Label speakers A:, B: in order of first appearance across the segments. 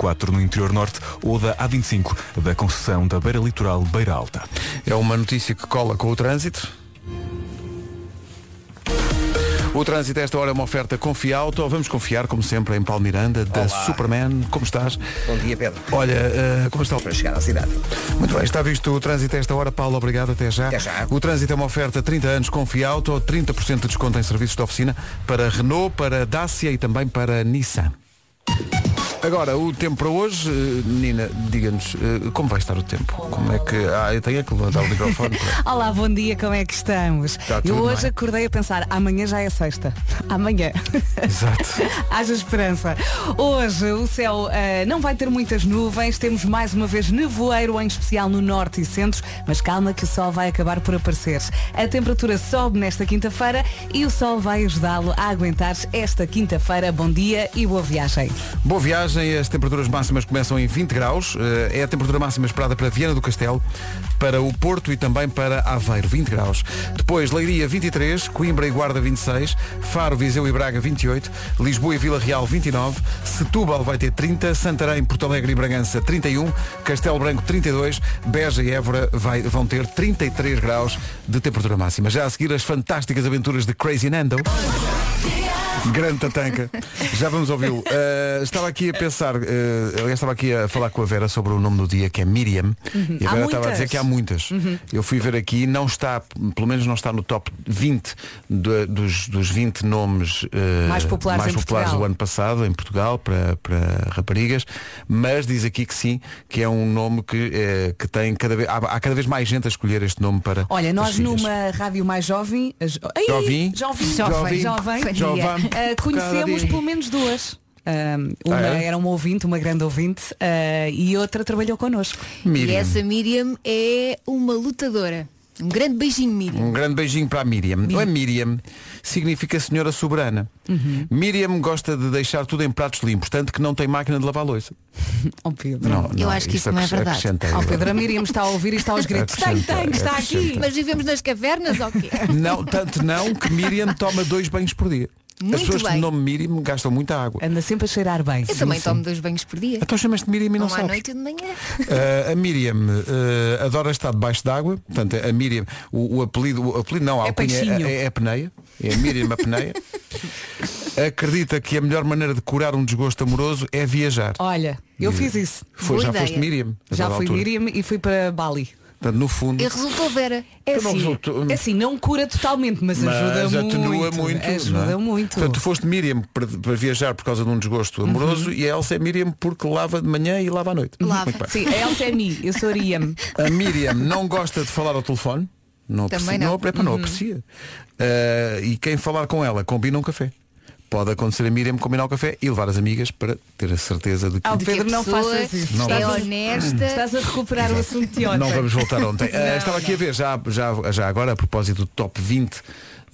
A: A4 no interior norte ou da A25 da concessão da Beira Litoral Beira Alta.
B: É uma notícia que cola com o trânsito. O trânsito a esta hora é uma oferta Confiauto. Vamos confiar, como sempre, em Palmiranda, da
C: Olá.
B: Superman. Como estás?
C: Bom dia, Pedro.
B: Olha, eh, como está o
C: Para chegar à cidade.
B: Muito bem, está visto o trânsito a esta hora. Paulo, obrigado, até já.
C: Até já.
B: O trânsito é uma oferta 30 anos com Fiauto, 30% de desconto em serviços de oficina para Renault, para Dacia e também para Nissan. Agora, o tempo para hoje, eh, Nina, diga-nos, eh, como vai estar o tempo? Como é que... Ah, eu tenho é que levantar o microfone.
D: Olá, bom dia, como é que estamos?
B: Está
D: eu
B: tudo
D: hoje
B: bem.
D: acordei a pensar, amanhã já é sexta. Amanhã.
B: Exato.
D: Haja esperança. Hoje o céu eh, não vai ter muitas nuvens, temos mais uma vez nevoeiro, em especial no norte e centro, mas calma que o sol vai acabar por aparecer. A temperatura sobe nesta quinta-feira e o sol vai ajudá-lo a aguentar esta quinta-feira. Bom dia e boa viagem.
B: Boa viagem, as temperaturas máximas começam em 20 graus. Eh, É a temperatura máxima esperada para Viana do Castelo, para o Porto e também para Aveiro, 20 graus. Depois, Leiria, 23, Coimbra e Guarda, 26, Faro, Viseu e Braga, 28, Lisboa e Vila Real, 29, Setúbal vai ter 30, Santarém, Porto Alegre e Bragança, 31, Castelo Branco, 32, Beja e Évora vai- vão ter 33 graus de temperatura máxima. Já a seguir, as fantásticas aventuras de Crazy Nando. Grande tatanca. Já vamos ouvi-lo. Uh, estava aqui a pensar, uh, aliás, estava aqui a falar com a Vera sobre o nome do dia, que é Miriam. E a
D: Uhum. Há
B: Vera estava a dizer
D: muitas. Uhum.
B: que há muitas. Eu fui ver aqui e não está, pelo menos não está no top 20 do- dos, dos 20 nomes uh,
D: Mais populares
B: mais
D: em
B: populares do
D: Portugal.
B: ano passado, em Portugal, para, para raparigas. Mas diz aqui que sim, que é um nome que, eh, que tem cada vez. Há, há cada vez mais gente a escolher este nome para.
D: Olha,
B: as
D: nós
B: filhas.
D: numa rádio mais jovem, a jo- Ai,
B: Jovem.
D: jovem,
B: Jovem.
D: jovem, jovem,
B: Jovem.
D: eh,
B: Cada
D: conhecemos
B: dia.
D: pelo menos duas. Ahm, uma
B: Ah, é?
D: era uma ouvinte, uma grande ouvinte, ah, e outra trabalhou connosco.
B: Miriam.
E: E essa Miriam é uma lutadora. Um grande beijinho, Miriam.
B: Um grande beijinho para a Miriam. Não é Miriam, significa senhora soberana. Miriam gosta de deixar tudo em pratos limpos, tanto que não tem máquina de lavar louça.
D: Oh Pedro.
E: Eu acho que isso não é
B: acres-
E: verdade.
B: acrescentei
D: Oh
B: agora.
D: Pedro, a Miriam está a ouvir e está aos gritos. Tem, tem, está aqui.
E: Mas vivemos nas cavernas ou quê?
B: Não, tanto não que Miriam toma dois banhos por dia. As
E: Muito
B: pessoas com o
E: bem.
B: nome Miriam gastam muita água.
D: Anda sempre a cheirar bem.
E: Eu também tomo dois banhos por dia.
B: Então chamas-te Miriam e
E: Uma
B: não
E: à
B: sabes.
E: noite e de manhã.
B: Ah, a Miriam ah, adora estar debaixo d'água. Portanto, a Miriam, o, o apelido, o apelido não, a
D: É
B: alcunha
D: peixinho.
B: é, é a peneia. É a Miriam a peneia. Acredita que a melhor maneira de curar um desgosto amoroso é viajar.
D: Olha, eu fiz isso.
B: Foi,
E: Boa
B: já
E: ideia.
B: foste Miriam. a
D: Já
B: dada
D: fui
B: altura.
D: Miriam e fui para Bali.
B: Portanto, no fundo.
E: E resultou Vera.
D: É
B: Eu não
D: assim,
B: resultou-
D: é assim, não cura totalmente, mas, ajuda
B: Mas
D: muito.
B: atenua muito.
D: ajuda
B: não é?
D: muito. Uhum.
B: Portanto, tu foste Miriam para, para viajar por causa de um desgosto amoroso e a Elsa é Miriam porque lava de manhã e lava à noite.
E: Lava.
B: Muito bem.
D: Sim, a Elsa é mim, eu sou a Riam.
B: A Miriam não gosta de falar ao telefone. Não
E: Também
B: aprecia.
E: não. Uhum.
B: Não, epá, não
D: Uhum.
B: aprecia. Ah, e quem falar com ela combina um café. Pode acontecer a Miriam combinar o café e levar as amigas para ter a certeza de que.
D: Ah, o
E: De que a
D: Pedro, não
E: pessoa
D: faças isso.
B: Não
E: É
B: faças.
E: honesta.
D: Estás a recuperar o assunto de ontem.
B: Não vamos voltar ontem. Ah, estava aqui a ver, já, já, já agora, a propósito do top 20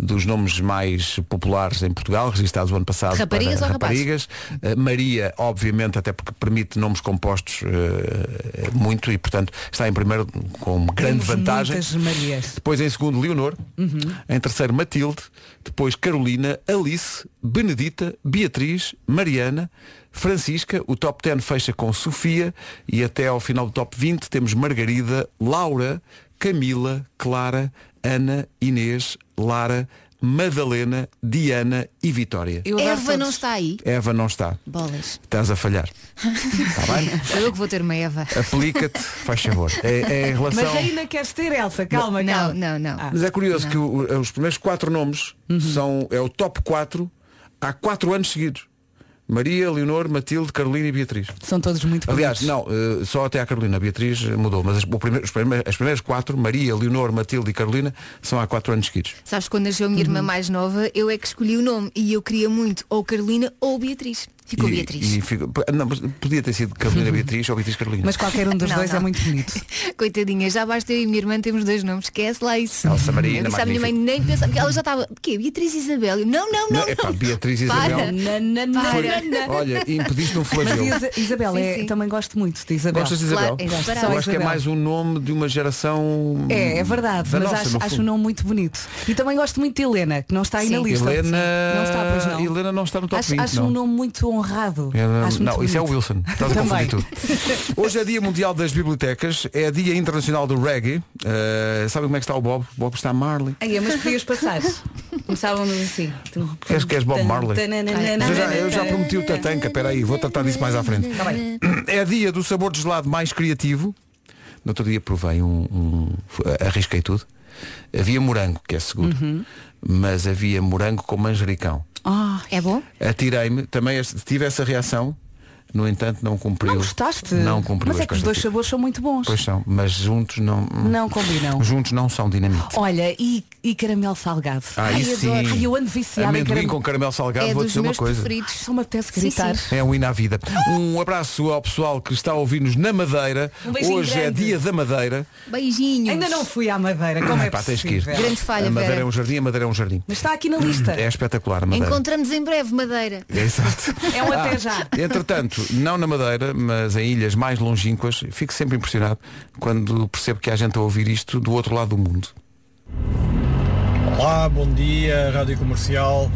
B: dos nomes mais populares em Portugal, registados o ano passado
E: Raparigas
B: para
E: ou rapazes?
B: raparigas. Ah, Maria, obviamente, até porque permite nomes compostos eh, muito e, portanto, está em primeiro com grande
D: Temos
B: vantagem.
D: Muitas Uhum. Marias.
B: Depois em segundo Leonor, em terceiro Matilde, depois Carolina, Alice, Benedita, Beatriz, Mariana, Francisca, o top 10 fecha com Sofia e até ao final do top 20 temos Margarida, Laura, Camila, Clara, Ana, Inês, Lara, Madalena, Diana e Vitória.
D: Eu adoro
E: Eva
D: todos.
E: não está aí.
B: Eva não está.
E: Bolas.
B: Estás a falhar. Está Tá bem?
E: Sou eu que vou ter uma Eva.
B: Aplica-te, faz favor. É, é em relação...
D: Mas ainda queres ter Elsa, calma,
E: Não,
D: calma.
E: não, não. Uhum.
D: Ah.
B: Mas é curioso que o- os primeiros quatro nomes são é o top 4 há quatro anos seguidos. Maria, Leonor, Matilde, Carolina e Beatriz.
D: São todos muito
B: Aliás,
D: bonitos.
B: não, eh, só até a Carolina. A Beatriz eh, mudou, mas as, o primeiro- os primeiros- as primeiras quatro, Maria, Leonor, Matilde e Carolina, são há quatro anos seguidos.
E: Sabes, quando nasceu a minha
B: Uhum.
E: irmã mais nova, eu é que escolhi o nome. E eu queria muito ou Carolina ou Beatriz. Ficou
B: E-
E: Beatriz. Uhum.
B: e fica- não, mas podia ter sido Carolina Beatriz ou Beatriz Carolina.
D: Mas qualquer um dos
E: Não,
D: dois é
E: não.
D: muito bonito.
E: Coitadinha, já basta eu e minha irmã temos dois nomes, esquece lá isso.
B: Elsa Marina,
E: eu disse à minha mãe nem pensar, porque ela já estava, quê? Beatriz Isabel? Eu, Não, não, não.
B: Não, epá, Beatriz
E: Para.
B: Isabel. Foi-
E: Para.
B: olha, impediste um
D: Mas
B: flagelo.
D: Isa- Isabel,
E: Sim,
D: é-
E: sim.
D: também gosto muito de Isabel.
B: Gostas de
E: Claro,
B: Isabel?
E: é
D: Gosto,
E: disparado.
D: só
B: Eu acho que é
D: Isabel.
B: mais um nome de uma geração.
D: É, é verdade,
B: da
D: mas
B: nossa,
D: acho,
B: no
D: acho
B: fundo.
D: um nome muito bonito. E também gosto muito de Helena, que não está aí na
E: Sim.
D: lista.
B: Helena...
D: Não está, pois não.
B: Helena não está no top
D: acho
B: 20,
D: acho
B: não.
D: um nome muito honrado.
B: Era-
D: Acho muito
B: não, isso é o
D: bonito.
B: Wilson. Estás a
D: Também.
B: confundir tudo. Hoje é Dia Mundial das Bibliotecas, é Dia Internacional do Reggae. Uh, sabem como é que está o Bob? O Bob está Marley.
D: Ai, é, mas podias passar. Começávamos assim.
B: Queres- queres Bob Marley? Mas eu, já,
D: Tananana.
B: eu já prometi o Tatanca, peraí, vou tratar disso mais à frente.
E: Tá
D: bem.
B: É dia do sabor de gelado mais criativo. No outro dia provei um. um- arrisquei tudo. Havia morango, que é seguro.
D: Uhum.
E: Uhum.
B: Mas havia morango com manjericão.
D: Ah,
E: É bom?
B: Atirei-me, também este- tive essa reação, no entanto não cumpriu.
D: não gostaste?
B: Não cumpriu
D: Mas
B: as
D: é que os dois
B: expectativas.
D: sabores são muito bons.
B: Pois são, mas juntos não.
D: Não combinam.
B: Juntos não são dinamite.
D: Olha, e, e caramelo salgado.
B: Ah, isso sim.
D: adoro. Ai, eu ando viciada em
B: Amendoim
D: caramelo.
B: com caramelo salgado,
E: é
B: vou
E: dos
B: dizer uma
E: meus
B: coisa.
E: preferidos.
D: Só me apetece gritar.
E: Sim,
B: É um hino à vida. Um abraço ao pessoal que está a ouvir-nos na Madeira.
D: Um beijinho
B: Hoje é
D: grande.
B: dia da Madeira.
E: Beijinhos.
D: Ainda não fui à Madeira, como é
B: Pá, tens que ir.
D: possível?
E: Grande falha,
B: a Madeira
E: Vera.
B: é um jardim, a Madeira é um jardim.
D: Mas está aqui na lista.
B: É espetacular a Madeira.
E: Encontramos em breve Madeira.
B: É exato.
D: É um até já.
B: Entretanto, não na Madeira, mas em ilhas mais longínquas, fico sempre impressionado quando percebo que há gente a ouvir isto do outro lado do mundo.
C: Olá, bom dia, Rádio Comercial.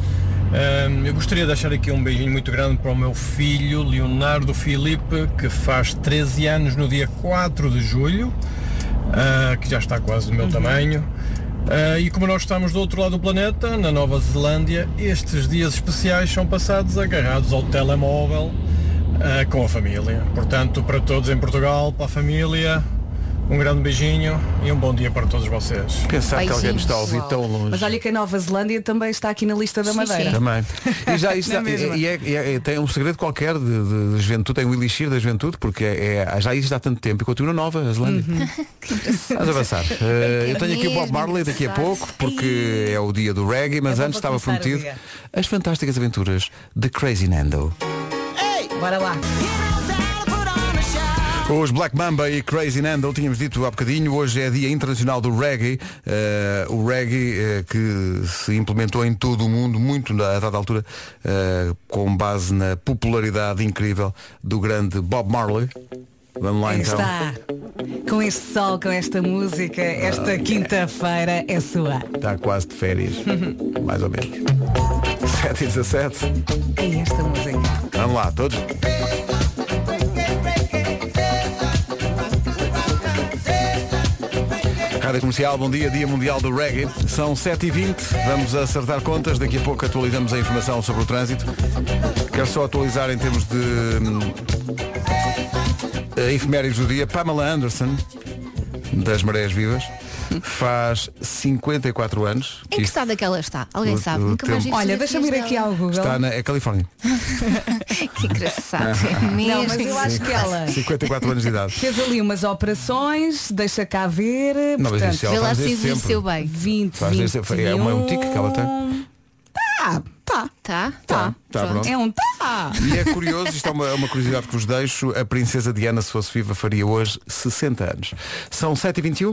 C: Ahm, eu gostaria de deixar aqui um beijinho muito grande para o meu filho Leonardo Filipe, que faz 13 anos no dia 4 de julho, ah, que já está quase do meu tamanho. Ah, e como nós estamos do outro lado do planeta, na Nova Zelândia, estes dias especiais são passados agarrados ao telemóvel ah, com a família. Portanto, para todos em Portugal, para a família, um grande beijinho e um bom dia para todos vocês.
B: Pensar que alguém nos está a ouvir
E: Beijinhos.
B: tão longe.
D: Mas olha que a Nova Zelândia também está aqui na lista da
E: Sim,
D: Madeira.
E: sim.
B: Também. E já isto
D: Na
B: dá-
D: mesma.
B: e é- e é- tem um segredo qualquer de, de, de juventude, tem o elixir da juventude, porque é, é- já isto há tanto tempo e continua nova a Zelândia.
D: Uhum.
B: Vamos avançar. Eh, eu tenho aqui o Bob
E: mesmo
B: Marley daqui a
E: engraçado.
B: pouco, porque é o dia do reggae, mas
D: É bom
B: antes
D: para
B: estava
D: começar o
B: prometido
D: dia.
B: as fantásticas aventuras de Crazy Nando.
D: Bora lá.
B: Os Black Mamba e Crazy Nando, tínhamos dito há bocadinho, hoje é Dia Internacional do Reggae, eh, o reggae eh, que se implementou em todo o mundo, muito na- a dada altura, eh, com base na popularidade incrível do grande Bob Marley. Vamos lá
D: Aí
B: então.
D: Está. Com este sol, com esta música,
B: Ah.
D: esta quinta-feira é sua.
B: Está quase de férias, mais ou menos. 7 e 17.
D: É esta música.
B: Vamos lá, todos. Rádio Comercial, bom dia, Dia Mundial do Reggae. São 7h20, vamos acertar contas, daqui a pouco atualizamos a informação sobre o trânsito. Quero só atualizar em termos de hum, eh, efemérides do dia. Pamela Anderson, das Marés Vivas, faz 54 anos.
E: Em que
B: Isto
E: estado é que ela está? Alguém
B: O-
E: sabe?
B: o
E: Nunca mais vi
B: tempo.
D: Olha, deixa-me ir
E: fotografias
D: aqui
E: dela.
D: ao Google.
B: está na é Califórnia.
E: Que engraçado.
D: Não, mas eu acho que ela
B: 54 anos de idade.
D: fez ali umas operações, deixa cá ver.
B: Não, mas
D: portanto,
B: isso é
E: Vê lá
B: faz
E: se
B: isso sempre.
E: exerceu bem.
D: 20,
B: Faz desde-
D: 21.
B: é uma- é um tique que ela tem.
D: Tá, tá.
E: Tá?
B: Tá, tá pronto.
D: É um tá.
B: E é curioso, isto é uma, é uma curiosidade que vos deixo, a princesa Diana, se fosse viva, faria hoje 60 anos. São 7h21.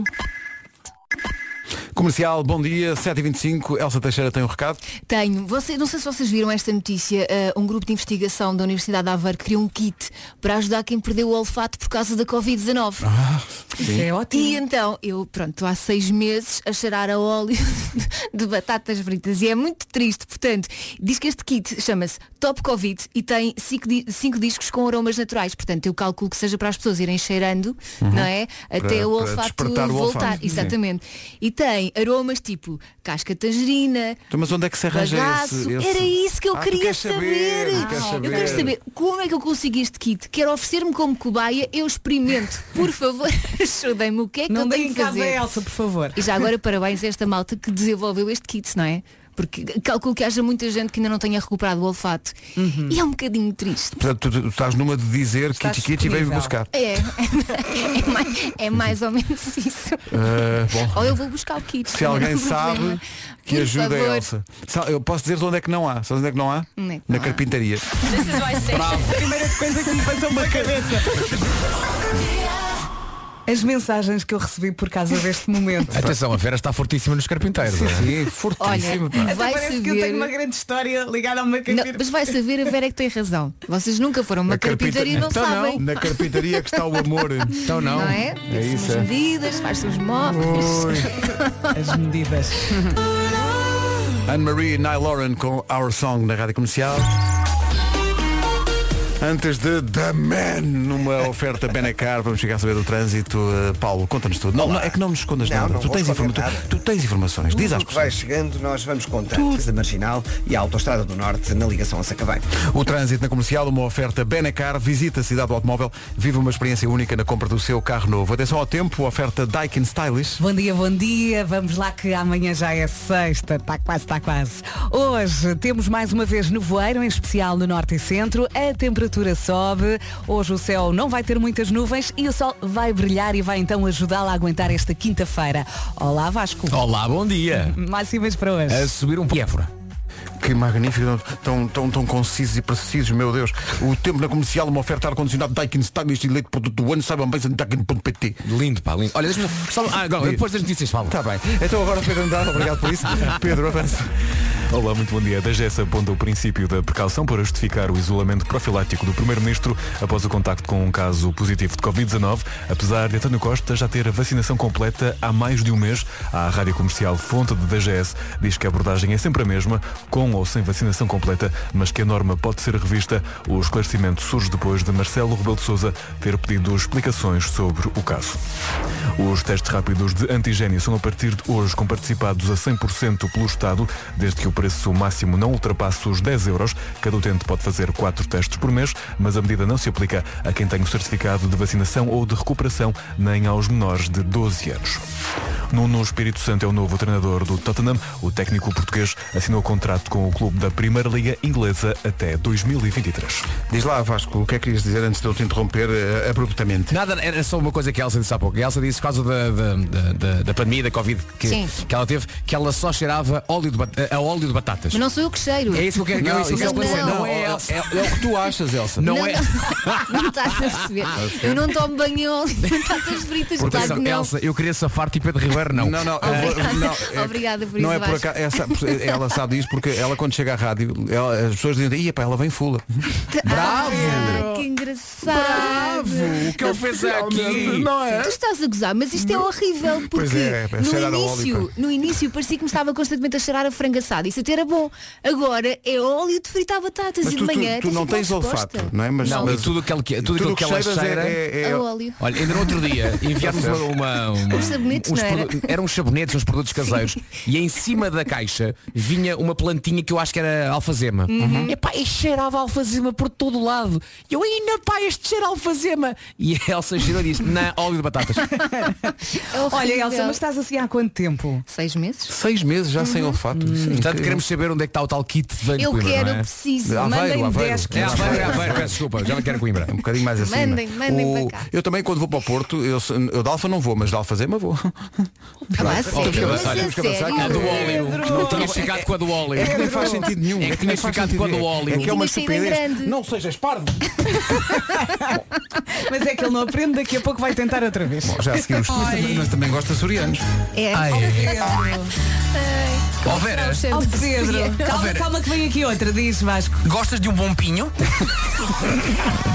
B: Comercial, bom dia, 7h25. Elsa Teixeira tem um recado.
E: Tenho. Você, não sei se vocês viram esta notícia. eh, um grupo de investigação da Universidade de Aveiro criou um kit para ajudar quem perdeu o olfato por causa da Covid-19.
B: Ah,
D: Isso é ótimo.
E: E então, eu, pronto, há seis meses a cheirar a óleo de batatas fritas e é muito triste. Portanto, diz que este kit chama-se Top Covid e tem cinco, di- cinco discos com aromas naturais. Portanto, eu calculo que seja para as pessoas irem cheirando, não é? Até
B: Uhum. Para-
E: o
B: para
E: olfato
B: despertar o
E: voltar.
B: olfato. Sim.
E: Exatamente. E tem aromas tipo casca de tangerina,
B: Então, Mas onde é que se arranja
E: bagaço.
B: esse, esse-
E: Era isso que eu
B: Ah, tu
E: queria
B: queres
E: saber. Ah,
B: tu queres
E: Eu quero saber como é que eu consigo este kit. Quero oferecer-me como cobaia, eu experimento. Por favor, ajudem-me. O que é que
D: Não
E: eu
D: deem
E: tenho
D: em
E: que
D: casa a
E: fazer?
D: Elsa, por favor.
E: E já agora parabéns a esta malta que desenvolveu este kit, não é? Porque calculo que haja muita gente que ainda não tenha recuperado o olfato. E é um bocadinho triste.
B: Portanto, tu, tu estás numa de dizer
D: Uhum. Estás
B: kit kit e veio
D: disponível.
B: buscar.
E: É, é, mais, é mais ou menos isso.
B: Ah, bom.
E: Ou eu vou buscar o kit.
B: Se alguém
E: É. não há
B: sabe
E: problema.
B: que
E: Por
B: ajuda a
E: favor.
B: Elsa. Sa- Eu posso dizer de onde é que não há. Sabes onde é que não há?
E: Onde é que não
B: Na
E: há?
B: carpintaria.
D: Primeira coisa que me passou uma cabeça. As mensagens que eu recebi por causa deste momento.
F: Atenção, a Vera está fortíssima nos carpinteiros. não é?
B: Sim,
E: Olha,
B: fortíssimo. pá.
E: vai
D: parece
E: saber.
D: que eu tenho uma grande história ligada a uma
E: Não,
D: cabeça.
E: mas vai saber, a Vera é que tem razão. Vocês nunca foram a uma
B: Na carpinta-
E: carpintaria e não
B: Então
E: sabem.
B: Na carpintaria que está o amor.
F: Então não.
E: Não é? Tem-se
B: isso,
E: umas
B: é.
E: medidas, faz-se uns móveis.
D: As medidas.
B: Anne-Marie e Nye Lauren com Our Song na Rádio Comercial. Antes de The Man, numa oferta Benacar, vamos chegar a saber do trânsito. Uh, Paulo, conta-nos tudo. Não, não, é que não nos escondas
G: Não,
B: nada.
G: não
B: tu,
G: vou
B: tens
G: esconder
B: tu-
G: nada.
B: tu tens informações. Diz às
G: Tudo que vai
B: pessoas.
G: chegando, nós vamos contar. A Marginal e a Autostrada do Norte na ligação a Sacavém.
B: O trânsito na comercial, uma oferta Benacar, visita a cidade do automóvel, vive uma experiência única na compra do seu carro novo. Atenção ao tempo, oferta Daikin Stylish.
D: Bom dia, bom dia. Vamos lá que amanhã já é sexta. Está quase, está quase. Hoje temos mais uma vez nevoeiro, em especial no norte e centro. A temperatura sobe. Hoje o céu não vai ter muitas nuvens e o sol vai brilhar e vai então ajudá-la a aguentar esta quinta-feira. Olá, Vasco.
F: Olá, bom dia.
D: Máximas para hoje.
F: A subir um Piéfora.
B: Que magnífico, tão, tão, tão concisos e precisos, meu Deus. O tempo na comercial, uma oferta ar-condicionado Daikin Stylish e leite produto do ano, saibam bem, Daikin.pt.
F: Lindo, pá, lindo. Olha, deixa-me. só- Ah, agora, depois das notícias, Paulo.
B: Está bem. Então agora Pedro Andrade, obrigado por isso. Pedro, avança.
A: Olá, muito bom dia. A DGS aponta o princípio da precaução para justificar o isolamento profilático do Primeiro-Ministro após o contacto com um caso positivo de Covid-19, apesar de António Costa já ter a vacinação completa há mais de um mês. A rádio comercial Fonte de DGS diz que a abordagem é sempre a mesma, com ou sem vacinação completa, mas que a norma pode ser revista. O esclarecimento surge depois de Marcelo Rebelo de Sousa ter pedido explicações sobre o caso. Os testes rápidos de antigênio são a partir de hoje comparticipados a 100% pelo Estado, desde que o preço máximo não ultrapasse os 10 euros. Cada utente pode fazer 4 testes por mês, mas a medida não se aplica a quem tem o certificado de vacinação ou de recuperação, nem aos menores de 12 anos. Nuno Espírito Santo é o novo treinador do Tottenham. O técnico português assinou contrato com o clube da Primeira Liga Inglesa até 2023.
B: Diz lá, Vasco, o que é que querias dizer antes de eu te interromper eh, abruptamente?
F: Nada, era só uma coisa que a Elsa disse há pouco. A Elsa disse, por causa da, da, da- da- da pandemia, da Covid que,
E: Sim.
F: que ela teve, que ela só cheirava óleo de, bat- eh, a óleo de batatas.
E: Mas não sou eu que cheiro.
F: É isso que eu quero que eu- isso que eu
E: não,
F: quero dizer.
E: não.
F: Não é Elsa.
B: é o que tu achas, Elsa.
F: Não,
E: não,
F: é.
E: não. Não estás a perceber. Eu não tomo banho em óleo de batatas fritas,
F: Porque,
E: claro que
F: atenção,
E: não.
F: Elsa, eu queria safar tipo Pedro Ribeiro, não.
B: Não, não, eu vou-
E: Obrigada.
B: não, é-
E: Obrigada Ah. por
B: Não
E: isso,
B: é por
E: Vasco.
B: acaso, essa- ela sabe disso porque ela quando chega à rádio, ela- as pessoas dizem, ia pá, ela vem fula.
E: Bravo! Ah, que engraçado!
F: O que ele fez aqui?
B: Não é?
E: Tu estás a gozar, mas isto é horrível
B: Pois
E: porque
B: é, é cheirar a
E: no,
B: óleo,
E: início,
B: pá.
E: no início parecia que me estava constantemente a cheirar a frango assado. Isso até era bom. Agora é óleo de fritar batatas
B: Mas
E: e
B: tu,
E: de
B: tu-
E: manhã.
B: tu não tens olfato, não é? Mas,
F: Não,
B: mas
F: e tudo aquilo que, tudo aquilo que, ela
B: cheiras é-
F: cheira.
B: é- é-
E: A óleo.
F: Olha, ainda no outro dia enviámos uma, uma, uma-
E: Uns sabonetes,
F: uns
E: não era?
F: produ- eram uns sabonetes, uns produtos caseiros e em cima da caixa vinha uma plantinha que eu acho que era alfazema.
D: Uhum.
E: Uhum.
F: Uhum. Epá, e cheirava alfazema por todo o lado. E eu ainda pá, este cheiro a alfazema. E a Elsa cheirou e disse, na óleo de batatas.
E: É horrível.
D: Olha, Elsa, mas estás assim há quanto tempo?
E: Seis meses?
B: Seis meses já sem olfato. Isso é
F: Hum. Portanto,
B: incrível.
F: queremos saber onde é que está o tal kit de Vancouver,
E: Eu quero,
F: não
E: eu
F: é?
E: preciso.
B: Aveiro,
D: Mandem
B: Aveiro.
D: 10
F: É,
D: quilos.
F: Aveiro, é Aveiro, peço desculpa, já não quero Coimbra.
B: Um bocadinho mais acima.
E: Mandem, mandem para cá.
B: Eu também quando vou para o Porto, eu, se- eu de Alfa não vou, mas de Alfazema vou.
E: Ah, lá, a
F: Ó,
E: sério,
F: Pedro,
E: mas
F: olha,
E: a
F: temos que
E: sério.
B: avançar,
F: A É do óleo.
D: Pedro.
F: Não tinhas ficado com a do óleo.
B: É que nem faz sentido nenhum.
F: É que
B: nem
F: tinhas
B: faz
F: ficado
B: sentido
F: com a do
B: nenhum.
F: óleo.
B: É que é uma
E: Tinha saído em
B: estupidez.
E: grande.
B: Não sejas parvo.
D: Mas é que ele não aprende, daqui a pouco vai tentar outra vez.
B: Bom, já a seguir os mas também, mas também gosto de açorianos.
E: É.
D: Ah,
F: Ai,
E: Ai,
F: Ó, Vera,
E: o cheiro
D: Oh
E: de
D: Pedro,
E: porcaria.
D: calma, calma que vem aqui outra, diz Vasco.
F: gostas de um bom pinho?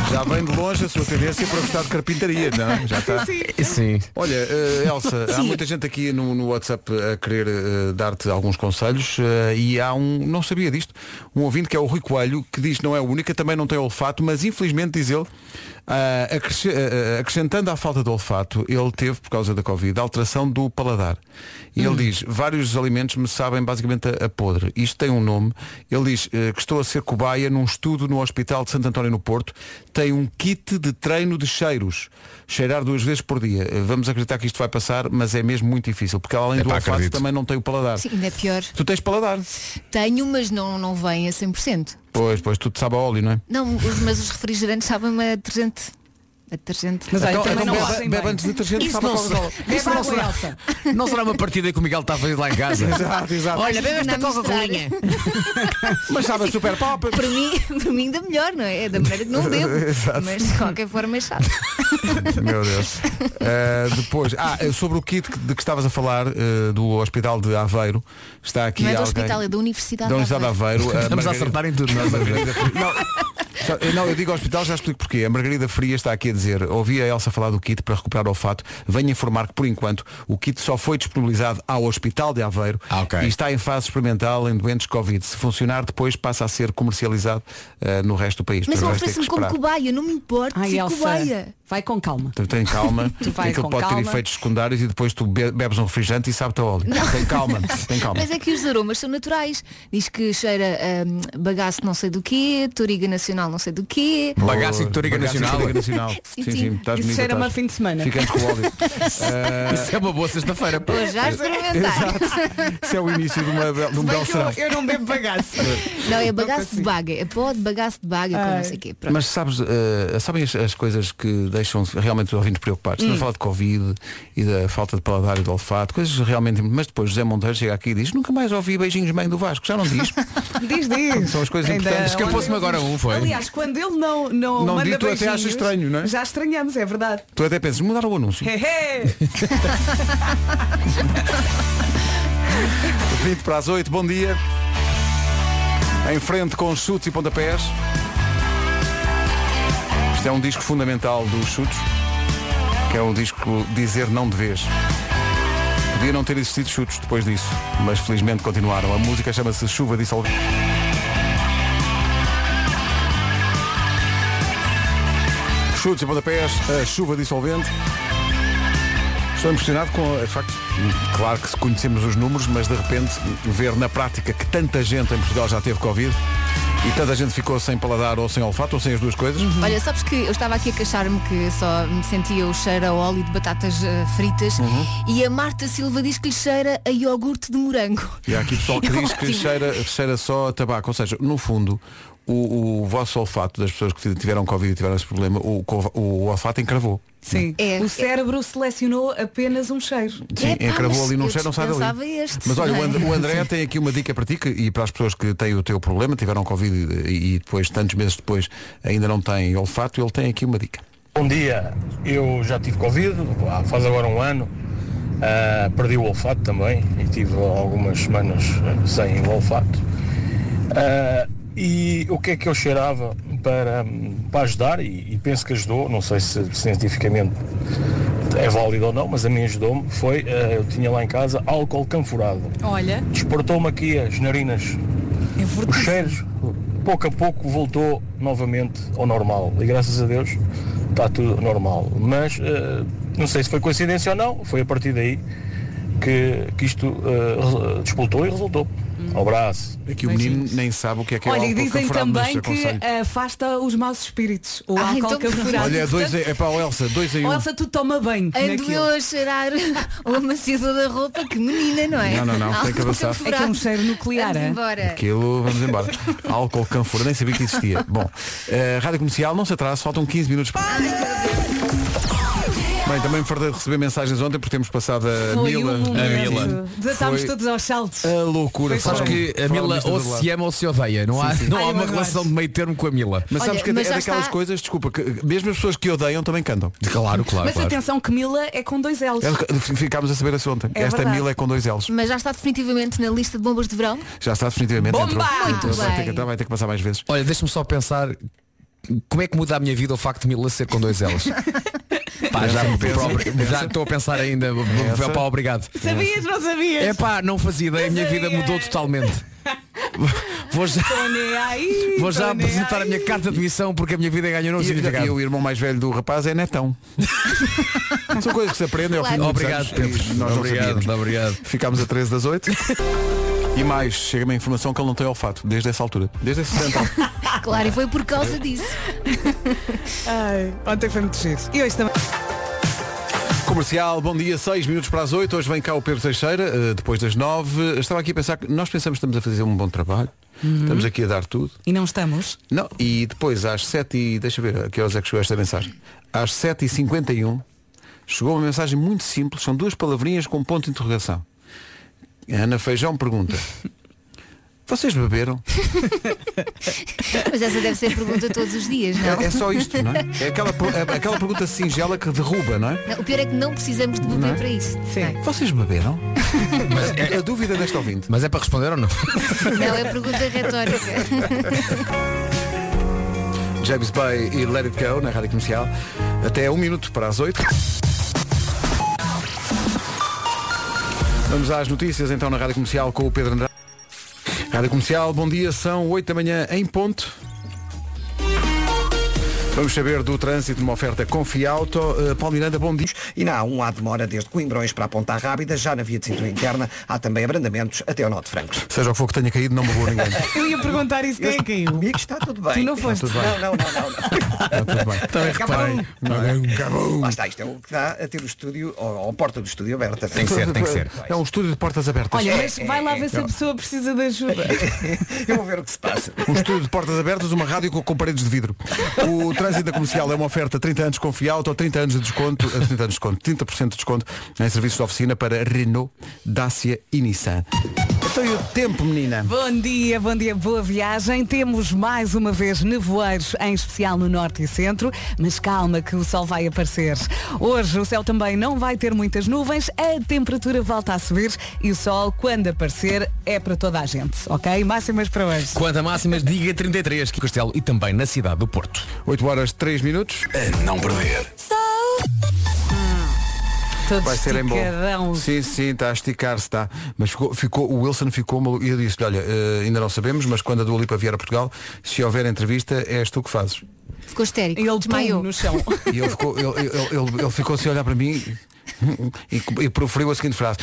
B: Já vem de longe a sua tendência para gostar de carpintaria, não? é? Já está.
F: Sim.
B: Olha, eh, Elsa, há muita gente aqui no, no WhatsApp a querer eh, dar-te alguns conselhos eh, e há um, não sabia disto, um ouvinte que é o Rui Coelho, que diz que não é a única, também não tem olfato, mas infelizmente, diz ele, ah, acresce- ah, ah, acrescentando à falta de olfato, ele teve, por causa da Covid, alteração do paladar. E
E: Hum.
B: ele diz, vários alimentos me sabem basicamente a, a podre. Isto tem um nome. Ele diz eh, que estou a ser cobaia num estudo no Hospital de Santo António no Porto. Tem um kit de treino de cheiros. Cheirar duas vezes por dia. Eh, Vamos acreditar que isto vai passar, mas é mesmo muito difícil, porque além do
F: Epá,
B: olfato
F: acredito.
B: também não tem o paladar.
E: Sim, ainda é pior.
B: Tu tens paladar.
E: Tenho, mas não, não vem a 100%.
B: Pois, pois, tu te sabe a óleo, não é?
E: Não, os- mas os refrigerantes sabem a detergente. A detergente.
D: Mas olha,
B: Então-
D: também
B: então
D: não
B: bebe-
D: fazem
B: bebe
D: bem.
B: antes de detergente,
D: Isso
B: sabe a
D: não
B: Coca-Cola.
D: se- Bebe
F: Isso não
D: água,
F: será-
D: Elsa.
F: Não será uma partida que o Miguel está a fazer lá em casa.
B: Exato, exato.
F: Olha, bebe
E: Não,
F: esta
E: misturar.
F: Coca-Colinha.
B: Mas sabe a super pop.
E: Assim, Para mim, para mim ainda melhor, não é? É da maneira que não devo. mas de qualquer forma é chato.
B: Meu Deus. Uh, depois, ah, sobre o kit que- de que estavas a falar uh, do Hospital de Aveiro, está aqui
E: Não é do
B: alguém.
E: hospital, é da Universidade.
B: da Universidade
E: de
B: de
E: Aveiro.
B: Aveiro. a
F: Estamos a
B: Margarida-
F: acertar em tudo. é,
B: a Margarida- Não, Só- eu Não, eu digo hospital, já explico porquê. A Margarida Fria está aqui a dizer, ouvi a Elsa falar do kit para recuperar o olfato, venho informar que, por enquanto, o kit só foi disponibilizado ao Hospital de Aveiro
F: Ah, ok.
B: e está em fase experimental em doentes Covid. Se funcionar, depois passa a ser comercializado eh, no resto do país.
E: Mas
B: Portanto, vais ter que
E: oferece-me como
B: esperar.
E: cobaia, não me importo
D: Ai,
E: ser
D: Elsa,
E: cobaia.
D: vai com calma.
B: Então tem calma,
D: Tu vais
B: aquilo
D: com
B: pode ter
D: calma.
B: efeitos secundários e depois tu be- bebes um refrigerante e sabe-te a óleo. Tem calma, tem calma.
E: Mas é que os aromas são naturais. Diz que cheira a bagaço não sei do quê, toriga nacional não sei do quê.
F: Bagaço e Toriga
B: Bagaço e
F: Nacional.
B: Toriga Nacional.
E: Sim,
B: sim,
E: sim.
B: sim, estás
D: Isso
B: bonita,
D: cheira-me
B: estás.
D: a fim de semana.
B: Ficamos com óleo.
F: Isso é uma boa sexta-feira. pô.
E: Hoje já experimentar.
B: Isso é o início de, uma, be- de um belo serão.
D: eu, não bebo bagaço.
E: Não, é bagaço de baga. É pó de bagaço de baga com não sei o quê. Pronto.
B: Mas sabes, eh, sabem as, as coisas que deixam realmente os ouvintes preocupados?
D: Hum.
B: Estamos a falar de Covid e da falta de paladar e de olfato, coisas realmente. Mas depois José Monteiro chega aqui e diz, nunca mais ouvi beijinhos mãe do Vasco, já não diz.
D: Diz, diz.
B: São as coisas
D: Ainda é
B: importantes.
D: ontem
F: Escapou-se-me agora um, foi?
D: Aliás, quando ele não, não,
B: Não
D: manda
B: diz, tu até
D: beijinhos,
B: achas estranho, não é?
D: Já estranhamos, é verdade.
B: tu até pensas, mudaram o anúncio.
D: É. Hehe.
B: 20 para as 8, bom dia. Em frente com chutes e pontapés. Isto é um disco fundamental dos chutes, que é um disco Dizer Não de Vez. Podia não ter existido chutes depois disso, mas felizmente continuaram. A música chama-se Chuva Dissolvida. Chutes e pontapés, a chuva dissolvente. Estou impressionado com, de facto, claro que conhecemos os números, mas de repente ver na prática que tanta gente em Portugal já teve Covid e tanta gente ficou sem paladar ou sem olfato ou sem as duas coisas.
E: Olha, sabes que eu estava aqui a queixar-me que só me sentia o cheiro a óleo de batatas eh, fritas e a Marta Silva diz que lhe cheira a iogurte de morango.
B: E há aqui pessoal que
E: É
B: diz que
E: ótimo.
B: cheira, cheira só a tabaco. Ou seja, no fundo, o, o vosso olfato das pessoas que tiveram Covid e tiveram esse problema, o, co- o olfato encravou.
D: Sim.
E: É.
D: O cérebro selecionou apenas um cheiro.
B: Sim,
E: Epá,
B: encravou
E: mas
B: ali num
E: eu
B: cheiro, não sai
E: dispensava
B: dali.
E: este,
B: mas olha,
E: não
B: o
E: é?
B: And- o André tem aqui uma dica para ti que- e para as pessoas que têm o teu problema, tiveram Covid e, e depois, tantos meses depois, ainda não têm olfato, ele tem aqui uma dica.
H: Bom dia, eu já tive Covid, há- faz agora um ano, Ah, perdi o olfato também e tive algumas semanas ah, sem o olfato. Ah, e o que é que eu cheirava para, hum, para ajudar, e, e penso que ajudou, não sei se cientificamente é válido ou não, mas a mim ajudou-me, foi, ah, eu tinha lá em casa álcool canforado.
D: Olha,
H: Despertou-me aqui as narinas
D: é
H: os
D: fortíssimo.
H: cheiros, pouco a pouco, voltou novamente ao normal. E graças a Deus está tudo normal. Mas eh, não sei se foi coincidência ou não, foi a partir daí que, que isto eh, res- despoletou e resultou. Abraço.
B: Aqui É o menino nem sabe o que é que é
D: Olha, e
B: álcool
D: dizem
B: canforado, mas
D: também que
B: aconselho.
D: afasta os maus espíritos. O
E: Ah,
D: álcool
E: então pronto.
D: canforado.
B: Olha, dois, é para o Elsa, dois em
D: Ou
B: um.
D: Elsa, tu toma bem.
E: Ando eu a É cheirar o amaciador da roupa, que menina, não é?
B: Não, não, não, tem que avançar.
E: Algo
D: É que é um cheiro nuclear,
E: Vamos
D: é?
E: embora.
B: Aquilo, vamos embora. álcool canfor, nem sabia que existia. Bom, eh, Rádio Comercial, não se atrasa, faltam 15 minutos. para- Bem, também me fartei de receber mensagens ontem porque temos passado a
D: Foi
B: Mila.
D: um momento.
F: Mila.
D: Desatámos
B: Foi-
D: todos aos saltos.
B: A loucura.
D: Foi
F: Sabes
B: Falaram-
F: que a
B: falaram
F: Mila
B: disto
F: ou
B: do lado.
F: se ama ou se odeia. Não há, não
D: Ai,
F: há
D: eu
F: uma
D: adoro.
F: relação de meio termo com a Mila.
B: Mas sabes
E: Olha,
B: que é,
E: mas
B: é
E: já
B: daquelas
E: está-
B: coisas, desculpa, que mesmo as pessoas que odeiam também cantam.
F: Claro, claro.
D: Mas atenção que Mila é com dois L's.
B: É- Ficámos a saber isso ontem.
D: É
B: Esta
D: verdade.
B: mil é com dois L's.
E: Mas já está definitivamente na lista de bombas de verão?
B: Já está definitivamente.
D: Bomba!
B: entrou.
E: Muito
B: vai, Ter que,
E: bem.
B: entrar, vai ter que passar mais vezes.
F: Olha, deixa-me só pensar como é que muda a minha vida o facto de Mila ser com dois L's. Pá, já, me- próprio- já estou a pensar ainda.
B: Pensa.
F: Pá, obrigado.
D: Sabias, não sabias?
F: É pá, não fazia ideia, a minha vida mudou totalmente. Vou já,
D: Tô nem aí,
F: vou
D: tô
F: já
D: nem
F: apresentar a
D: aí.
F: minha carta de missão porque a minha vida ganhou novo
B: E, e
F: significado.
B: o irmão mais velho do rapaz é netão. São coisas que se aprendem ao fim de muitos
F: Obrigado,
B: anos,
F: Pedro.
B: e Nós não sabíamos.
F: obrigado, obrigado.
B: Ficámos a 13 das 8. E mais, chega-me a informação que ele não tem olfato, desde essa altura. Desde esse centro.
E: Claro, e foi por causa disso.
D: Ai, ontem foi muito giro. E hoje também.
B: Comercial, bom dia, 6 minutos para as 8. Hoje vem cá o Pedro Teixeira, eh, depois das 9. Estava aqui a pensar que nós pensamos que estamos a fazer um bom trabalho. Estamos aqui a dar tudo.
D: Uhum. E não estamos?
B: Não, e depois às 7 e deixa ver a que horas é que chegou esta mensagem. Às 7h51 chegou uma mensagem muito simples, são duas palavrinhas com um ponto de interrogação. A Ana Feijão pergunta. Vocês beberam?
E: Mas essa deve ser a pergunta todos os dias, não?
B: É, é só isto, não é? É aquela, per- é aquela pergunta singela que derruba, não é?
E: Não, O pior é que não precisamos de beber
B: Não é?
E: para isso.
D: Sim.
B: Vocês beberam? é A- a dúvida desta ouvinte.
F: Mas é para responder ou não?
E: Não, é pergunta retórica.
B: James Bay e Let It Go na Rádio Comercial. Até um minuto para as oito. Vamos às notícias então na Rádio Comercial com o Pedro Andrade. Rádio Comercial, bom dia, são 8 da manhã em ponto. Vamos saber do trânsito numa é oferta Confiauto. Uh, Paulo Miranda, bom dia.
G: E na A1 há um demora desde Coimbrões para a Ponta Rábida, já na via de cintura interna há também abrandamentos até ao Nó de Francos.
B: Seja o que for que tenha caído, não me vou ninguém.
D: Eu ia perguntar isso, quem é que caiu?
G: Amigos, está tudo bem.
D: Tu não foste.
G: Não, não, não, não. não.
B: Também reparei. Acabou.
G: Lá está, isto é o que dá a ter o estúdio, ou, ou a porta do estúdio aberta.
F: Tem que ser, tem que ser.
B: É um estúdio de portas abertas.
D: Olha, mas vai lá ver se a pessoa precisa de ajuda.
G: Eu vou ver o que se passa.
B: Um estúdio de portas abertas, uma rádio com, com paredes de vidro. O trânsito da comercial é uma oferta 30 anos com Fialto, 30 anos de desconto, eh, 30 anos de desconto, 30% de desconto em serviços de oficina para Renault, Dacia e Nissan. Então e o tempo, menina?
D: Bom dia, bom dia, boa viagem. Temos mais uma vez nevoeiros, em especial no norte e centro, mas calma que o sol vai aparecer. Hoje o céu também não vai ter muitas nuvens, a temperatura volta a subir e o sol, quando aparecer, é para toda a gente, ok? Máximas para hoje.
F: Quanto a máximas, diga 33, que Castelo e também na cidade do Porto. Eh,
B: 8 horas 3 minutos.
A: Não perder.
D: Todo
B: Vai ser em
D: esticadão.
B: bom. Sim, sim, está a esticar-se, está. Mas ficou, ficou- o Wilson ficou maluco. E eu disse-lhe, olha, eh, ainda não sabemos, mas quando a Dua Lipa vier a Portugal, se houver entrevista, és tu que fazes.
E: Ficou histérico.
D: E ele
E: desmaiou.
D: desmaiou no chão.
B: E ele ficou, ele, ele, ele- ele ficou sem olhar para mim e, e proferiu a seguinte frase.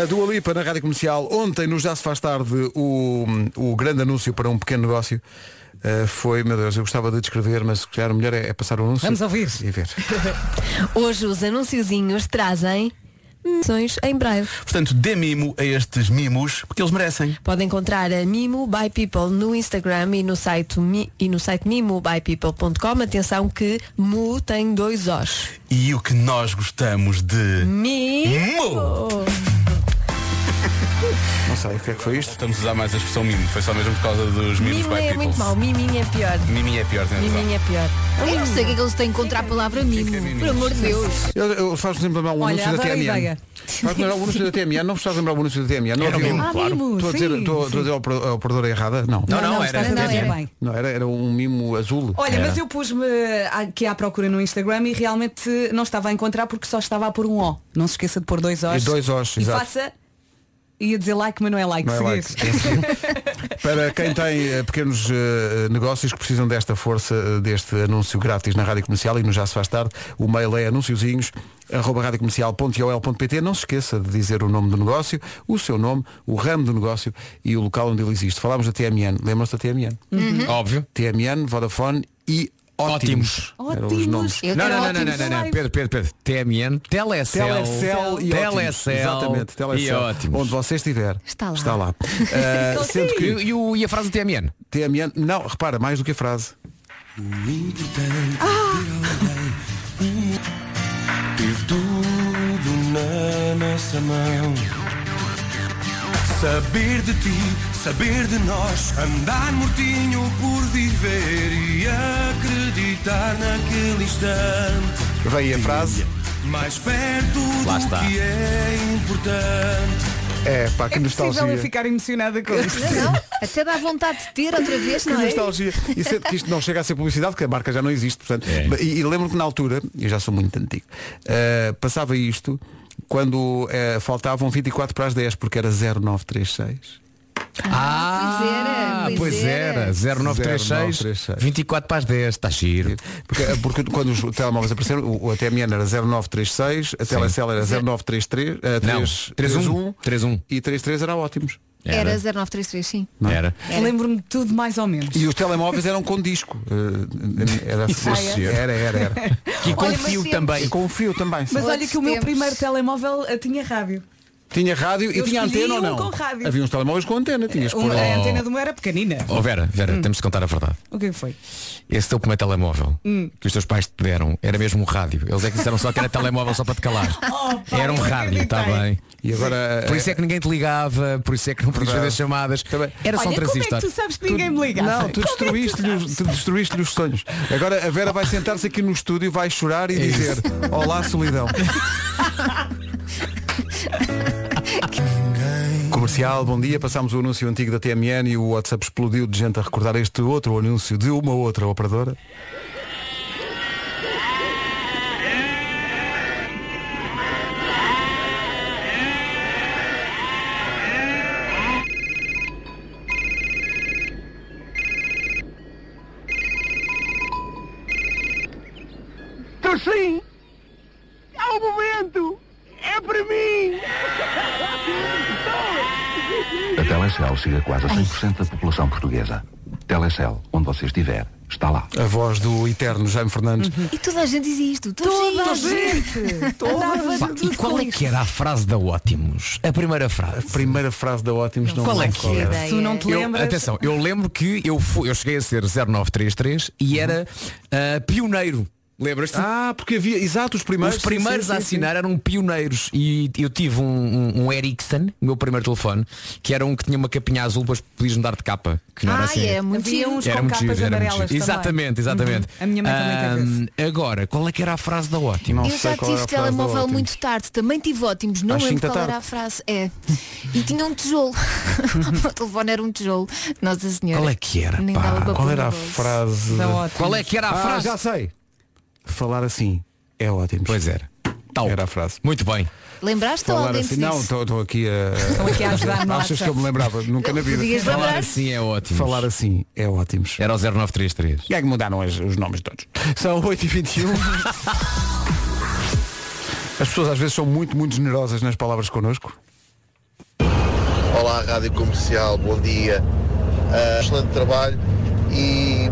B: A Dua Lipa na Rádio Comercial. Ontem, no Já Se Faz Tarde, o, o grande anúncio para um pequeno negócio eh, foi, meu Deus, eu gostava de descrever, mas se calhar o melhor é, é passar o anúncio.
D: Vamos ouvir.
B: E ver.
E: Hoje os anunciozinhos trazem menções em braille.
I: Portanto, dê mimo a estes mimos, porque eles merecem.
E: Pode encontrar a Mimo by People no Instagram e no site, mi- e no site mimobypeople.com. Atenção que Mu tem dois Os.
I: E o que nós gostamos de.
E: Mimo!
B: Não sei, o que é que foi isto?
I: Estamos a usar mais a expressão mimo, foi só mesmo por causa dos mimos
E: Mimo
I: by
E: é
I: people.
E: muito mau, miminho é pior.
I: Miminho é pior, tem razão.
E: Miminho é pior.
J: Eu não sei o que é que eles têm contra a palavra mimo. Por amor de Deus.
B: Eu, eu faz-me lembrar um
D: Olha,
B: anúncio da
D: adoro a
B: TMN.
D: ideia.
B: Faz-me lembrar um anúncio da TMN. Não precisas lembrar o anúncio da TMN. Não
I: Era
B: havia
I: um
B: um-
I: mimo.
D: Ah,
I: Claro.
D: mimo,
B: Estou a
D: sim,
B: dizer, estou a
D: sim.
B: dizer ao opera- ao operadora errada? Não.
I: Não, não, era.
D: está a
I: era-
D: dizer
I: era-
D: bem.
B: Não, era, era um mimo azul.
D: Olha, mas eu pus-me aqui à procura no Instagram e realmente não estava a encontrar porque só estava a pôr um O. Não se esqueça de pôr dois Os.
B: E dois Os,
D: E
B: exato.
D: faça. Ia dizer like, mas não é like.
B: Não é
D: seguir.
B: like, é Para quem tem eh, pequenos eh, negócios que precisam desta força, eh, deste anúncio grátis na Rádio Comercial e no Já Se Faz Tarde, o mail é anunciozinhos arroba radiocomercial.iol.pt Não se esqueça de dizer o nome do negócio, o seu nome, o ramo do negócio e o local onde ele existe. Falámos da TMN, lembram-se da TMN?
J: Uhum.
F: Uhum. Óbvio.
B: TMN, Vodafone e Ótimos. Eram os nomes.
D: Ótimos.
J: Eu
F: Não,
J: quero
F: não, não, não,
J: ótimos
F: não, não,
D: live.
F: Pedro, Pedro, Pedro. TMN, Telecel.
B: Telecel e
F: Telecel.
B: Ótimos. Exatamente, Telecel.
F: E ótimo.
B: Onde você estiver,
J: Está lá.
B: Está lá. Eh, sendo que
F: E, e o- e a frase do TMN?
B: TMN, não, repara, mais do que a frase.
I: Ter tudo na nossa mão. Saber de ti, saber de nós, andar mortinho por viver e acreditar naquele instante.
B: Veio a frase.
I: Mais perto
F: Lá
I: do
F: está.
I: que é importante.
B: É, pá, que
D: É possível eu
B: nostalgia.
D: ficar emocionada com isto.
J: Não, até dá vontade de ter outra vez,
B: Que
J: não é?
B: nostalgia. E sendo que isto não chega a ser publicidade, porque a marca já não existe. Portanto, E, e lembro que na altura, eu já sou muito antigo, eh, passava isto quando eh, faltavam 24 para as 10, porque era 0936.
D: é
J: Ah, pois era, pois
F: pois era.
J: era.
F: 0936,
B: 0936.
F: 24 para as 10, está giro.
B: Porque, eh, porque quando os telemóveis apareceram, o, o ATMN era 0936, a Telecel era 0933, eh,
F: Não,
B: 3,
F: 31, 31.
B: e 33 era ótimos. é?
J: Era 0933, sim.
F: Era.
D: Lembro-me de tudo mais ou menos.
B: E os telemóveis eram com disco. Eh, Era,
F: é?
B: era, era, era.
F: E
J: Olha, mas
F: confio
J: sempre-
F: também.
B: E com o fio também.
D: Mas olha
J: Outros
D: que o meu
J: tempos.
D: primeiro telemóvel eh, tinha rádio.
B: Tinha rádio e
D: Eu
B: tinha
D: escolhi
B: antena ou
D: um
B: não?
D: com rádio.
B: Havia uns telemóveis com antena, tinhas que
D: Um-
B: pôr.
D: a antena do meu era pequenina.
F: Oh Vera,
D: Hum.
F: Vera, temos de contar a verdade.
D: O que é que foi? Hum.
F: Esse teu primeiro telemóvel que os teus pais te deram era mesmo um rádio. Eles é que disseram só que era telemóvel só para te calar.
D: pá,
F: era um
D: não
F: rádio, está
D: acreditei.
F: bem.
B: E agora
F: Por isso é que ninguém te ligava, por isso é que não podias fazer
B: Verdade.
F: chamadas. Era só um
D: Olha, como é que
F: transistor.
D: tu sabes que ninguém me é liga?
B: Não, tu destruíste-lhe os- tu destruíste-lhe os sonhos. Agora a Vera vai sentar-se aqui no estúdio, vai chorar
F: É
B: e dizer Olá solidão. Comercial, bom dia. Passámos o anúncio antigo da TMN e o WhatsApp explodiu de gente a recordar este outro anúncio de uma outra operadora.
K: Estou Então, sim! Ao momento! É para mim!
L: A Telecel chega quase a 100% da população portuguesa. Telecel, onde você estiver, está lá.
B: A voz do eterno Jaime Fernandes.
F: Uhum.
E: E toda a gente dizia isto. Toda,
D: Toda
E: a gente. Andava
F: Pá,
E: tudo
F: e qual
E: com
F: é que era a frase da Ótimos? A primeira frase. A
B: primeira frase da Ótimos
F: Qual é
B: lembro
F: que
B: qual
F: era?
B: era.
D: Tu não te
F: Eu-
D: lembras?
F: atenção, eu lembro que eu, fui, eu cheguei a ser 0933 e
D: Uhum.
F: era ah, pioneiro. Lembras-te?
B: Ah, porque havia, exato, os primeiros.
F: Os primeiros
B: Sim, sim,
F: a
B: sim, sim.
F: assinar eram pioneiros e eu tive um, um, um Ericsson, o meu primeiro telefone, que era um que tinha uma capinha azul, depois podias mudar de capa. Que não era
E: Ai,
F: assim.
E: era muito
D: Havia
E: giro.
D: uns
F: Era
D: com
F: muito
D: capas
F: giro, era muito
D: amarelas
F: giro.
D: também.
F: Exatamente, exatamente.
D: Uhum. A minha mãe também teve esse.
F: Ahm, agora, qual é que era a frase da Ótimos?
B: Não
E: Eu já
B: sei qual era
E: tive
B: a frase da
E: telemóvel
B: Ótimos.
E: muito tarde, também tive ótimos, não
B: Às cinco
E: lembro
B: da
E: qual
B: tarde.
E: era a frase. É. E tinha um tijolo. o meu telefone era um tijolo. Nossa senhora.
F: Qual é que era,
E: Nem
F: pá?
E: dava para
B: Ah, Qual
E: pôr
B: era
E: no
B: a
E: bolso.
B: frase?
D: Então,
B: da-
D: ótimo.
F: Qual é que era a
B: Ah,
F: frase?
B: já sei. Falar assim é ótimo.
F: Pois era. Tal.
B: Era a frase.
F: Muito bem.
E: Lembraste ou
B: Falar
E: alguém
B: assim.
E: te
B: Não,
E: disse?
B: estou aqui a.
D: Estão aqui a ajudar no
B: Achas que eu me lembrava? Nunca na vida.
E: Podias
F: Falar
E: lembrar?
F: assim é ótimo.
B: Falar assim é ótimos.
F: Era o 0933.
B: E é que mudaram as- os nomes todos. São 8h21. As pessoas às vezes são muito, muito generosas nas palavras connosco.
M: Olá, Rádio Comercial, bom dia. Ah, excelente trabalho e,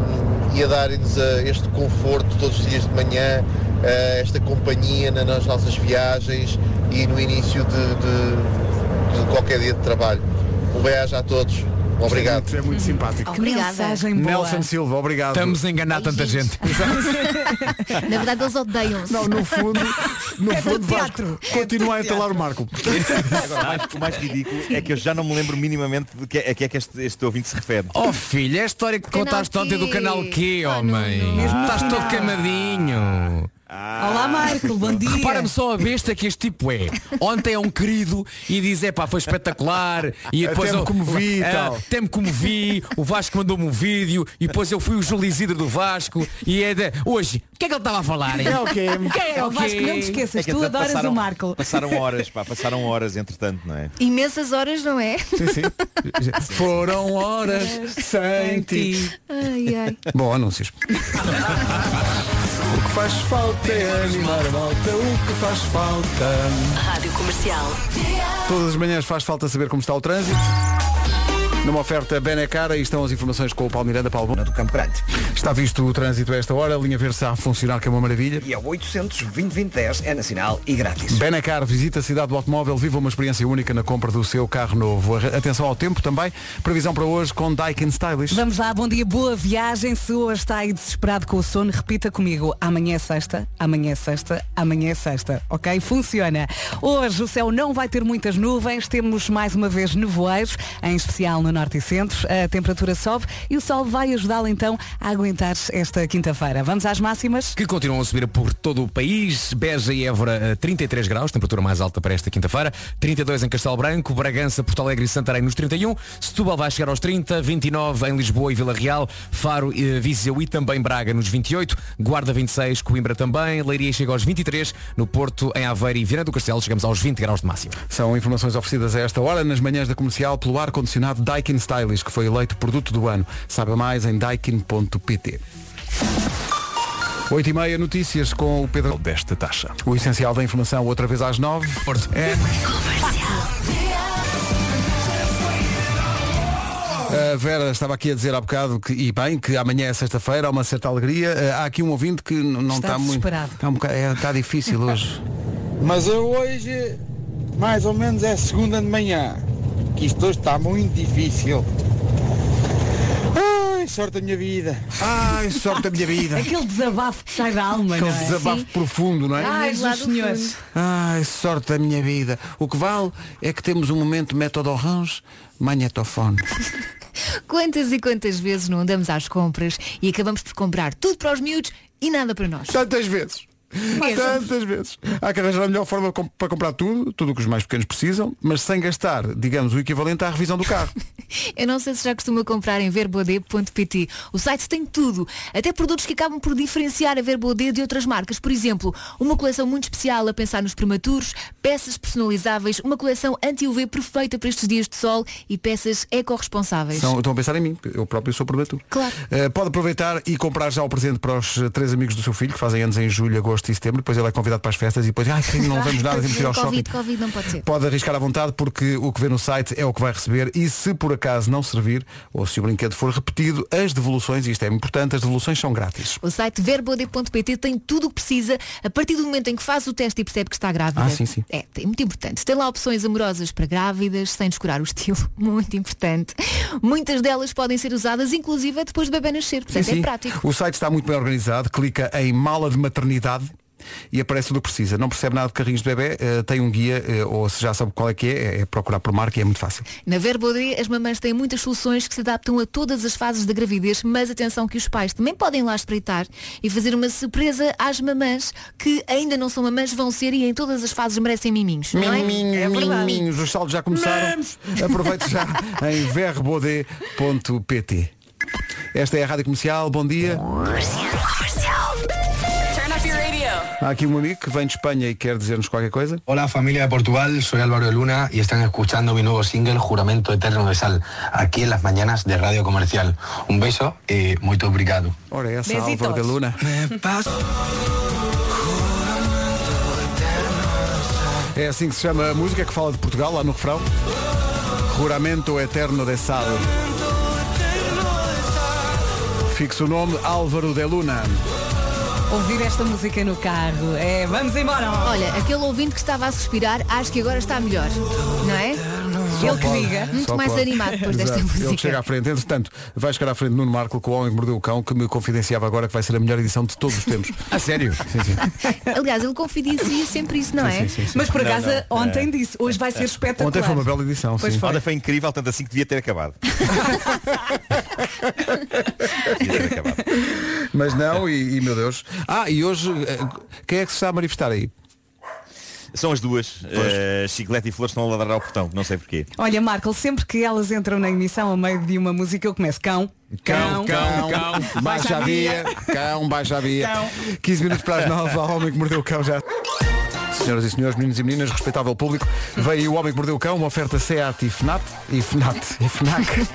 M: e a darem-nos ah, este conforto todos os dias de manhã, ah, esta companhia na- nas nossas viagens e no início de, de- de qualquer dia de trabalho. Um beijo a todos. Obrigado.
B: É muito, é muito simpático.
E: Obrigada.
D: Mensagem boa.
B: Nelson Silva, obrigado.
F: Estamos a enganar tanta gente.
E: Na verdade eles odeiam-se.
B: Não, no fundo, no
D: É do
B: fundo
D: teatro.
B: Vasco, continua a entalar o Marco.
N: Agora, o mais- o mais ridículo é que eu já não me lembro minimamente de que é, a que é que este, este ouvinte se refere.
F: Oh filho, é a história que
E: Canal
F: contaste ontem do
E: Q.
F: canal Q,
E: Ah,
F: homem.
D: Mesmo no
F: Estás todo
D: final.
F: camadinho.
D: Olá, Marco, bom dia.
F: Repara-me só a besta que este tipo é. Ontem é um querido e diz, é pá, foi espetacular. E depois
B: Até me
F: eu-
B: comovi e
F: Ah,
B: tal.
F: Até me comovi, o Vasco mandou-me um vídeo e depois eu fui o Júlio Isidro do Vasco e é de... Hoje, o que é que ele estava a falar? hein?
B: É o quê?
D: É, o Vasco, não te esqueças, tu adoras o Marco.
N: Passaram horas, pá, passaram horas entretanto, não é?
E: Imensas horas, não é?
B: Sim, sim. Foram horas sem ti.
E: Ai, ai.
B: Bom, anúncios. O que faz falta é animar a malta, o que faz falta.
O: Rádio Comercial.
B: Todas as manhãs faz falta saber como está o trânsito. Numa oferta bem na cara e estão as informações com o Paulo Miranda. Paulo,
G: Do Campo Grande.
B: está visto o trânsito a esta hora, a linha verde está a funcionar, que é uma maravilha.
G: E é o 800 2010 é nacional e grátis.
B: Benacar visita a cidade do automóvel, viva uma experiência única na compra do seu carro novo. Arra- Atenção ao tempo também, previsão para hoje com Daikin Stylish.
D: Vamos lá, bom dia, boa viagem. Se hoje está aí desesperado com o sono, repita comigo. Amanhã é sexta, amanhã é sexta, amanhã é sexta, ok? Funciona. Hoje o céu não vai ter muitas nuvens, temos mais uma vez nevoeiros, em especial no norte e centro. A temperatura sobe e o sol vai ajudá-lo então a aguentar esta quinta-feira. Vamos às máximas?
F: que continuam a subir por todo o país. Beja e Évora, eh, 33 graus, temperatura mais alta para esta quinta-feira. 32 em Castelo Branco, Bragança, Porto Alegre e Santarém nos 31. Setúbal vai chegar aos 30, 29 em Lisboa e Vila Real, Faro, eh, Viseu e também Braga nos 28, Guarda 26, Coimbra também, Leiria chega aos 23, no Porto, em Aveiro e Viana do Castelo chegamos aos 20 graus de máximo.
B: São informações oferecidas a esta hora nas manhãs da comercial pelo ar-condicionado Daikin Stylish, que foi eleito produto do ano. Saiba mais em daikin.pt. 8 e meia notícias com o Pedro.
A: Desta taxa.
B: O essencial da informação outra vez às 9. É. A Vera estava aqui a dizer há bocado que, e bem, que amanhã é sexta-feira, há uma certa alegria. Eh, Há aqui um ouvinte que n- não
D: Está
B: está, muito.
D: desesperado.
B: Está, um bocado- é, está difícil hoje.
K: Mas eu hoje, mais ou menos, é segunda de manhã. Que isto hoje está muito difícil. Ai, sorte da minha vida.
B: Ai, sorte da minha vida.
D: Aquele desabafo que sai da alma, não
B: Aquele
D: é?
B: desabafo profundo, não é?
D: Ai,
E: Lá do
D: Jesus senhores.
B: Ai, sorte da minha vida. O que vale é que temos um momento método orange, magnetofone.
E: Quantas e quantas vezes não andamos às compras e acabamos por comprar tudo para os miúdos e nada para nós.
B: Tantas vezes. Tantas vezes. Há que arranjar a melhor forma com- para comprar tudo, tudo o que os mais pequenos precisam, mas sem gastar, digamos, o equivalente à revisão do carro.
E: Eu não sei se já costuma comprar em verboad.pt. O site tem tudo, até produtos que acabam por diferenciar a Verboad de outras marcas. Por exemplo, uma coleção muito especial a pensar nos prematuros, peças personalizáveis, uma coleção anti-UV perfeita para estes dias de sol e peças ecorresponsáveis.
B: São, estão a pensar em mim, eu próprio sou prematuro.
E: Claro.
B: Eh, pode aproveitar e comprar já o presente para os eh, três amigos do seu filho, que fazem anos em julho, agosto e setembro, depois ele é convidado para as festas e depois, ai, que não vemos nada, temos que ir ao shopping.
E: Covid, Covid não pode ser.
B: Pode arriscar à vontade porque o que vê no site é o que vai receber e se por acaso não servir ou se o brinquedo for repetido, as devoluções, e isto é importante, as devoluções são grátis.
E: O site verboad.pt tem tudo o que precisa a partir do momento em que faz o teste e percebe que está grávida.
B: Ah, sim, sim.
E: É, é muito importante. Tem lá opções amorosas para grávidas, sem descurar o estilo. Muito importante. Muitas delas podem ser usadas, inclusive depois do bebê nascer. Portanto,
B: Sim, sim.
E: é prático.
B: O site está muito bem organizado, clica em mala de maternidade e aparece tudo o que precisa. Não percebe nada de carrinhos de bebê, eh, tem um guia, eh, ou se já sabe qual é que é, é procurar por marca e é muito fácil.
E: Na Verboad, as mamães têm muitas soluções que se adaptam a todas as fases da gravidez, mas atenção que os pais também podem lá espreitar e fazer uma surpresa às mamãs que ainda não são mamãs, vão ser e em todas as fases merecem miminhos. não é?
B: Miminhos,
E: É verdade.
B: miminhos, os saldos já começaram.
E: Mamos!
B: Aproveite já em verbode.pt. Esta é a Rádio Comercial, bom dia.
O: Turn up your radio.
B: Há aqui um amigo que vem de Espanha e quer dizer-nos qualquer coisa.
P: Hola familia de Portugal, soy Álvaro de Luna y están escuchando mi nuevo single Juramento Eterno de Sal, aquí en las mañanas de Radio Comercial. Un beso y muy obrigado.
B: Ora, essa
P: Besitos.
B: Álvaro de Luna. É assim que se chama a música que fala de Portugal, lá no refrão. Juramento Eterno de Sal. Fixe o nome Álvaro de Luna.
D: Ouvir esta música no carro. É, vamos embora.
E: Olha, aquele ouvinte que estava a suspirar, acho que agora está melhor, não é?
B: Só
E: Ele que
B: pode,
E: diga.
B: só
E: Muito mais
B: pode.
E: animado depois
B: Exato.
E: desta
B: Ele que
E: música.
B: chega à frente. Entretanto, vai chegar à frente Nuno Marco com o Homem que Mordeu o Cão, que me confidenciava agora que vai ser a melhor edição de todos os tempos. a sério? Sim, sim.
E: Aliás, ele confidencia sempre isso, não é?
B: sim, sim, sim.
D: Mas por
N: Não,
D: acaso
N: não.
D: ontem
N: É.
D: disse, hoje vai ser espetacular.
B: Ontem foi uma bela edição.
D: Pois
N: sim.
D: foi.
N: Ontem foi incrível, tanto assim que devia ter acabado.
B: Mas não, e, e, meu Deus. Ah, e hoje, eh, quem é que se está a manifestar aí?
N: São as duas. Eh, Chiclete e Flores estão a ladrar ao portão, não sei porquê.
D: Olha, Marco, sempre que elas entram na emissão a meio de uma música, eu começo cão.
B: Cão, cão, cão, baixa a via, cão, baixa a via. 15 minutos para as 9, há homem que mordeu o cão já. Senhoras e senhores, meninos e meninas, respeitável público, veio aí o Homem que Mordeu o Cão, uma oferta SEAT e FNAT, e FNAT, e FNAC.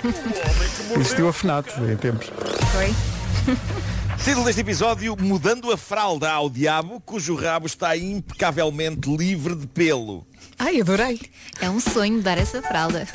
B: Existiu a FNAT em tempos.
N: Título deste episódio, Mudando a Fralda ao Diabo, cujo rabo está impecavelmente livre de pelo.
E: Ai, adorei. É um sonho dar essa fralda.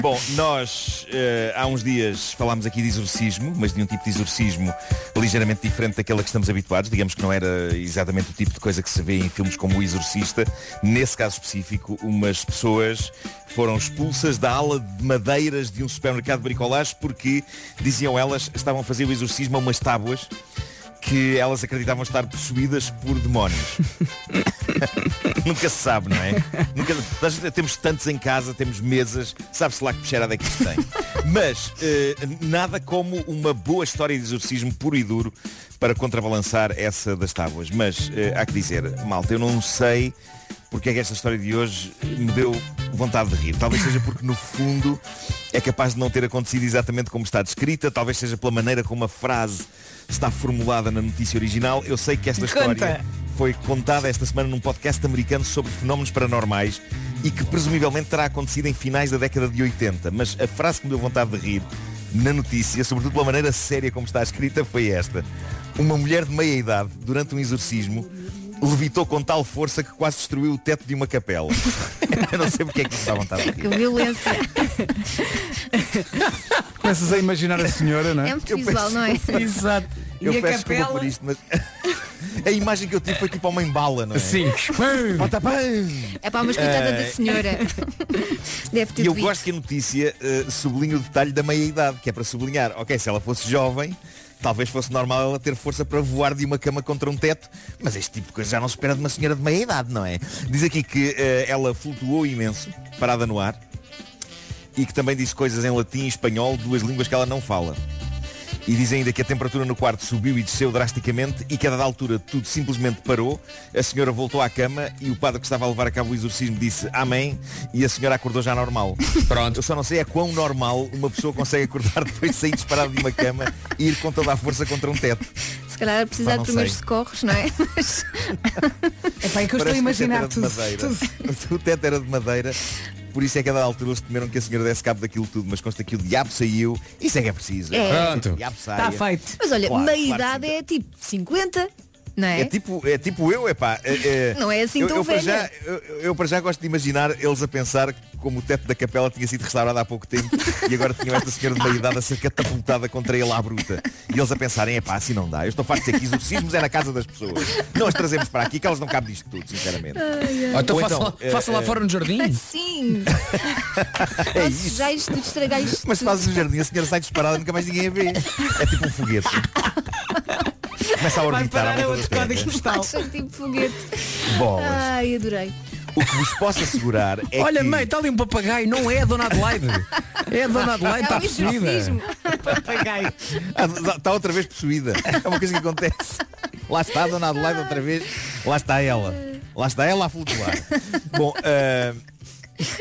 N: Bom, nós eh, há uns dias falámos aqui de exorcismo, mas de um tipo de exorcismo ligeiramente diferente daquele a que estamos habituados. Digamos que não era exatamente o tipo de coisa que se vê em filmes como O Exorcista. Nesse caso específico, umas pessoas foram expulsas da ala de madeiras de um supermercado de bricolage porque, diziam elas, estavam a fazer o exorcismo a umas tábuas que elas acreditavam estar possuídas por demónios. Nunca se sabe, não é? Nunca... Nós temos tantos em casa, temos mesas, sabe-se lá que peixeirada é que isto tem. Mas eh, nada como uma boa história de exorcismo puro e duro para contrabalançar essa das tábuas. Mas eh, há que dizer, malta, eu não sei porque é que esta história de hoje me deu vontade de rir. Talvez seja porque no fundo é capaz de não ter acontecido exatamente como está descrita, talvez seja pela maneira como a frase está formulada na notícia original. Eu sei que esta
D: Conta.
N: história foi contada esta semana num podcast americano sobre fenómenos paranormais e que presumivelmente terá acontecido em finais da década de 80. Mas a frase que me deu vontade de rir na notícia, sobretudo pela maneira séria como está escrita, foi esta. Uma mulher de meia idade, durante um exorcismo, levitou com tal força que quase destruiu o teto de uma capela. Eu não sei porque é que me dá vontade de rir.
E: Que violência.
B: Começas a imaginar a senhora, não é?
E: É muito visual, não é?
B: Exato.
N: Eu peço desculpa por isto, mas a imagem que eu tive foi tipo uma embala, não é?
F: Sim.
N: Bota
E: É para uma coitada
N: Eh,
E: da senhora. Deve ter
N: E eu
E: devido.
N: gosto que a notícia eh, sublinhe o detalhe da meia-idade, que é para sublinhar, ok, se ela fosse jovem, talvez fosse normal ela ter força para voar de uma cama contra um teto, mas este tipo de coisa já não se espera de uma senhora de meia-idade, não é? Diz aqui que eh, ela flutuou imenso, parada no ar, e que também disse coisas em latim e espanhol, duas línguas que ela não fala. E diz ainda que a temperatura no quarto subiu e desceu drasticamente e que a dada altura tudo simplesmente parou. A senhora voltou à cama e o padre que estava a levar a cabo o exorcismo disse amém e a senhora acordou já normal. Pronto. Eu só não sei é quão normal uma pessoa consegue acordar depois de sair disparado de uma cama e ir com toda a força contra um teto.
J: Se calhar era
N: Pá,
J: precisar
N: não
J: de primeiros
N: sei.
J: socorros, não é? Mas...
D: É pá, é que eu estou a
N: Parece
D: imaginar
N: o teto
D: tudo.
N: era de
D: tudo.
N: madeira. O teto era de madeira. Por isso é que a dada altura eles temeram que a senhora desse cabo daquilo tudo, mas consta que o diabo saiu. Isso é que é preciso.
J: É.
N: O diabo
D: Tá
E: Tá
N: saia.
J: Mas olha,
N: Claro,
J: meia
N: claro que
J: idade é tipo 50, não é?
N: é tipo, é tipo eu, epá, é
J: Não é assim
N: eu,
J: tão
N: eu para
J: velha.
N: já, eu, eu para já gosto de imaginar eles a pensar como o teto da capela tinha sido restaurado há pouco tempo e agora tinham esta senhora de meia idade a ser catapultada contra ele à bruta. E eles a pensarem, epá, assim não dá. Eu estou farto de dizer que exorcismos é na casa das pessoas. Não as trazemos para aqui, que elas não cabem disto tudo, sinceramente.
J: Ai, ai.
N: Ou então, eh, eh,
F: no
J: Tá
F: jardim.
J: Sim.
N: É
J: Posso
N: isso.
J: já isto, estragar isto.
N: Mas fazes o jardim, a senhora sai disparada, nunca mais ninguém a vê. É tipo um foguete. Começa a orbitar à volta da Terra.
J: Achas tipo foguete.
N: Bolas.
J: Ai, adorei.
N: O que vos posso assegurar é
F: Olha,
N: que...
F: mãe, está ali um papagaio, não é a Dona Adelaide. É a Dona Adelaide, está possuída.
D: Papagaio.
N: Está Ah, tá, outra vez possuída. É uma coisa que acontece. Lá está a Dona Adelaide outra vez. Lá está ela. Lá está ela a flutuar. Bom, ah,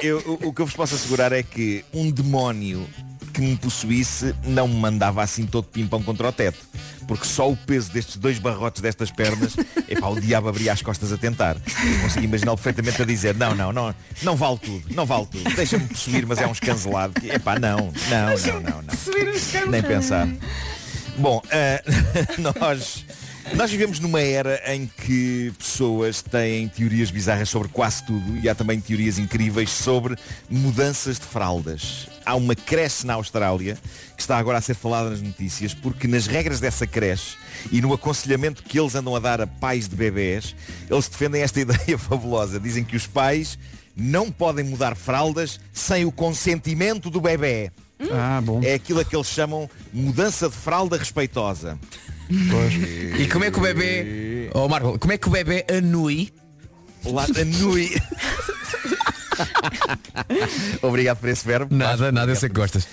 N: eu- o, o que eu vos posso assegurar é que um demónio que me possuísse não me mandava assim todo pimpão contra o teto. Porque só o peso destes dois barrotes destas pernas, epá, o diabo abria as costas a tentar. Eu consigo imaginar perfeitamente a dizer, não, não, não, não vale tudo, não vale tudo. Deixa-me possuir, mas é um escancelado. que- Epá, não, não, não, não, não.
D: Subir os campos.
N: Nem pensar. Bom, ah, nós, nós vivemos numa era em que pessoas têm teorias bizarras sobre quase tudo e há também teorias incríveis sobre mudanças de fraldas. Há uma creche na Austrália que está agora a ser falada nas notícias porque nas regras dessa creche e no aconselhamento que eles andam a dar a pais de bebés, eles defendem esta ideia fabulosa. Dizem que os pais não podem mudar fraldas sem o consentimento do bebê. É aquilo a que eles chamam mudança de fralda respeitosa.
F: E como é que o bebê. Oh Marco, como é que o bebê anui?
N: Lá, anui. Obrigado por esse verbo. Nada, nada, eu sei que gostas.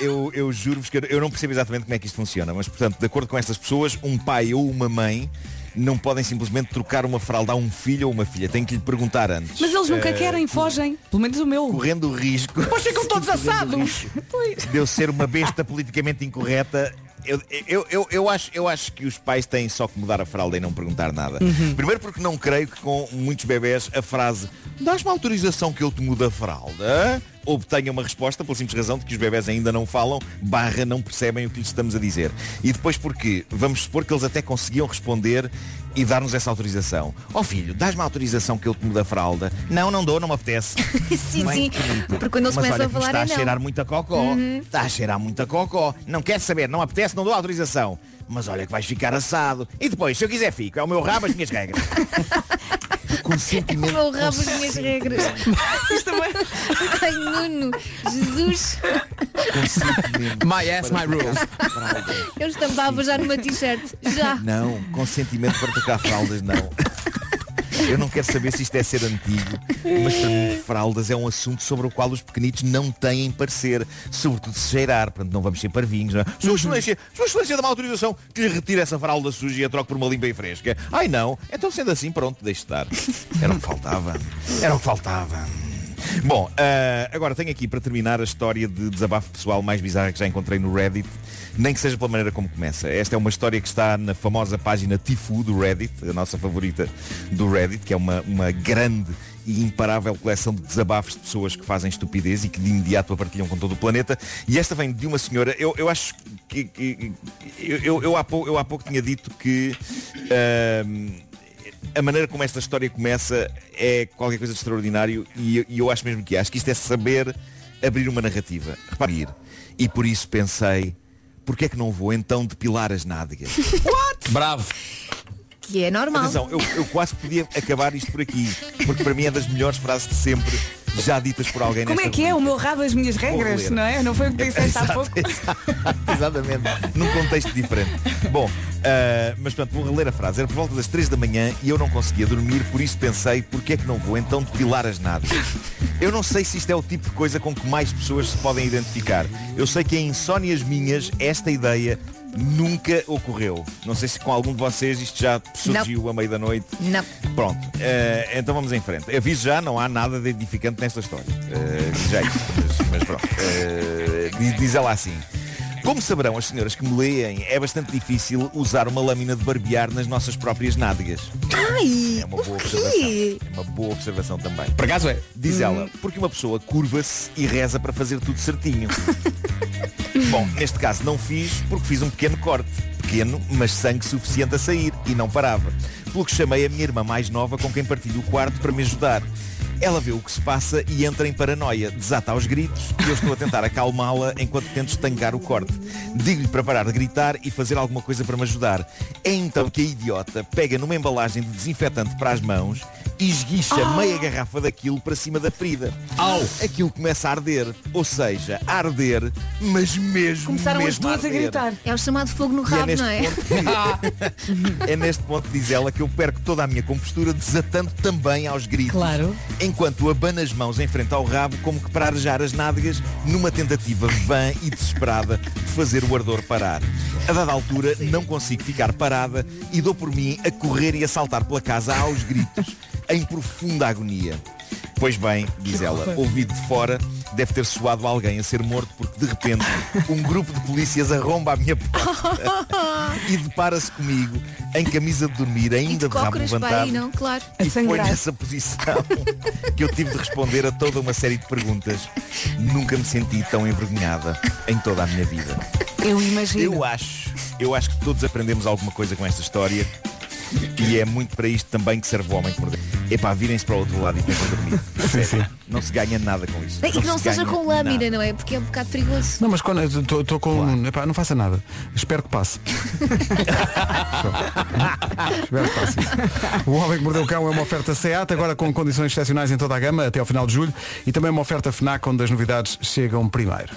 N: eu eu juro-vos que eu, eu não percebo exatamente como é que isto funciona, mas portanto, de acordo com estas pessoas, um pai ou uma mãe não podem simplesmente trocar uma fralda a um filho ou uma filha. Tem que lhe perguntar antes.
D: Mas eles nunca
N: Eh,
D: querem, fogem. Pelo menos o meu.
N: Correndo o risco.
D: Pois ficam todos
B: tipo é
D: assados.
N: de eu ser uma besta politicamente incorreta. Eu, eu, eu, eu acho, eu acho que os pais têm só que mudar a fralda e não perguntar nada.
O: Uhum.
N: Primeiro porque não creio que com muitos bebés a frase dás-me autorização que eu te mudo a fralda obtenha uma resposta pela simples razão de que os bebés ainda não falam, barra não percebem o que lhes estamos a dizer. E depois porque vamos supor que eles até conseguiam responder e dar-nos essa autorização. Ó filho, dás-me autorização que eu te mudo a fralda. Não, não dou, não me apetece.
J: Sim, sim.
N: Bem,
J: Porque quando eles
N: Mas
J: começam
N: olha
J: a
N: que me
J: falar
N: está
J: é
N: a cheirar
J: não.
N: muito a cocó.
J: Uhum.
N: Está a cheirar muito a cocó. Não quer saber, não apetece, não dou autorização. Mas olha que vais ficar assado. E depois, se eu quiser fico, é o meu rabo as minhas regras. Consentimento.
J: Vou rabo as minhas regras. Isto também. Ai, Nuno, Jesus.
F: My ass, my rules.
J: Eu estava a beijar uma t-shirt.
E: Ah.
J: Já.
N: Não, consentimento para tocar fraldas, não. Eu não quero saber se isto é ser antigo, mas para mim fraldas é um assunto sobre o qual os pequenitos não têm parecer, sobretudo se cheirar, portanto não vamos ser parvinhos, não é? Sua excelência, sua excelência dá uma autorização que lhe retire essa fralda suja e a troque por uma limpa e fresca. Ai não, então sendo assim, pronto, deixe estar. Era o que faltava. Era o que faltava. Bom, ah, agora tenho aqui para terminar a história de desabafo pessoal mais bizarra que já encontrei no Reddit, nem que seja pela maneira como começa. Esta é uma história que está na famosa página Tifu do Reddit, a nossa favorita do Reddit, que é uma, uma grande e imparável coleção de desabafos de pessoas que fazem estupidez e que de imediato a partilham com todo o planeta. E esta vem de uma senhora, eu, eu acho que. que- eu, eu, eu há pouco, eu há pouco tinha dito que. ah, a maneira como esta história começa é qualquer coisa de extraordinário e, e eu acho mesmo que acho que isto é saber abrir uma narrativa. Repare. ir. E por isso pensei, porquê é que não vou então depilar as nádegas? What? Bravo.
J: Que é normal.
N: Atenção, eu, eu quase podia acabar isto por aqui, porque para mim é das melhores frases de sempre já ditas por alguém
D: Como é
N: nesta
D: que é? O meu rabo, as minhas regras,
N: ler.
D: não é? Não foi o que disseste há pouco?
N: Exatamente, num contexto diferente. Bom, ah, mas portanto, vou reler a frase. Era por volta das 3 da manhã e eu não conseguia dormir, por isso pensei, porquê é que não vou então depilar as nádegas? Eu não sei se isto é o tipo de coisa com que mais pessoas se podem identificar. Eu sei que em insónias minhas esta ideia nunca ocorreu. Não sei se com algum de vocês isto já surgiu a meio da noite.
J: Não.
N: Pronto, eh, então vamos em frente. Aviso já, não há nada de edificante nesta história. Eh, diz já isto, mas, mas pronto. Eh, diz, diz ela assim. Como saberão as senhoras que me leem, é bastante difícil usar uma lâmina de barbear nas nossas próprias nádegas.
J: Ai,
N: é uma boa
J: quê?
N: observação. É uma boa observação também.
F: Por acaso é?
N: Diz ela, porque uma pessoa curva-se e reza para fazer tudo certinho. Bom, neste caso não fiz porque fiz um pequeno corte. Pequeno, mas sangue suficiente a sair e não parava. Pelo que chamei a minha irmã mais nova com quem partilho o quarto para me ajudar. Ela vê o que se passa e entra em paranoia, desata aos gritos e eu estou a tentar acalmá-la enquanto tento estancar o corte. Digo-lhe para parar de gritar e fazer alguma coisa para me ajudar. É então que a idiota pega numa embalagem de desinfetante para as mãos e esguicha meia garrafa daquilo para cima da ferida. Aquilo começa a arder, ou seja, a arder, mas mesmo
J: Começaram as
N: mesmo
J: duas a
N: arder.
J: gritar.
E: É o chamado fogo no
N: E é
E: rabo,
N: neste
E: não é?
N: ponto que, é neste ponto, diz ela, que eu perco toda a minha compostura, desatando também aos gritos. Claro. Enquanto abana as mãos em frente ao rabo, como que para arejar as nádegas, numa tentativa vã e desesperada de fazer o ardor parar. A dada altura, não consigo ficar parada e dou por mim a correr e a saltar pela casa aos gritos, em profunda agonia. Pois bem, diz ela,
O: horror.
N: ouvido de fora, deve ter soado alguém a ser morto porque de repente um grupo de polícias arromba a minha porta e depara-se comigo em camisa de dormir, ainda de rabo
E: Cócoras para aí,
N: levantado.
E: não? Claro.
N: E foi nessa posição que eu tive de responder a toda uma série de perguntas. Nunca me senti tão envergonhada em toda a minha vida.
D: Eu imagino.
N: Eu acho, eu acho que todos aprendemos alguma coisa com esta história. E é muito para isto também que serve o homem que mordeu. Epá, virem-se para o outro lado e tentem dormir. Sério, Não se ganha nada com isso.
E: E que não
N: se
E: seja
N: ganha
E: com
N: nada.
E: lâmina, não é? Porque é um bocado perigoso.
B: Não, mas quando estou com. um, Epá, não faça nada. Espero que passe. Só. Espero que passe. O Homem que Mordeu o Cão é uma oferta SEAT, agora com condições excepcionais em toda a gama até ao final de julho e também uma oferta FNAC onde as novidades chegam primeiro.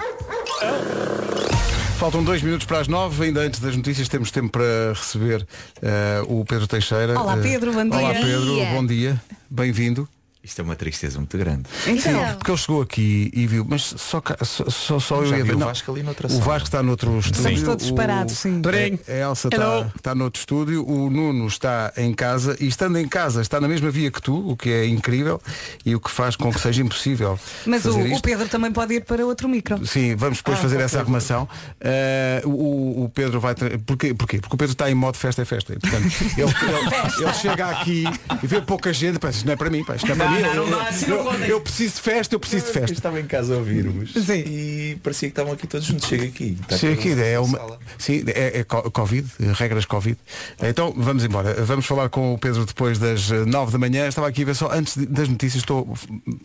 B: Faltam dois minutos para as nove, ainda antes das notícias temos tempo para receber eh, o Pedro Teixeira.
D: Olá,
B: Eh,
D: Pedro, bom
B: Olá
D: dia.
B: Pedro, bom dia, bem-vindo.
O: Isto é uma tristeza muito grande.
D: Então.
B: Sim, porque ele chegou aqui e viu, mas só, ca- só, só, só eu
O: Já
B: ia
O: vi
B: ver.
O: o
B: Não,
O: Vasco ali noutra
B: o
O: sala.
B: Vasco está noutro estúdio.
D: todos
B: o-
D: parados, sim. Trim.
B: A Elsa
D: Hello.
B: está, está noutro estúdio. O Nuno está em casa e estando em casa está na mesma via que tu, o que é incrível e o que faz com que seja impossível.
D: Mas o,
B: fazer
D: o
B: isto.
D: Pedro também pode ir para outro micro.
B: Sim, vamos depois
D: Ah,
B: fazer
D: ok.
B: essa arrumação. Eh, o, o Pedro vai. tra- Porquê? Porquê? Porque o Pedro está em modo festa é festa. E, portanto, ele, ele- ele chega aqui e vê pouca gente. Pá, isto não é para mim, pá, isto não é para
O: Não,
B: mim.
O: não, não
B: Eu-
O: dá, assim não
B: eu,
O: podem.
B: eu preciso de festa, eu preciso de festa.
O: Estava em casa a ouvir-vos e parecia que estavam aqui todos juntos. Chega aqui. Está
B: Sim,
O: todo
B: aqui
O: mundo
B: é
O: tá na
B: uma.
O: sala.
B: Sim, é, é co- Covid, eh, regras Covid. Então vamos embora. Vamos falar com o Pedro depois das eh, nove da manhã. Estava aqui a ver só antes de- das notícias, estou,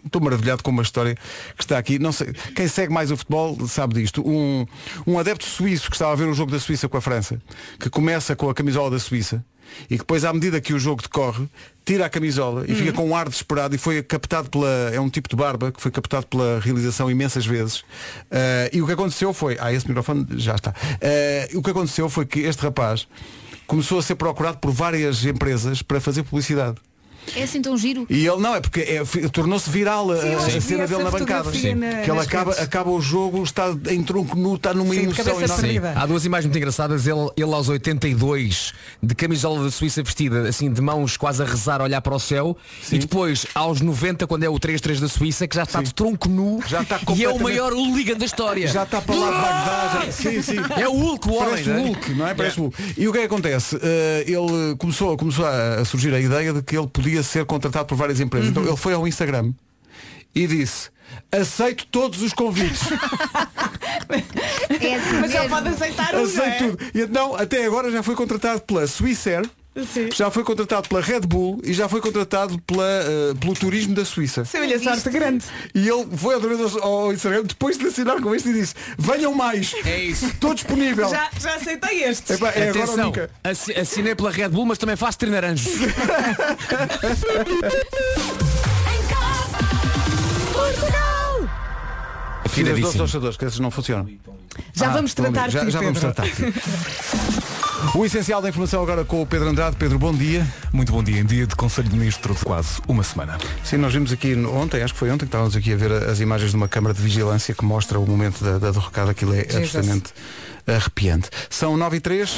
B: estou maravilhado com uma história que está aqui. Não sei, quem segue mais o futebol sabe disto. Um, um adepto suíço que estava a ver o jogo da Suíça com a França, que começa com a camisola da Suíça e que depois à medida que o jogo decorre tira a camisola e
E: Uhum.
B: fica com um ar desesperado e foi captado pela é um tipo de barba que foi captado pela realização imensas vezes Ah, e o que aconteceu foi ah esse microfone já está Ah, o que aconteceu foi que este rapaz começou a ser procurado por várias empresas para fazer publicidade
E: É assim tão giro.
B: e ele não, é porque é, fi- tornou-se viral a,
E: Sim, eu
B: a
E: acho que vi
B: cena
E: essa
B: dele na bancada.
E: fotografia Sim. na-
B: que ele
E: nas
B: acaba,
E: redes.
B: acaba o jogo, está em tronco nu, está numa emoção enorme.
F: Há duas imagens muito engraçadas, ele, ele aos 82, de camisola da Suíça vestida, assim, de mãos quase a rezar, a olhar para o céu, e depois aos 90, quando é o 3-3 da Suíça, que já está de tronco nu
B: já está
F: e é o
B: completamente-
F: maior hooligan da história. Ah!
B: Já está para lá de Bagdá. já- Sim, sim.
F: É o Hulk, o homem,
B: Parece
F: não é?
B: o Hulk, não é? Parece
F: Yeah.
B: o Hulk. E o que é que acontece? Eh, ele começou, começou a a surgir a ideia de que ele podia ser contratado por várias empresas.
F: Uhum.
B: Então ele foi ao Instagram e disse aceito todos os convites
J: É assim
D: Mas já
J: mesmo.
D: pode aceitar um, não
B: aceito
D: é?
B: tudo e não até agora já foi contratado pela Swissair já foi contratado pela Red Bull e já foi contratado pela, eh, pelo turismo da Suíça
F: é
D: Sim, olha, sorte grande.
B: e ele foi outra vez ao- ao Instagram depois de assinar com este e disse venham mais
F: É isso.
B: estou disponível
D: Já, já aceitei este.
B: Epá, é agora ou
F: Atenção,
B: nunca.
F: assi- assinei pela Red Bull, mas também faço trinaranjos.
B: Filha dos doces aos Açores, que esses não funcionam.
D: Já vamos tratar
B: já,
D: de ti,
B: Ah, já vamos
D: Pedro.
B: tratar. de ti. O essencial da informação agora com o Pedro Andrade. Pedro, bom dia.
A: Muito bom dia. Em dia de Conselho de Ministro de quase uma semana.
B: Sim, nós vimos aqui no- ontem, acho que foi ontem, que estávamos aqui a ver as imagens de uma câmara de vigilância que mostra o momento da, da derrocada. Aquilo é
I: Jesus.
B: absolutamente arrepiante. São 9 e 3.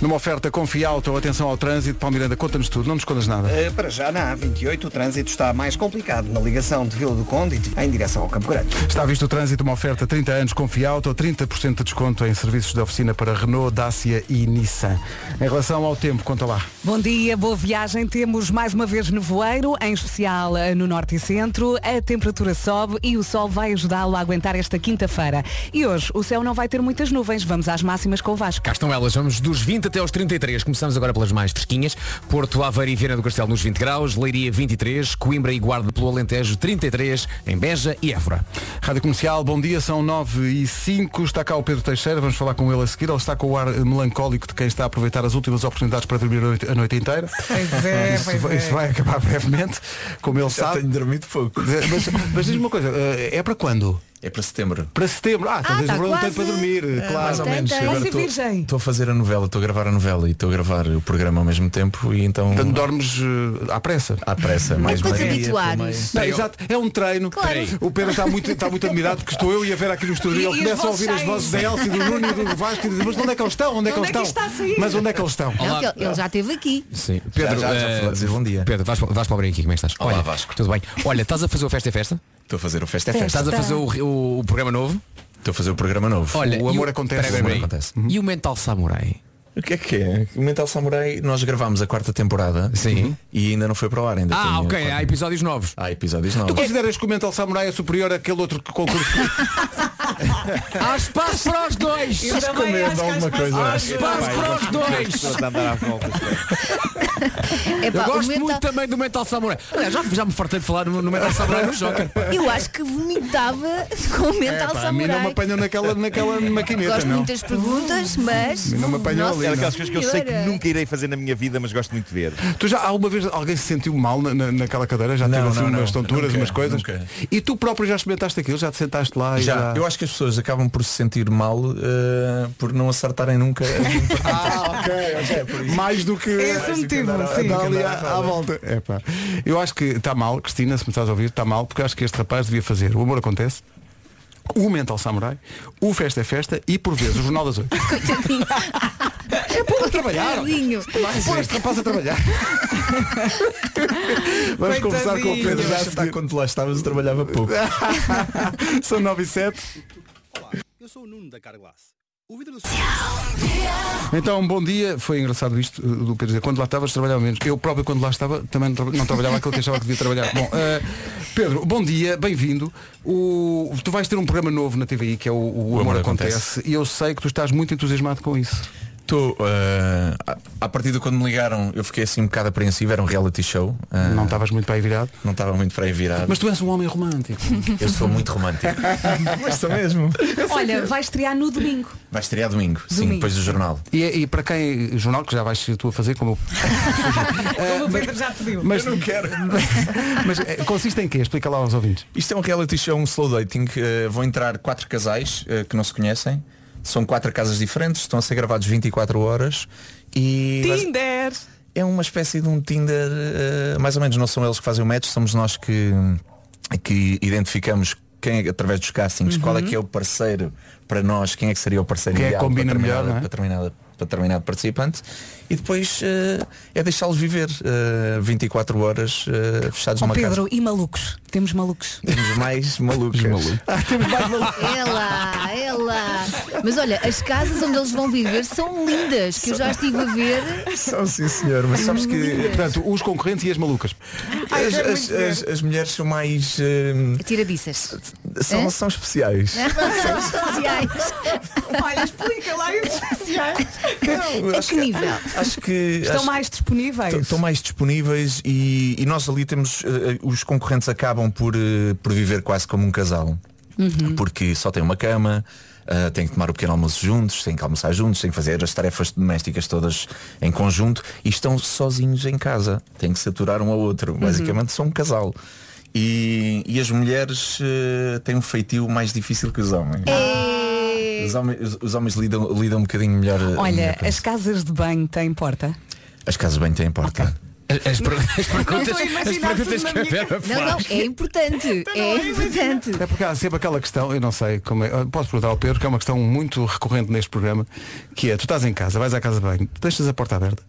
B: Numa oferta Confiauto, atenção ao trânsito. Paulo Miranda, conta-nos tudo, não nos escondas nada.
G: Eh, Para já na A28 o trânsito está mais complicado na ligação de Vila do Conde e de- em direção ao Campo Grande.
B: Está visto o trânsito, uma oferta 30 anos Confiauto, 30% de desconto em serviços de oficina para Renault, Dacia e Nissan. Em relação ao tempo, conta lá.
D: Bom dia, boa viagem. Temos mais uma vez nevoeiro, em especial eh, no norte e centro. A temperatura sobe e o sol vai ajudá-lo a aguentar esta quinta-feira. E hoje o céu não vai ter muitas nuvens. Vamos às máximas com o Vasco.
F: Cá estão elas, vamos dos 20 até aos 33. Começamos agora pelas mais fresquinhas. Porto Aveiro e Viana do Castelo nos 20 graus, Leiria 23, Coimbra e Guarda pelo Alentejo 33, em Beja e Évora.
B: Rádio Comercial, bom dia, são 9 e 5, está cá o Pedro Teixeira, vamos falar com ele a seguir. Ele está com o ar eh, melancólico de quem está a aproveitar as últimas oportunidades para dormir a noite, a noite inteira.
I: Pois é,
B: isso,
I: pois
B: vai,
I: é.
B: isso vai acabar brevemente, como ele
O: Já
B: sabe.
O: tenho dormido pouco.
B: Mas, mas diz-me uma coisa, eh, é para quando?
O: É para setembro.
B: Para setembro? Ah, então
D: Ah,
B: tens
D: tá
B: um problema
D: quase.
B: tempo para dormir,
D: É,
B: claro.
O: eh, Mais ou menos.
D: Vai ser virgem.
O: Estou a fazer a novela, estou a gravar a novela e estou a gravar o programa ao mesmo tempo e então. Então
B: dormes eh, à pressa.
O: À pressa, mais
B: para te
O: meia,
B: habituares.
O: pelo meio.
B: Não, exato, é um treino. O Pedro está muito, está muito admirado porque estou eu e a Vera aqui no estúdio
I: E- e
B: e ele
I: as
B: começa a
I: vozes
B: ouvir as
I: saem.
B: vozes da Elsa e do Nuno e do Vasco e diz, mas onde é que eles estão? Onde é que
E: Onde
B: eles
E: é que
B: estão?
E: isto está a sair?
B: Mas onde é que eles estão?
E: Não, que ele, ele já esteve aqui.
F: Sim.
O: Pedro, já, já, já
F: eh,
O: falou, dizer bom dia.
F: Pedro, vais, para- vais para o brinco aqui, como é que estás?
O: Olá,
F: Olha,
O: Vasco.
F: Tudo bem. Olha, estás a fazer o Festa é Festa?
O: Estou a fazer o Festa é Festa.
F: Estás a fazer o, o- o programa novo?
O: Estou a fazer o programa novo.
F: Olha,
O: o
F: e
O: amor acontece.
F: Peraí,
O: O amor
F: peraí, peraí.
O: acontece.
F: E o Mental Samurai?
O: O que é que é? O Mental Samurai, nós gravámos a quarta temporada Sim. e ainda não foi para o ar ainda.
F: Ah,
O: tenho-
F: ok, há episódios novos.
O: Há episódios
B: Tu
O: novos.
B: consideras que o Mental Samurai é superior àquele outro que concurso?
F: Há espaço para os dois!
I: Eu também Escomendo acho que há alguma espaço coisa. para
F: Há
I: os dois.
F: espaço
I: Epá,
F: para
I: eu
F: os
I: gosto de pessoas
F: dois!
I: a andar à
E: Epá,
F: eu
E: o
F: gosto
E: mental-
F: muito também do Mental Samurai. Olha, já, já me fartei de falar no, no Mental Samurai no Joker.
E: Eu acho que vomitava com o mental
B: Epá, É, a mim não me
E: samurai.
B: apanham naquela, naquela maquineta,
E: Gosto
B: não.
E: muito das perguntas, mas.
B: Não me apanhou
E: Nossa
B: ali,
N: É
B: não.
N: daquelas coisas que eu sei que
E: Senhora.
N: nunca irei fazer na minha vida, mas gosto muito de ver.
B: Tu já alguma vez alguém se sentiu mal na- na- naquela cadeira? Já
N: Não,
B: teve assim
N: não, não.
B: umas tonturas,
N: Nunca,
B: umas coisas?
N: nunca.
B: E tu próprio já experimentaste aquilo? Já te sentaste lá e já...
O: Já, eu acho que as pessoas acabam por se sentir mal eh, por não acertarem nunca.
B: Ah, ok, ok. Mais do
F: é
B: que.
F: um
I: Esse
B: mais do que
I: motivo,
B: andar à-
I: sim.
B: andar ali à,
I: Andar à
B: à volta. Epá. Eu acho que está mal, Cristina, se me estás a ouvir, está mal, porque eu acho que este rapaz devia fazer O Amor Acontece, o Mental Samurai, o Festa é Festa e, por vezes, o Jornal das Oito.
E: É
B: para trabalhar.
F: é.
B: Pô, este rapaz a trabalhar. Vamos conversar com o Pedro já a seguir.
O: quando lá estavas e trabalhava pouco.
B: São 9 e 7.
Q: Eu sou o Nuno da Carglass.
B: Então, bom dia. Foi engraçado isto eh, do Pedro dizer. Quando lá estavas, trabalhava menos. Eu próprio, quando lá estava, também não, tra- não trabalhava aquilo que achava que devia trabalhar. Bom, eh, Pedro, bom dia, bem-vindo. O... Tu vais ter um programa novo na TVI, que é o, o Amor, Acontece. E eu sei que tu estás muito entusiasmado com isso.
O: Tu, eh, à- à partida quando me ligaram, eu fiquei assim um bocado apreensivo, era um reality show.
B: não estavas muito para aí virado?
O: Não estava muito para aí virado.
B: Mas tu és um homem romântico.
O: Eu sou muito romântico. Mas sou mesmo.
D: Olha, vai estrear no domingo.
O: Vai estrear domingo, sim,
D: Domingo.
O: depois do jornal.
B: E, e para quem, jornal que já vais ser tu a fazer, como
D: Como o Pedro já pediu.
B: mas- Eu não quero. Mas eh, consiste em quê? Explica lá aos ouvintes.
O: Isto é um reality show, um slow dating. que, eh, vão entrar quatro casais eh, que não se conhecem. São quatro casas diferentes, estão a ser gravados 24 horas e.
D: Tinder!
O: É uma espécie de um Tinder, eh, mais ou menos não são eles que fazem o match, somos nós que, que identificamos quem é, através dos castings, qual
D: Uhum.
O: é que é o parceiro para nós, quem é que seria o parceiro
B: Quem é que
O: ideal
B: combina
O: para,
B: melhor,
O: determinada-
B: não é?
O: para, determinada- para determinado participante e depois eh, é deixá-los viver eh, 24 horas eh, fechados
D: Ó
O: numa
D: Pedro,
O: casa.
D: e malucos? Temos malucos.
O: Temos mais malucos.
E: Ela, ela. Mas olha, as casas onde eles vão viver são lindas, que eu já estive a ver.
O: São sim senhor, mas sabes que.
B: Portanto, os concorrentes e as malucas.
E: Ai,
O: as,
E: quero
O: as-
E: muito ver.
O: as- as mulheres são mais. eh,
E: Tiradiças. É?
O: são,
E: Hã?
O: são especiais.
E: São especiais.
D: Olha, explica lá esses especiais. É
O: Não, acho que- Acho que.
D: Estão
O: acho-
D: mais disponíveis.
O: Estão mais disponíveis e, e nós ali temos. eh, os concorrentes acabam por, eh, por viver quase como um casal. Porque só tem uma cama, eh, têm que tomar o pequeno almoço juntos, têm que almoçar juntos, têm que fazer as tarefas domésticas todas em conjunto e estão sozinhos em casa. Têm que se aturar um ao outro. Basicamente são um casal. E, e as mulheres eh, têm um feitio mais difícil que os homens.
E: É.
O: Os homens, os- os homens lidam, lidam um bocadinho melhor. eh,
D: Olha, as casas de banho têm porta?
O: As casas bem têm porta.
F: As,
D: perguntas- Não estou a imaginar as perguntas tudo na que a minha Vera
E: Não, não, é importante. É importante.
B: É porque há sempre aquela questão, eu não sei como é, posso perguntar ao Pedro, que é uma questão muito recorrente neste programa, que é, tu estás em casa, vais à casa de banho, deixas a porta aberta.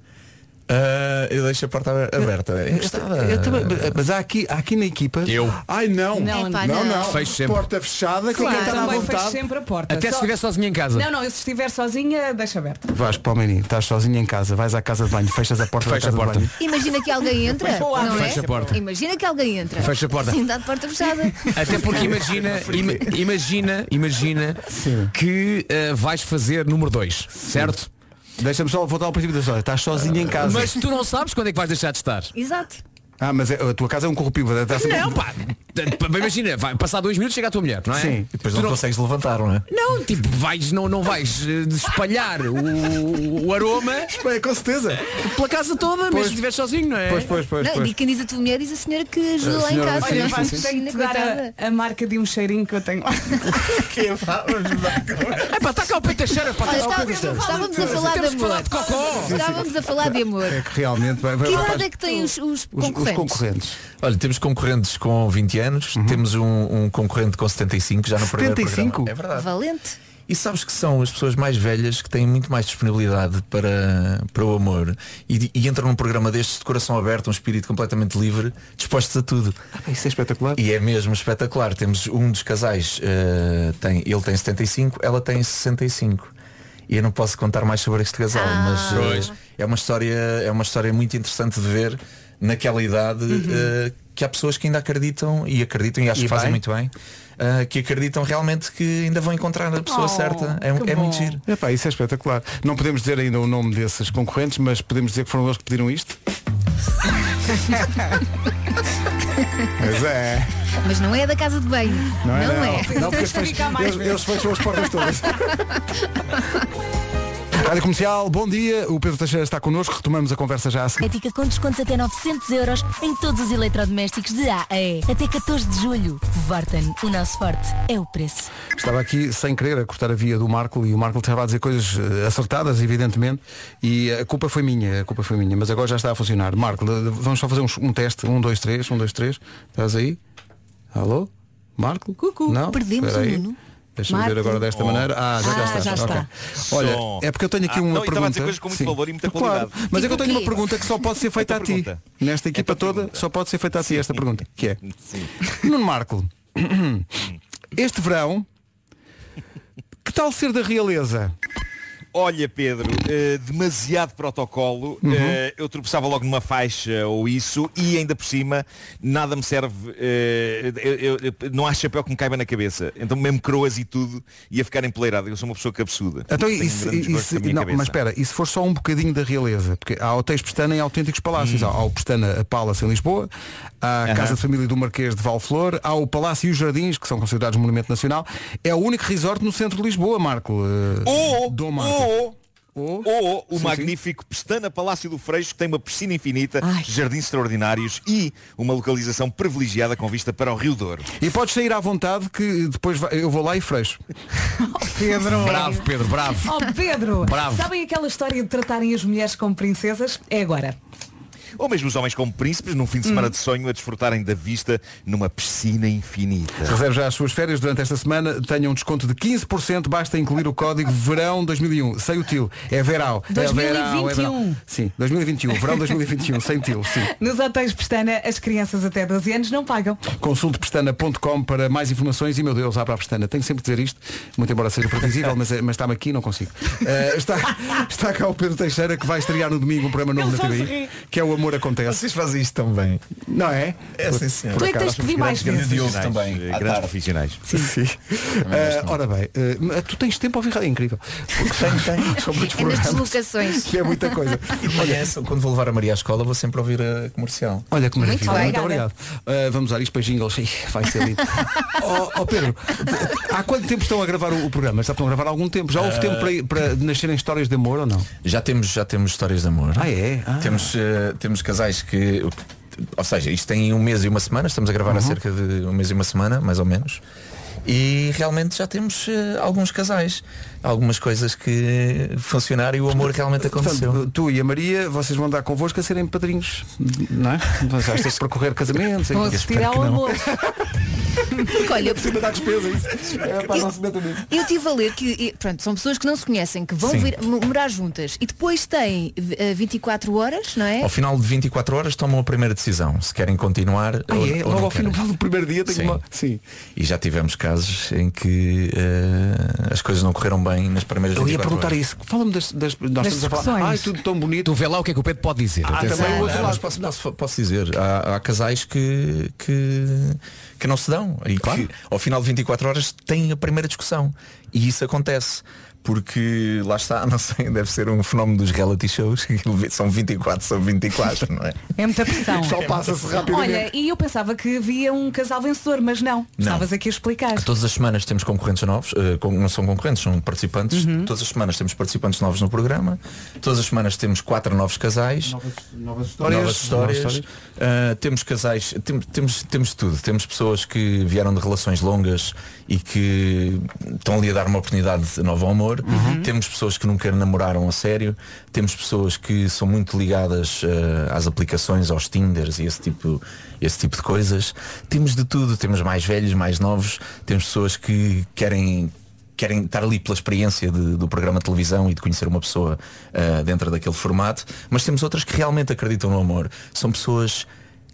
O: Ah, eu deixo a porta aberta. aberta. Encostada.
B: Eu também, mas há aqui, há aqui na equipa. Eu. Ai não.
D: Não, Epá,
B: não,
D: não.
F: Fecho sempre.
B: Porta fechada, que
D: Claro,
B: ninguém está à
D: também fecho
B: vontade.
D: sempre a porta.
B: Até se estiver sozinha em casa.
D: Não, não, eu se estiver sozinha, deixa aberta.
B: Vasco Palmeirinho, estás sozinho em casa, vais à casa de banho, fechas a porta
F: Fecha
B: da casa
F: a porta.
B: de banho.
E: Imagina que alguém entra.
F: Fecha a porta.
E: não é?
F: Fecha a porta.
E: Imagina que alguém entra.
F: Fecha a porta.
E: Sim, dá de porta fechada.
F: Até porque imagina, ima- imagina, imagina que eh, vais fazer número 2, certo? Ah,
B: Deixa-me só voltar ao princípio da história. Estás sozinho em casa.
F: Mas tu não sabes quando é que vais deixar de estar.
E: Exato.
B: Ah, mas é- a tua casa é um corrupio, vai estar sempre-
F: Não, pá. Bem, Imagina, vai passar dois minutos chega a tua mulher, não é?
B: Sim. E depois
F: Tu
B: não consegues
O: levantar, não é?
F: Não, tipo, vais, não, não vais eh, espalhar o, o aroma.
B: com certeza.
F: Pela casa toda, mesmo
B: Pois.
F: se estiver sozinho, não é?
B: Pois, pois, pois,
E: não, E quem diz a tua mulher diz a senhora que ajuda lá em
F: senhora,
E: casa.
F: sim,
E: não é?
F: sim,
D: Acho que tenho que dar
E: Coitada.
D: a, a marca de um cheirinho que eu tenho lá.
F: É pá, está cá o peito a cheira, pá,
E: Olha,
F: está cá
E: estava-
F: o peito a cheira.
E: Estávamos a falar de
F: Temos que falar
E: amor.
F: de cocó.
E: Estávamos a falar de amor.
B: É que realmente vai, vai,
E: Que
B: vai-
E: idade é que têm os, os concorrentes?
O: Olha, temos concorrentes com 20 anos, temos um, um concorrente com 75 já no primeiro
B: 75?
O: programa. É verdade.
E: Valente.
O: E sabes que são as pessoas mais velhas que têm muito mais disponibilidade para, para o amor e, e entram num programa destes de coração aberto, um espírito completamente livre, dispostos a tudo.
B: Isso é espetacular.
O: E é mesmo espetacular. Temos um dos casais, eh, tem, ele tem 75, ela tem 65. E eu não posso contar mais sobre este casal,
B: Ah.
O: mas eh,
F: Pois.
O: é, uma história, é uma história muito interessante de ver naquela idade
B: Uhum.
O: eh, que há pessoas que ainda acreditam e acreditam e acho
B: E
O: que fazem
B: bem.
O: muito bem. eh, que acreditam realmente que ainda vão encontrar a pessoa
B: Oh,
O: certa. É,
B: que
O: é
B: bom.
O: muito giro.
B: Epá, isso é espetacular. Não podemos dizer ainda o nome desses concorrentes, mas podemos dizer que foram eles que pediram isto. Pois é.
E: Mas não é da casa de banho. Não é.
B: Não, porque eles, fecham, eles, eles fecham as portas todas. Rádio Comercial, bom dia. O Pedro Teixeira está connosco. Retomamos a conversa já a seguir.
R: Ética com descontos até 900 euros em todos os eletrodomésticos de AAE. Até 14 de julho. Vorten, o nosso forte é o preço.
B: Estava aqui sem querer a cortar a via do Marco e o Marco estava a dizer coisas eh, acertadas, evidentemente, e a culpa foi minha, a culpa foi minha, mas agora já está a funcionar. Marco, eh, vamos só fazer uns- um, teste. Um, dois, três, um, dois, três. Estás aí? Alô? Marco? Cucu. Não?
R: Perdemos
B: Espera
R: o
B: aí.
R: Nuno.
B: Deixa-me ver
R: Marco.
B: agora desta
R: Oh.
B: maneira. Ah, já, cá
R: Ah,
B: está.
R: já está.
B: ok. Olha,
N: Som.
B: é porque eu tenho aqui
N: Ah,
B: uma
N: não, eu estava a
B: pergunta.
N: dizer coisas com muito
B: Sim.
N: valor e muita
B: Claro,
N: qualidade.
B: Mas é que
N: Tipo
B: eu tenho
N: o
B: uma
N: quê?
B: pergunta que só pode ser feita a
N: Então
B: ti.
N: pergunta.
B: Nesta equipa toda, só pode ser feita a ti esta pergunta. Que é? Nuno Marco,
N: Hum.
B: este verão, que tal ser da realeza?
N: Olha, Pedro, eh, demasiado protocolo.
B: Uhum.
N: eh, eu tropeçava logo numa faixa ou isso e ainda por cima nada me serve. eh, eu- eu- eu- não há chapéu que me caiba na cabeça. Então mesmo croas e tudo ia ficar empoleirado. Eu sou uma pessoa cabeçuda.
B: Então,
N: Tenho
B: e se-
N: grandes
B: e
N: gostos
B: se-
N: na minha
B: não,
N: cabeça.
B: mas espera, e se for só um bocadinho da realeza? Porque há hotéis Pestana em autênticos palácios. Há, há o Pestana a Palace em Lisboa, há
N: Hum.
B: a
N: Aham.
B: Casa de Família do Marquês de Valflor, há o Palácio e os Jardins, que são considerados Monumento Nacional. É o único resort no centro de Lisboa, Marco. eh,
N: Ou,
B: Dom
N: ou,
B: Marco.
N: ou, ou, o
B: Sim,
N: magnífico Pestana Palácio do Freixo, que tem uma piscina infinita, jardins extraordinários e uma localização privilegiada com vista para o Rio Douro.
B: E podes sair à vontade Eh, que depois vai- eu vou lá e freixo. Pedro.
F: Bravo, Pedro, bravo.
D: Oh Pedro,
N: Bravo.
D: sabem aquela história de tratarem as mulheres como princesas? É agora.
N: Ou mesmo os homens como príncipes num fim de semana de sonho a desfrutarem da vista numa piscina infinita.
B: Reserve já as suas férias durante esta semana. Tenha um desconto de 15%. Basta incluir o código verão 2001. Sem o til. É verão. É verão, é verão.
D: 2021.
B: Sim, 2021. Verão 2021. sem til. Sim.
D: Nos hotéis Pestana, as crianças até 12 anos não pagam.
B: Consulte pestana.com para mais informações e meu Deus, abra a pestana. Tenho sempre que dizer isto, muito embora seja previsível, mas, mas está-me aqui e não consigo. Eh, está, está cá o Pedro Teixeira que vai estrear no domingo um programa novo
D: Ele
B: da
D: só
B: TV,
D: sorri.
B: que é o Amor Acontece.
O: Vocês fazem isto também.
B: Não é?
O: É, sim, senhor.
D: Tu é que tens que vir mais vezes.
N: Profissionais, eh, Grandes profissionais.
B: Sim. Eh, ora bem, eh, tu tens tempo a ouvir rádio, é incrível. Porque tenho, tenho. São muitos
E: É nas
B: programas.
E: deslocações.
B: Que é muita coisa.
O: E de manhã, quando vou levar a Maria à escola, vou sempre ouvir a comercial.
B: Olha que
O: Muito
B: maravilha. Muito, obrigado.
O: obrigada.
B: Eh, vamos usar isto para jingles. Ih, Vai ser lindo. oh, oh, Pedro, há quanto tempo estão a gravar o, o programa? Já estão a gravar há algum tempo. Já houve
O: Eh,
B: tempo para, para nascerem histórias de amor ou não?
O: Já temos, já temos histórias de amor.
B: Ah, é? Ah.
O: Temos, eh, temos casais que.
B: Uhum.
O: Ou seja, isto tem um mês e uma semana, estamos a gravar há cerca de um mês e uma semana, mais ou menos. E realmente já temos eh, alguns casais, algumas coisas que funcionaram e o amor realmente aconteceu.
B: Portanto, tu e a Maria, vocês vão dar convosco a serem padrinhos, não é? Mas já estás a percorrer casamentos.
D: Vão assistir ao amor.
E: Porque olha,
B: Por cima dá despesa, isso. É, pá, não se metam nisso.
E: Eu estive a ler que, e, pronto, são pessoas que não se conhecem, que vão
O: Sim.
E: vir mo- morar juntas e depois têm eh, 24 horas, não é?
O: Ao final de 24 horas tomam a primeira decisão, se querem continuar
B: Ah,
O: ou,
B: é?
O: ou não
B: Logo ao
O: querem.
B: final do primeiro dia tenho
O: Sim.
B: uma... Sim.
O: E já tivemos casos em que eh, as coisas não correram bem nas primeiras
B: Eu ia
O: 24
B: perguntar
O: horas.
B: isso. Fala-me das, das, nós
O: Das
B: estamos a falar.
O: discussões.
B: Ai, tudo tão bonito.
F: Tu vê lá o que é que o Pedro pode dizer.
O: Ah,
F: atenção.
O: também o outro lado, posso, posso- posso dizer, há, há casais que, que, que não se dão e que ao final de 24 horas têm a primeira discussão. E isso acontece. Porque lá está, não sei, deve ser um fenómeno dos reality shows, que são 24 são 24, não é?
D: É muita pressão.
O: Só passa-se rapidamente.
D: Olha, e eu pensava que havia um casal vencedor, mas não. Estavas aqui a explicar.
O: Ah, Todas as semanas temos concorrentes novos, eh, com- não são concorrentes, são participantes.
D: Uhum.
O: Todas as semanas temos participantes novos no programa. Todas as semanas temos quatro novos casais.
B: Novas
O: Novas histórias. Ah, temos casais, tem- temos, temos tudo. Temos pessoas que vieram de relações longas e que estão ali a dar uma oportunidade de novo ao amor. Temos pessoas que nunca namoraram a sério. Temos pessoas que são muito ligadas ah, às aplicações, aos Tinders e esse tipo, esse tipo de coisas. Temos de tudo. Temos mais velhos, mais novos. Temos pessoas que querem querem estar ali pela experiência de- do programa de televisão e de conhecer uma pessoa ah, dentro daquele formato, mas temos outras que realmente acreditam no amor. São pessoas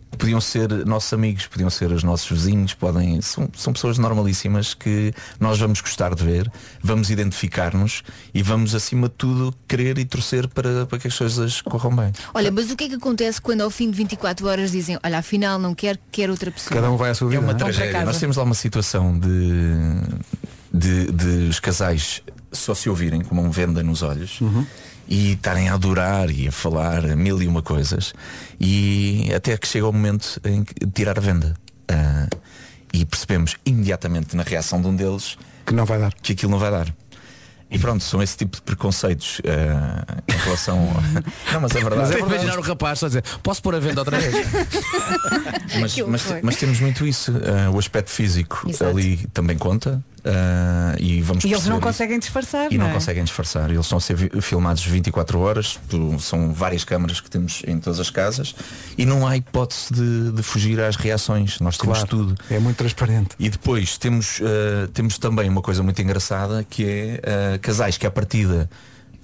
O: que podiam ser nossos amigos, podiam ser os nossos vizinhos, podem são, são pessoas normalíssimas que nós vamos gostar de ver, vamos identificar-nos e vamos acima de tudo querer e torcer para, para que as coisas corram bem.
E: Olha, mas o que é que acontece quando ao fim de 24 horas dizem, olha, afinal não quero, quero outra pessoa?
O: vai à sua
E: vida,
O: É uma
E: não é? Vão para
O: tragédia.
E: casa.
O: Nós temos lá uma situação de, de, de os casais só se ouvirem com uma venda nos olhos e estarem a adorar e a falar mil e uma coisas e até que chega o momento em que- de tirar a venda. Ah, e percebemos imediatamente na reação de um deles
B: que não vai dar.
O: Que aquilo não vai dar. E pronto, são esse tipo de preconceitos ah, em relação ao... Não, mas é verdade.
F: Mas é imaginar o rapaz só dizer, posso pôr a venda outra vez?
O: mas,
F: Que
O: mas-
F: horror.
O: mas temos muito isso. Ah, o aspecto físico
D: Exato.
O: ali também conta. Ah, e vamos
D: E eles não
O: perceber isso.
D: conseguem disfarçar,
O: E
D: não,
O: não
D: é?
O: conseguem disfarçar. Eles estão a ser vi- filmados 24 horas, por- são várias câmaras que temos em todas as casas e
N: Um
O: não há hipótese de, de fugir às reações. Nós temos
B: Claro.
O: tudo.
B: É muito transparente.
O: E depois temos, ah, temos também uma coisa muito engraçada que é ah, casais que à partida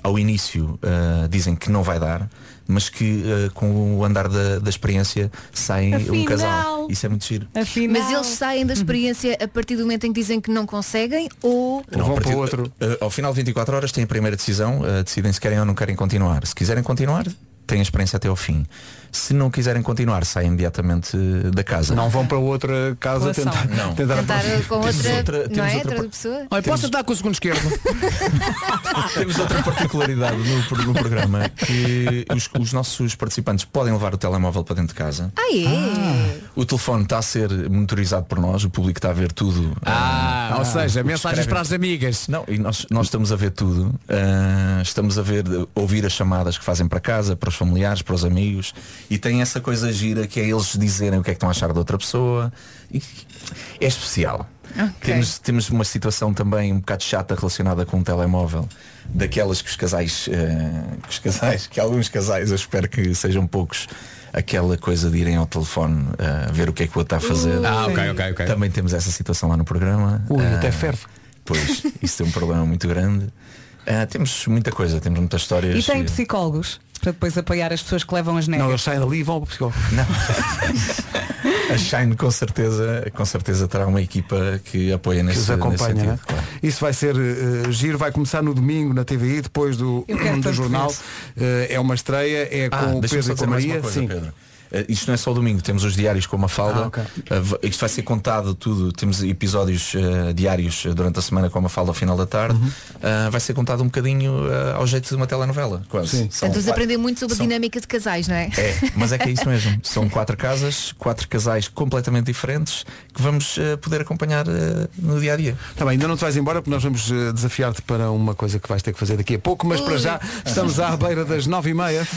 O: ao início ah, dizem que não vai dar, mas que ah, com o andar da, da experiência saem um
E: Afinal.
O: casal. Isso é muito giro.
E: Mas eles saem da experiência a partir do momento em que dizem que não conseguem ou
O: Não, a partir- eh, ao final de 24 horas têm a primeira decisão, eh, decidem se querem ou não querem continuar. Se quiserem continuar, têm a experiência até ao fim. Se não quiserem continuar, saem imediatamente eh, da casa.
B: Não vão para outra casa
O: Relação.
B: tentar,
O: Não.
B: tentar
E: Tentar com
O: Temos
E: outra,
O: outra-
E: não
O: temos
E: é?
O: outra
E: Outra
O: parte.
E: pessoa?
F: Olha, posso andar com o segundo esquerdo?
O: Temos outra particularidade no, pro- no programa que os, os nossos participantes podem levar o telemóvel para dentro de casa.
E: Ah, é?
O: O telefone está a ser monitorizado por nós, o público está a ver tudo.
F: Ah,
O: Ah,
F: ou
O: o
F: seja,
O: que
F: mensagens
O: escrevem.
F: para as amigas.
O: Não, e nós, nós estamos a ver tudo. Ah, estamos a ver, ouvir as chamadas que fazem para casa, para os familiares, para os amigos. E tem essa coisa gira que é eles dizerem o que é que estão a achar de outra pessoa. E é especial. Temos, temos uma situação também um bocado chata relacionada com o telemóvel. Daquelas que os casais, ah, que os casais, que alguns casais, eu espero que sejam poucos, aquela coisa de irem ao telefone ah, ver o que é que o outro está a fazer.
F: Ah, ok, ok, ok.
O: Também temos essa situação lá no programa.
F: Ui,
O: Ah,
F: até ferve.
O: Pois, isso é um problema muito grande. Ah, temos muita coisa, temos muitas histórias.
D: E têm
O: eh,
D: psicólogos para depois apoiar as pessoas que levam as
B: Não,
D: negas.
B: eles saem dali e vão para o psicólogo.
O: A Shine com certeza, com certeza terá uma equipa que apoia
B: Que
O: nesse,
B: os
O: nesse
B: acompanha,
O: sentido.
B: né? Isso vai ser eh, giro, vai começar no domingo na TVI, depois do,
O: Eu quero
B: do
O: tanto
B: jornal.
O: ver.
B: Eh, é uma estreia, é
O: Ah,
B: com o
O: deixa-me
B: Pedro
O: só
B: e com a
O: dizer mais uma
B: Maria.
O: coisa,
B: Sim.
O: Pedro. Eh, isto não é só o domingo, temos os diários com a Mafalda.
B: Ah, ok.
O: Eh, v- isto vai ser contado tudo, temos episódios eh, diários eh, durante a semana com a Mafalda ao final da tarde.
B: Uhum.
O: Ah, vai ser contado um bocadinho eh, ao jeito de uma telenovela, quase. São
B: Então,
E: Portanto, vamos
O: quatro-
E: aprender Então muito sobre a dinâmica de casais, não é?
O: É, mas é que é isso mesmo. São quatro casas, quatro casais completamente diferentes que vamos eh, poder acompanhar eh, no dia a dia.
B: Tá bem, ainda não te vais embora porque nós vamos eh, desafiar-te para uma coisa que vais ter que fazer daqui a pouco, mas para
I: Ui.
B: já estamos à beira das nove e meia.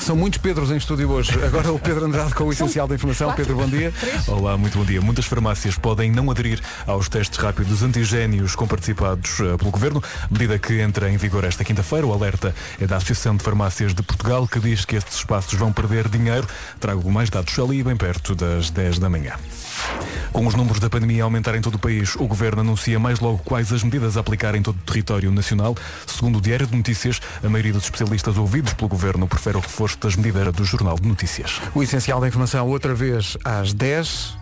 B: São muitos Pedros em estúdio hoje. Agora o Pedro Andrade com o Essencial da Informação. Pedro, bom dia.
A: Olá, muito bom dia. Muitas farmácias podem não aderir aos testes rápidos antigénios comparticipados eh, pelo Governo, medida que entra em vigor esta quinta-feira. O alerta é da Associação de Farmácias de Portugal, que diz que estes espaços vão perder dinheiro. Trago mais dados ali bem perto das 10 da manhã. Com os números da pandemia a aumentar em todo o país, o Governo anuncia mais logo quais as medidas a aplicar em todo o território nacional. Segundo o Diário de Notícias, a maioria dos especialistas ouvidos pelo Governo prefere o reforço das medidas do Jornal de Notícias.
B: O Essencial da Informação outra vez às 10.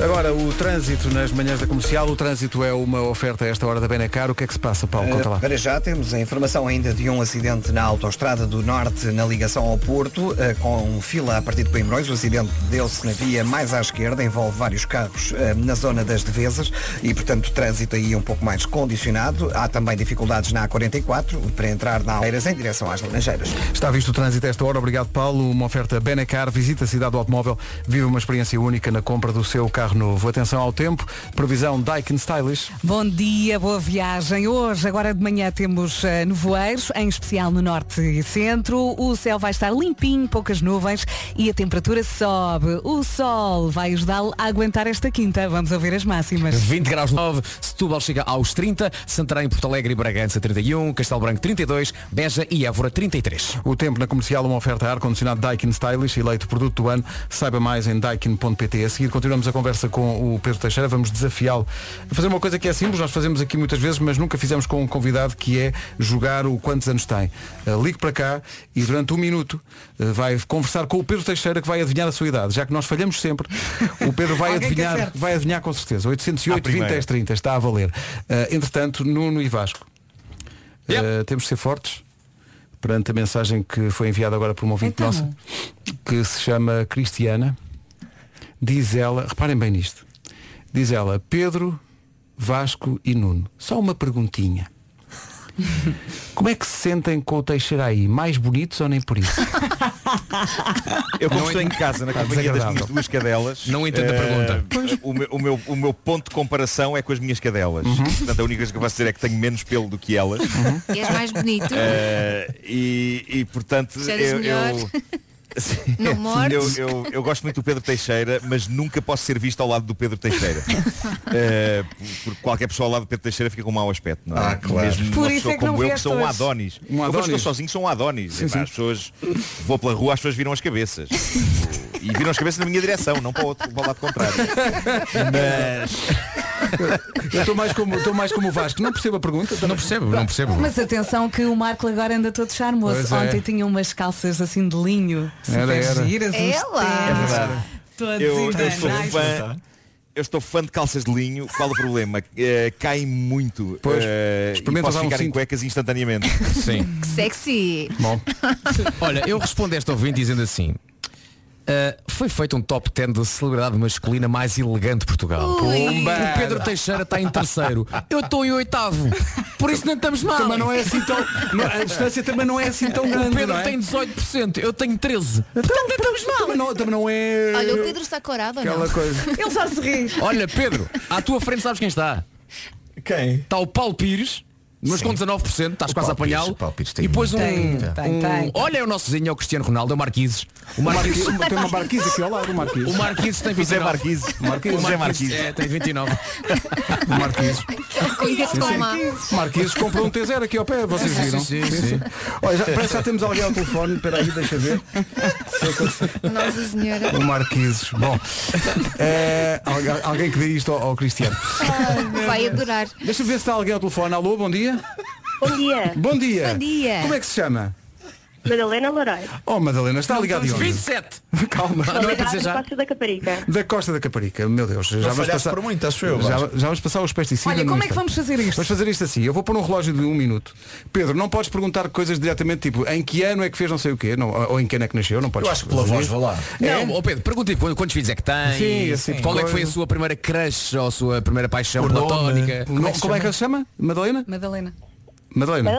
B: Agora, o trânsito nas manhãs da comercial. O trânsito é uma oferta a esta hora da Benacar. O que é que se passa, Paulo? Conta lá.
G: Eh, Para já temos a informação ainda de um acidente na autoestrada do Norte, na ligação ao Porto, eh, com fila a partir de Coimbrões. O acidente deu-se na via mais à esquerda, envolve vários carros eh, na zona das Devesas e, portanto, trânsito aí um pouco mais condicionado. Há também dificuldades na A44 para entrar na Almeiras em direção às Laranjeiras.
B: Está visto o trânsito a esta hora. Obrigado, Paulo. Uma oferta Benacar. Visita a cidade do automóvel. Vive uma experiência única na compra do seu carro novo. Atenção ao tempo. Previsão Daikin Stylish.
D: Bom dia, boa viagem. Hoje, agora de manhã, temos eh, nevoeiros, em especial no norte e centro. O céu vai estar limpinho, poucas nuvens e a temperatura sobe. O sol vai ajudá-lo a aguentar esta quinta. Vamos ouvir as máximas.
F: 20 graus 9, Setúbal chega aos 30, Santarém, Porto Alegre e Bragança 31, Castelo Branco 32, Beja e Évora 33.
B: O tempo na comercial, uma oferta a ar-condicionado Daikin Stylish, eleito produto do ano. Saiba mais em daikin.pt. A seguir continuamos a conversa com o Pedro Teixeira. Vamos desafiá-lo a fazer uma coisa que é simples. Nós fazemos aqui muitas vezes, mas nunca fizemos com um convidado, que é jogar o quantos anos tem. Uh, Ligue para cá e durante um minuto uh, vai conversar com o Pedro Teixeira, que vai adivinhar a sua idade. Já que nós falhamos sempre, o Pedro vai
F: Alguém que
B: adivinhar,
F: acerte.
B: vai adivinhar com certeza. 808
F: À
B: 20
F: primeira.
B: 10 30 está a valer. Uh, entretanto, Nuno e Vasco. Uh, temos de ser fortes perante a mensagem que foi enviada agora por uma ouvinte
D: Então.
B: nossa, que se chama Cristiana. Diz ela, reparem bem nisto, diz ela, Pedro, Vasco e Nuno, só uma perguntinha. Como é que se sentem com o Teixeira aí? Mais bonitos ou nem por isso?
N: Eu como
B: Não
N: estou
B: en-
N: em casa na
B: Está
N: companhia das
B: desagradável.
N: minhas duas cadelas.
B: Não entendo a
N: eh,
B: pergunta.
N: O meu, o, meu, o meu ponto de comparação é com as minhas cadelas. Portanto, a única coisa que eu posso dizer é que tenho menos pelo do que elas.
E: E és mais bonito.
O: É.
N: Eh, e, e, portanto,
E: Cheiras
N: eu,
E: melhor.
N: eu,
E: Não
N: eu,
E: mordes.
N: eu- eu gosto muito do Pedro Teixeira, mas nunca posso ser visto ao lado do Pedro Teixeira. Eh, porque qualquer pessoa ao lado do Pedro Teixeira fica com mau aspecto, não é? Ah,
O: claro.
N: Mesmo
O: Por
N: uma
O: isso
N: pessoa
O: é que não
N: como eu que
O: vieste
N: sou um
O: hoje.
N: Adonis.
O: Um
N: Eu quando estou
O: Adonis.
N: sozinho sou um Adonis.
O: Sim,
N: Epá,
O: sim.
N: As pessoas vou pela rua, as pessoas viram as cabeças. E viram as cabeças na minha direção, não para o outro, para o lado contrário. Mas
B: Eu estou mais, como- estou mais como o Vasco. Não percebo a pergunta? Não percebo, não percebo.
D: Mas atenção que o Marco agora anda todo
B: Pois
D: charmoso.
B: é.
D: Ontem tinha umas calças assim de linho, super
N: Era, era.
D: giras, uns
E: Ela.
D: tênis.
N: é verdade.
D: Todos
N: Eu, eu
D: indianos.
N: sou fã. Eu estou fã de calças de linho. Qual o problema? Eh, caem muito.
B: Pois.
N: eh, e
B: Experimenta
N: posso
B: usar um
N: ficar em
B: cinto.
N: cuecas instantaneamente.
F: Sim.
E: Que sexy.
B: Bom.
F: Olha, eu respondo a este ouvinte dizendo assim. "Ah, foi feito um top 10 da celebridade masculina mais elegante de Portugal.
E: Ui.
F: O Pedro Teixeira está em terceiro. Eu estou em oitavo. Por isso não estamos mal.
B: Também não é assim tão- não- a distância também não é assim tão grande,
F: O Pedro
B: não é?
F: tem 18%, eu tenho 13%.
B: Portanto, estamos mal. Também não, também não é.
E: Olha, o Pedro está corado ou não?
B: Aquela coisa.
D: Ele só se ri.
F: Olha, Pedro, à tua frente sabes quem está? Quem? Está o Paulo Pires. Mas com 19%, estás quase
O: Paulo Pires, o
F: a apanhá-lo.
O: Paulo Pires tem
F: E depois um,
O: Tem,
F: um-
O: tem, tem.
F: Olha, é o nosso vizinho, é o Cristiano Ronaldo, é o Marquises.
B: O Marquise- tem uma Marquise aqui ao lado, o Marquise.
F: O Marquises tem 29.
B: José Marquise.
F: O Marquises,
B: José Marquise.
F: É, tem 29.
B: O Marquise. Sim, sim. Marquise comprou um T0 aqui ao pé, vocês
F: Sim,
B: viram?
F: sim, sim.
B: Olha, já, parece que já temos alguém ao telefone, espera aí, deixa ver.
E: Nossa Senhora.
B: O Marquises. Bom, é, algu- alguém que dê isto ao, ao Cristiano.
E: Vai adorar.
B: Deixa-me ver se está alguém ao telefone. Alô, bom dia.
S: Bom dia.
B: Bom dia.
S: Bom dia.
B: Como é que se chama?
S: Madalena Loureiro.
B: Oh, Madalena, está
S: Não,
B: ligado de
S: estamos
B: onde?
F: 27.
B: Calma.
S: Costa da Caparica.
B: Da Costa da Caparica, meu Deus, já
O: Não
B: vamos
O: falhaste
B: passar
O: por muito, acho eu,
B: Já,
O: Vasco.
B: já vamos passar os pesticidas.
D: Olha,
B: num
D: como é que
B: instante.
D: vamos fazer isto?
B: Vamos fazer isto assim, eu vou pôr um relógio de um minuto. Pedro, não podes perguntar coisas diretamente tipo em que ano é que fez não sei o quê, não, ou em que ano é que nasceu, não podes.
F: Eu acho que pela
B: fazer
F: voz,
B: isso.
F: vá lá.
B: É?
F: Não, ó Pedro, pergunta tipo, quantos filhos é que tem?
B: Sim, esse tipo de
F: Qual é que foi a
B: coisa.
F: sua primeira crush ou a sua primeira paixão
B: O nome.
F: platónica?
B: O nome- como é que ela se chama? Madalena?
D: Madalena.
B: Madalena.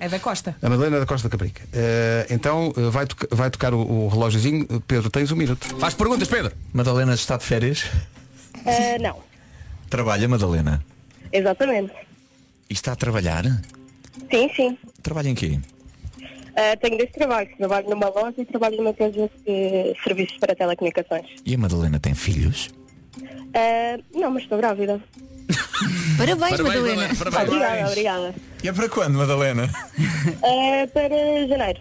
D: É da Costa.
B: A Madalena da Costa da Caparica. Eh, então eh, vai, toca- vai tocar o, o relógiozinho. Pedro, tens um minuto.
F: Faz perguntas, Pedro.
O: Madalena está de férias?
S: Ah, não,
O: Trabalha, Madalena.
S: exatamente.
O: E está a trabalhar?
S: Sim, sim.
O: Trabalha em quê?
S: Ah, tenho dois trabalhos. Trabalho numa loja e trabalho numa empresa de serviços para telecomunicações.
O: E a Madalena tem filhos?
S: Ah, não, mas estou grávida.
E: Parabéns,
O: Parabéns,
E: Madalena.
O: Madalena, parabéns.
S: Obrigada, obrigada.
O: E é para quando, Madalena?
S: Ah, para janeiro.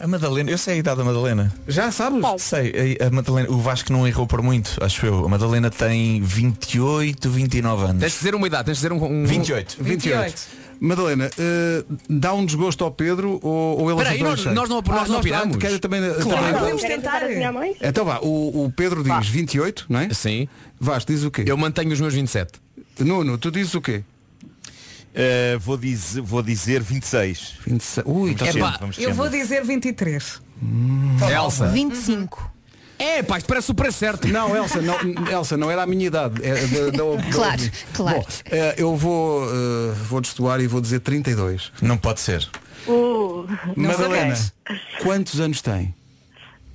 O: A Madalena, eu sei a idade da Madalena.
B: Já sabes?
O: Sei, a, a Madalena, o Vasco não errou por muito, acho eu. A Madalena tem 28, 29 anos.
F: Tens de dizer uma idade, tens de dizer um. um
O: 28.
B: 28. Madalena, eh, dá um desgosto ao Pedro ou, ou ele
F: Espera aí,
B: acertou
F: nós-
B: em cheio?
F: nós não- nós não
B: ah,
F: opinamos.
B: ah, quero também, também-
S: Quero apresentar a minha mãe?
B: Então vá, o, o Pedro diz 28, não é? Sim. Vasco, diz o quê? Eu mantenho os meus 27. Nuno, tu dizes o quê?
N: Uh, vou, dizer, vou dizer 26.
B: 26. Ui, tá
N: vamos crescendo, vamos
D: Eu
N: crescendo.
D: vou dizer 23.
F: Elsa.
E: 25.
B: É, pá, isto parece super certo. Não, Elsa, não, Elsa, não era a minha idade. É da- da- da-
E: Claro, claro.
B: Bom, eh, eu vou, eh, vou destoar e vou dizer 32.
O: Não pode ser.
S: Uh,
B: Madalena, quantos anos tem?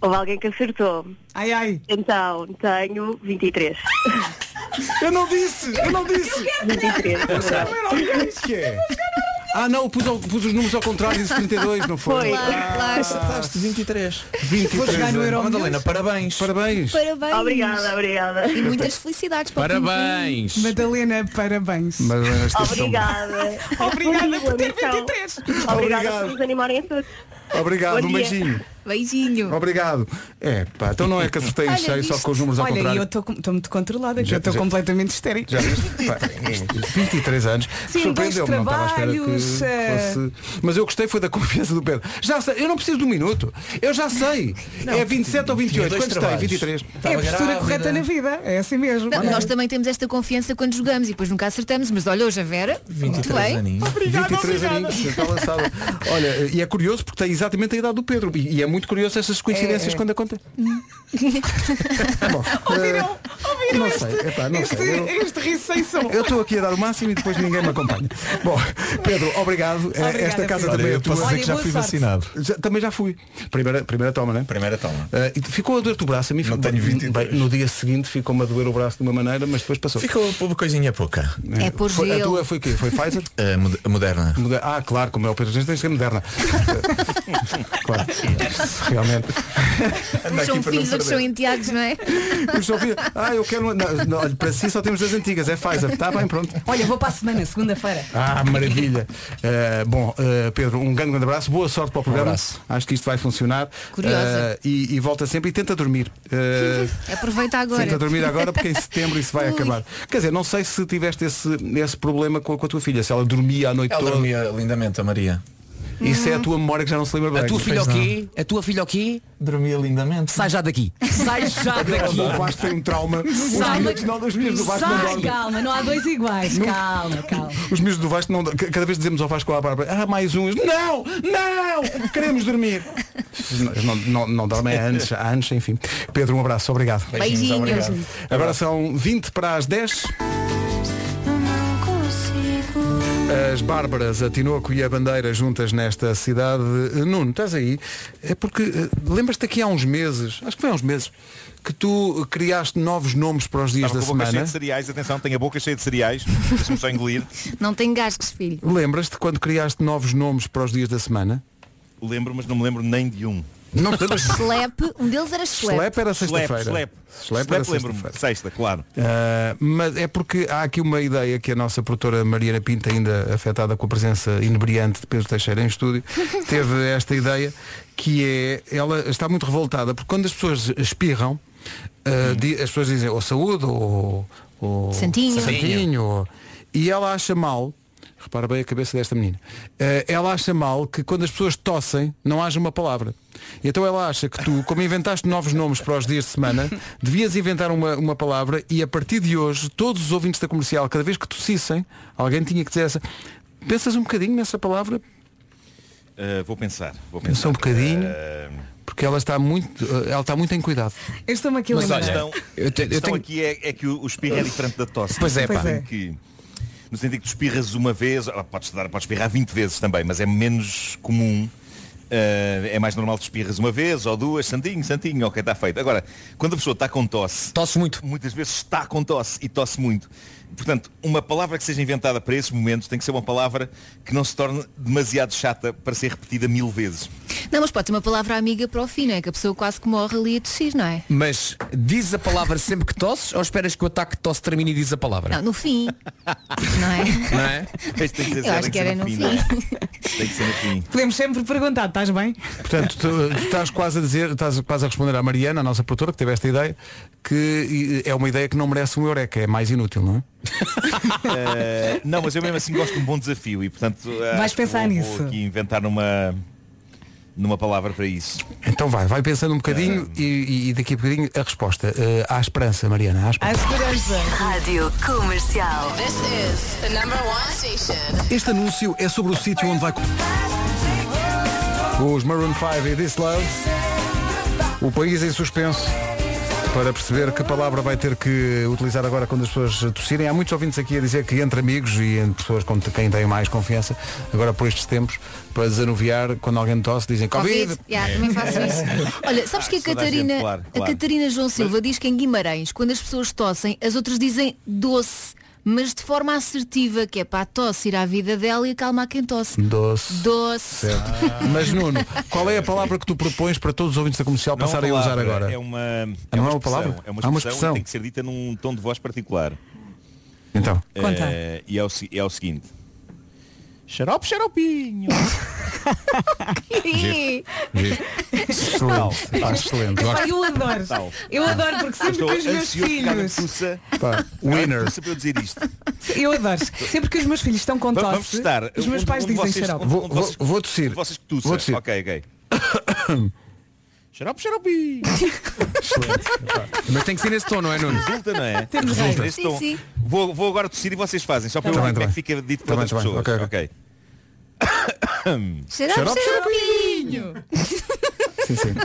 S: Houve alguém que acertou.
D: Ai, ai.
S: Então, tenho 23.
B: Eu não disse! Eu não disse!
S: 23.
B: Ah não, pus, ao- pus os números ao contrário, disse 32, não foi?
O: Foi,
B: ah,
O: claro. Acertaste 23.
B: 23
O: Vou jogar no
B: anos.
O: Euro Madalena, parabéns.
B: Parabéns.
E: Parabéns.
S: Obrigada, obrigada.
E: E muitas felicidades para o
F: Parabéns.
D: Madalena, parabéns.
B: Madalena,
S: Obrigada.
D: Obrigada por ter
S: Então,
D: 23.
S: Obrigada
B: Obrigado.
S: por nos animarem a todos.
B: Obrigado,
S: Bom
B: um
S: dia.
B: beijinho.
E: Beijinho.
B: Obrigado. É, pá, então não é que acertei em
D: Olha,
B: cheio só
D: viste?
B: com os números ao
D: Olha, e
B: contrário.
D: eu estou muito controlada, que
B: Já-
D: eu estou
B: já-
D: completamente histérica.
B: Já viste? Pá, 23 anos.
D: Sim,
B: Surpreendeu-me,
D: dois
B: não estava à espera que,
D: trabalhos, eh.
B: fosse. Mas eu gostei foi da confiança do Pedro. Já sei, eu não preciso de um minuto. Eu já sei. é 27 ou 28.
O: dois
B: Quantos tem?
O: trabalhos.
B: 23.
D: É a postura correta na vida, é assim mesmo.
E: Não, nós também temos esta confiança quando jogamos e depois nunca acertamos, mas olha hoje a Vera, muito
O: 23
E: bem.
O: aninhos.
B: 23 aninhos, está lançado. Olha, e é curioso porque tem exatamente a idade do Pedro. E, e é muito curioso essas coincidências
E: É, é.
B: quando acontecem. Bom,
D: Ouviram? Ouviram
B: não
D: este,
B: sei, epá, não
D: este,
B: sei, eu-
D: este riso sem som?
B: Eu estou aqui a dar o máximo e depois ninguém me acompanha. Bom, Pedro, obrigado. Eh,
D: Obrigada,
B: Esta casa
D: Pedro.
B: também é
D: Olha,
B: tua.
D: posso dizer Olha, que já boa fui sorte. vacinado.
B: Já- também já fui. Primeira, primeira toma, né?
N: Primeira toma.
B: Eh, e ficou a doer o braço, a mim ficou.
O: tenho 23.
B: Bem, no dia seguinte ficou-me a doer o braço de uma maneira, mas depois passou.
O: Ficou uma coisinha pouca.
E: É por
B: Foi- a
E: gelo.
B: tua foi o quê? Foi Pfizer?
O: A mod- a moderna.
B: Moder- Ah, claro, como é o Pedro Gente, tem que ser moderna. claro, realmente.
E: Uns são filhos, outros são enteados, não é?
B: Os Sofia, ah, eu quero. uma- Não, não, olha, para si só temos das antigas, é Pfizer. Está bem, pronto.
D: Olha, vou para a semana, segunda-feira.
B: Ah, maravilha. Eh, bom, eh, Pedro, um grande, grande abraço. Boa sorte para o programa.
O: abraço.
B: Acho que isto vai funcionar.
E: Curiosa.
B: Eh, e, e volta sempre e tenta dormir. Eh,
E: Aproveita
B: Tenta
E: agora.
B: dormir agora porque em setembro isso vai
E: Ui.
B: acabar. Quer dizer, não sei se tiveste esse, esse problema com a, com a tua filha, se ela dormia a noite
O: Ela
B: toda.
O: dormia lindamente, a Maria.
B: Isso é a tua memória que já não se lembra bem.
F: A tua filha o
O: Pois não.
F: quê? A tua filha o quê?
O: Dormia lindamente.
F: Sai já daqui. Sai já daqui.
B: O Vasco tem um trauma. Os
D: Sai.
B: miúdos não- os miúdos do Vasco não
D: Sai,
B: dormem.
D: calma, não há dois iguais. Calma, calma.
B: Os miúdos do Vasco não. ca- Cada vez dizemos ao Vasco ou à Bárbara, ah, mais uns. Não! Não! Queremos dormir. não, não, não dormem há anos, há anos, enfim. Pedro, um abraço, obrigado.
E: Beijinhos.
B: Agora são 20 para as 10. As Bárbaras, a Tinoco e a Bandeira juntas nesta cidade. Eh, Nuno, estás aí? É porque eh, lembras-te aqui há uns meses, acho que foi há uns meses, que tu criaste novos nomes para os dias
N: Estava com a boca
B: da
N: cheia de
B: semana.
N: cereais, atenção, tenho a boca cheia de cereais, deixa-me só engolir.
E: Não tem gastos, filho.
B: Lembras-te quando criaste novos nomes para os dias da semana?
N: Lembro, mas não me lembro nem de um.
B: Não te lembras?
E: Slap, um deles era Slap.
B: Slap era
N: Slap, slap.
B: sexta-feira. Slap era
N: Slap lembro-me.
B: sexta-feira.
N: Sexta, claro.
B: Ah, mas é porque há aqui uma ideia que a nossa produtora Mariana Pinta, ainda afetada com a presença inebriante de Pedro Teixeira em estúdio, teve esta ideia que é, ela está muito revoltada, porque quando as pessoas espirram, ah, di- as pessoas dizem ou saúde, ou, ou
E: Santinho.
B: Santinho, ou- e ela acha mal, repara bem a cabeça desta menina, ah, ela acha mal que quando as pessoas tossem não haja uma palavra. Então ela acha que tu, como inventaste novos nomes para os dias de semana, devias inventar uma, uma palavra e a partir de hoje todos os ouvintes da comercial, cada vez que tossissem, alguém tinha que dizer essa. Pensas um bocadinho nessa palavra?
N: Uh, vou pensar, vou pensar.
B: Pensa um bocadinho,
N: Uh,
B: porque ela está muito, eh, ela está muito em cuidado.
D: Eu estou-me aqui a
F: Mas
N: A
D: lembrar.
N: questão,
F: eu te-
N: a
F: eu
N: questão
F: tenho-
N: aqui é, é que o, o espirro é diferente da tosse.
F: Pois é,
D: Pois
F: pá.
D: é.
N: Que, no sentido que tu espirras uma vez, ah, podes, dar, podes espirrar 20 vezes também, mas é menos comum. Ah, é mais normal tu espirras uma vez ou duas, santinho, santinho, tá ok, está feito. Agora, quando a pessoa está tá com tosse,
F: Tosse muito.
N: muitas vezes está com tosse e tosse muito. Portanto, uma palavra que seja inventada para esses momentos tem que ser uma palavra que não se torne demasiado chata para ser repetida mil vezes.
E: Não, mas pode ser uma palavra amiga para o fim, não é? Que a pessoa quase que morre ali a descer, não é?
F: Mas diz a palavra sempre que tosses ou esperas que o ataque de tosse termine e diz a palavra?
E: Não, no fim. não é?
F: Não é?
N: Mas tem que ser
E: Eu
N: tem
E: acho que
N: ser
E: era no
N: não é?
E: fim.
N: Tem que ser no fim.
D: Podemos sempre perguntar, estás bem?
B: Portanto, tu, tu estás quase a dizer, estás quase a responder à Mariana, a nossa produtora, que teve esta ideia, que eh, é uma ideia que não merece um eureka, é mais inútil, não é?
N: Eh, não, mas eu mesmo assim gosto de um bom desafio e portanto
D: Vais
N: acho que
D: pensar
N: vou,
D: nisso.
N: Vou aqui inventar numa, numa palavra para isso.
B: Então vai, vai pensando um bocadinho e, e daqui a bocadinho a resposta. Eh, há esperança, Mariana, há esperança.
R: esperança. Rádio Comercial. This is the number one station.
B: Este anúncio é sobre o sítio onde vai... co- Os Maroon 5 e This Love. O país em suspenso. Para perceber que palavra vai ter que utilizar agora quando as pessoas tossirem. Há muitos ouvintes aqui a dizer que entre amigos e entre pessoas com quem têm mais confiança, agora por estes tempos, para desanuviar, quando alguém tosse, dizem Covid.
E: Yeah, também faço isso. Olha, sabes que a
B: Ah, toda a
E: Catarina,
B: gente, claro,
E: a
B: claro.
E: Catarina João Silva diz que em Guimarães, quando as pessoas tossem, as outras dizem doce, mas de forma assertiva, que é para a tosse ir à vida dela e acalmar quem tosse.
B: Doce.
E: Doce.
B: Certo. Mas Nuno, qual é a palavra que tu propões para todos os ouvintes da comercial
N: Não é uma
B: passarem a usar
N: palavra,
B: agora?
N: É uma,
B: Ah,
N: é
B: não
N: uma
B: é uma
N: expressão,
B: palavra?
N: É uma
B: Há
N: expressão,
B: uma
N: e
B: expressão.
N: tem que ser dita num tom de voz particular.
B: Então.
N: Eh,
B: Conta.
N: e é o, se- é o seguinte. Xarope, xaropinho.
E: Giro.
N: Giro.
B: Excelente. Pá, excelente.
D: Epá, eu adoro.
N: Tal.
D: Eu adoro porque sempre
N: Estou
D: que os meus
N: ansioso por causa de
D: filhos.
N: Tussa.
B: Pá,
N: winner. Tussa para eu dizer isto.
D: Eu adoro. Sempre que os meus filhos estão com
N: Vamos-
D: tosse.
N: Vamos testar.
D: Os meus
N: Onde-
D: pais
N: onde
D: dizem
N: vocês-
D: xarope.
N: onde- onde vocês-
B: vou tossir.
N: onde Vocês que tussam.
B: Vou tossir.
N: Ok, ok. Xarope, xaropinho.
F: Mas tem que ser nesse tom, não é Nuno?
N: Resulta, não é?
F: Temos
N: Resulta
F: regra.
N: nesse
F: Sim,
N: tom.
F: sim.
N: Vou, vou agora tossir e vocês fazem, só para
B: Tá
N: ver
B: bem,
N: como
B: tá
N: é que
B: bem.
N: fica dito
B: Tá
N: para outras
B: bem, tá
N: pessoas.
B: bem.
N: Ok.
E: Xarope, xaropinho.
B: Sim, sim.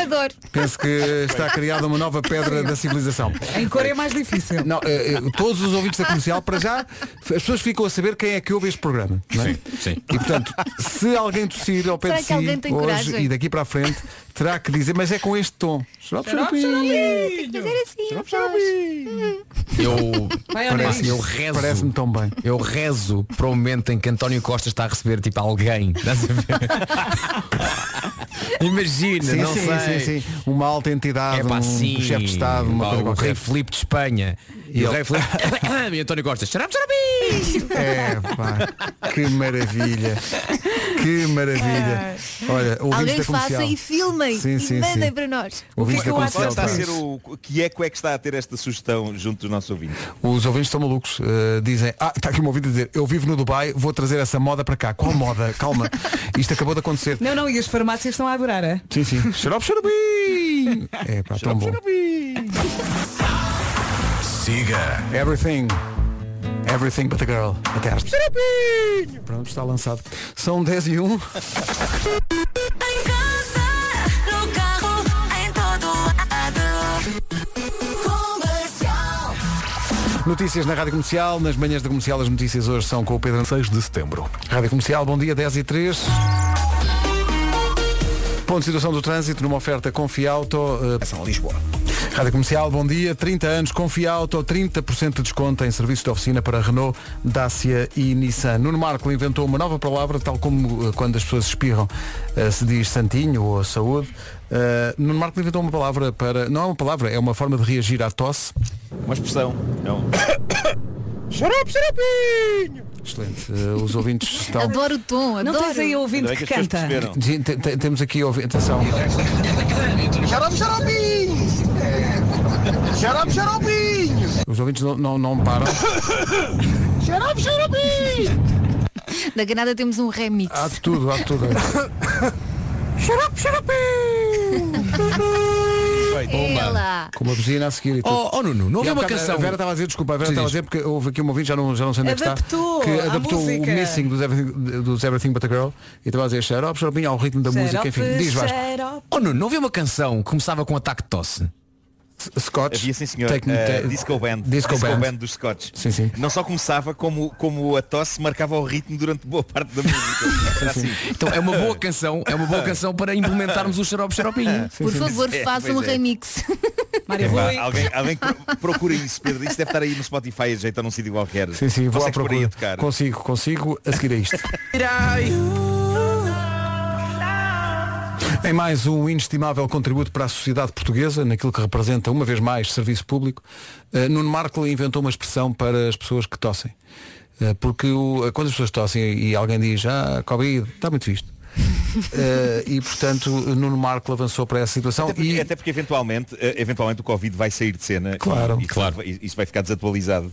E: Adoro.
B: Penso que está criada uma nova pedra da civilização.
D: Em cor é mais difícil.
B: Não, eh, eh, todos os ouvintes da comercial, para já, as pessoas ficam a saber quem é que ouve este programa. Não é?
F: Sim.
B: E portanto, se alguém tossir ao pé
E: Será
B: de
E: que
B: si
E: alguém tem
B: hoje
E: coragem?
B: e daqui para a frente, terá que dizer, mas é com este tom. Xarope,
E: Xarope,
B: xaropinho.
E: xaropinho. Tem que fazer assim, rapaz.
F: Eu,
E: Vai ao
F: parece,
E: nariz.
F: eu rezo.
B: Parece-me tão bem.
F: Eu rezo para o momento em que António Costa está a receber tipo alguém. Estás a ver? Imagina,
B: Sim,
F: não
B: sim,
F: sei.
B: sim, sim. Uma alta entidade,
F: É pá,
B: um
F: sim.
B: chefe de Estado, uma
F: Pá,
B: coisa
F: o rei
B: qualquer.
F: Filipe de Espanha. E, o
B: ele-
F: rei Filipe... e António Costa. Xarope, xarope.
B: É, pá, que maravilha. Que
D: É.
B: maravilha. Olha, ouvintes
E: Alguém
B: da comercial.
E: faça e filmem
B: Sim, sim,
E: e mandem
B: sim.
E: para nós.
B: Ouvintes
D: é
B: da comercial.
N: está a
B: pá.
N: ser o que eco é que está a ter esta sugestão junto dos nossos ouvintes?
B: Os ouvintes estão malucos. Eh, dizem, ah, está aqui um ouvinte a dizer, eu vivo no Dubai, vou trazer essa moda para cá. Qual moda? Calma. Isto acabou de acontecer.
D: Não, não, e as farmácias estão a adorar, é?
B: Sim, sim. Xarope, xarobim. É pá, tão bom.
I: Siga.
B: Everything. Everything but a girl. Até às... Pronto, está lançado. São 10 e 1.
R: Em casa, no carro, em todo
E: é
R: lado. Comercial.
B: Notícias na Rádio Comercial. Nas manhãs da Comercial as notícias hoje são com o Pedro 6 de Setembro. Rádio Comercial, bom dia, 10 e 3. Ponto de situação do trânsito numa oferta Confiauto. Uh...
G: a Lisboa.
B: Rádio Comercial, bom dia. 30 anos, Confiauto, 30% de desconto em serviços de oficina para Renault, Dacia e Nissan. Nuno Marco inventou uma nova palavra, tal como uh, quando as pessoas espirram uh, se diz santinho ou saúde. Uh, Nuno Marco inventou uma palavra para... Não é uma palavra, é uma forma de reagir à tosse.
N: Uma expressão. é um- Não.
B: Xarope, xaropinho! Excelente. Eh, os ouvintes
F: Então.
B: estão.
E: Adoro o tom,
D: Não
E: adoro.
D: tens
B: um
D: aí um ouvinte que canta.
B: Gente, te- te- Temos aqui ouvinte. Atenção.
I: Xarope, xaropinho. Xarope, xaropinho.
B: Os ouvintes não, não, não param.
I: Xarope, xaropinho.
E: Da Granada temos um remix.
B: Há de tudo, há de tudo.
E: Xarope, Ela.
B: Com uma buzina a seguir e tudo.
F: Oh, oh, Nuno, não
B: E
F: havia
B: há
F: uma
B: bocado
F: canção?
B: A Vera estava a dizer, desculpa, a Vera
F: Tu
B: estava a
F: dizes.
B: dizer porque houve aqui um ouvinte, já não, já não sei onde é que está.
D: Adaptou
B: Que
D: à
B: adaptou o
D: música.
B: missing dos Everything, dos Everything But a Girl e estava a dizer xarope, xaropinho ao ritmo da música. Enfim, diz Vasco.
F: Oh Nuno, não havia uma canção que começava com ataque de tosse?
B: Scotch.
N: Havia sim senhor.
B: Take me-
N: Eh,
B: take-
N: disco Band.
B: Disco Band.
N: dos Scots.
B: Sim, sim.
N: Não só começava, como, como a tosse marcava o ritmo durante boa parte da música. Era assim.
F: Então é uma boa canção, é uma boa canção para implementarmos o xarope xaropinho.
E: Por favor, façam um
N: pois é.
E: remix.
D: Mário
N: Epá,
D: Rui.
N: alguém, alguém pro- procura isso, Pedro. Isso deve estar aí no Spotify ajeitando um sítio qualquer.
B: Sim, sim, vou à
N: Consegues pôr aí
B: procura.
N: a tocar.
B: Consigo, consigo, a seguir a isto. Em mais um inestimável contributo para a sociedade portuguesa, naquilo que representa, uma vez mais, serviço público, eh, Nuno Marco inventou uma expressão para as pessoas que tossem. Eh, Porque o- quando as pessoas tossem e alguém diz, ah, Covid, está muito visto. Eh, e portanto Nuno Marco avançou para essa situação
N: Até porque, até porque eventualmente, eh, eventualmente o Covid vai sair de cena.
B: Claro.
N: E, claro. Isso vai ficar desatualizado.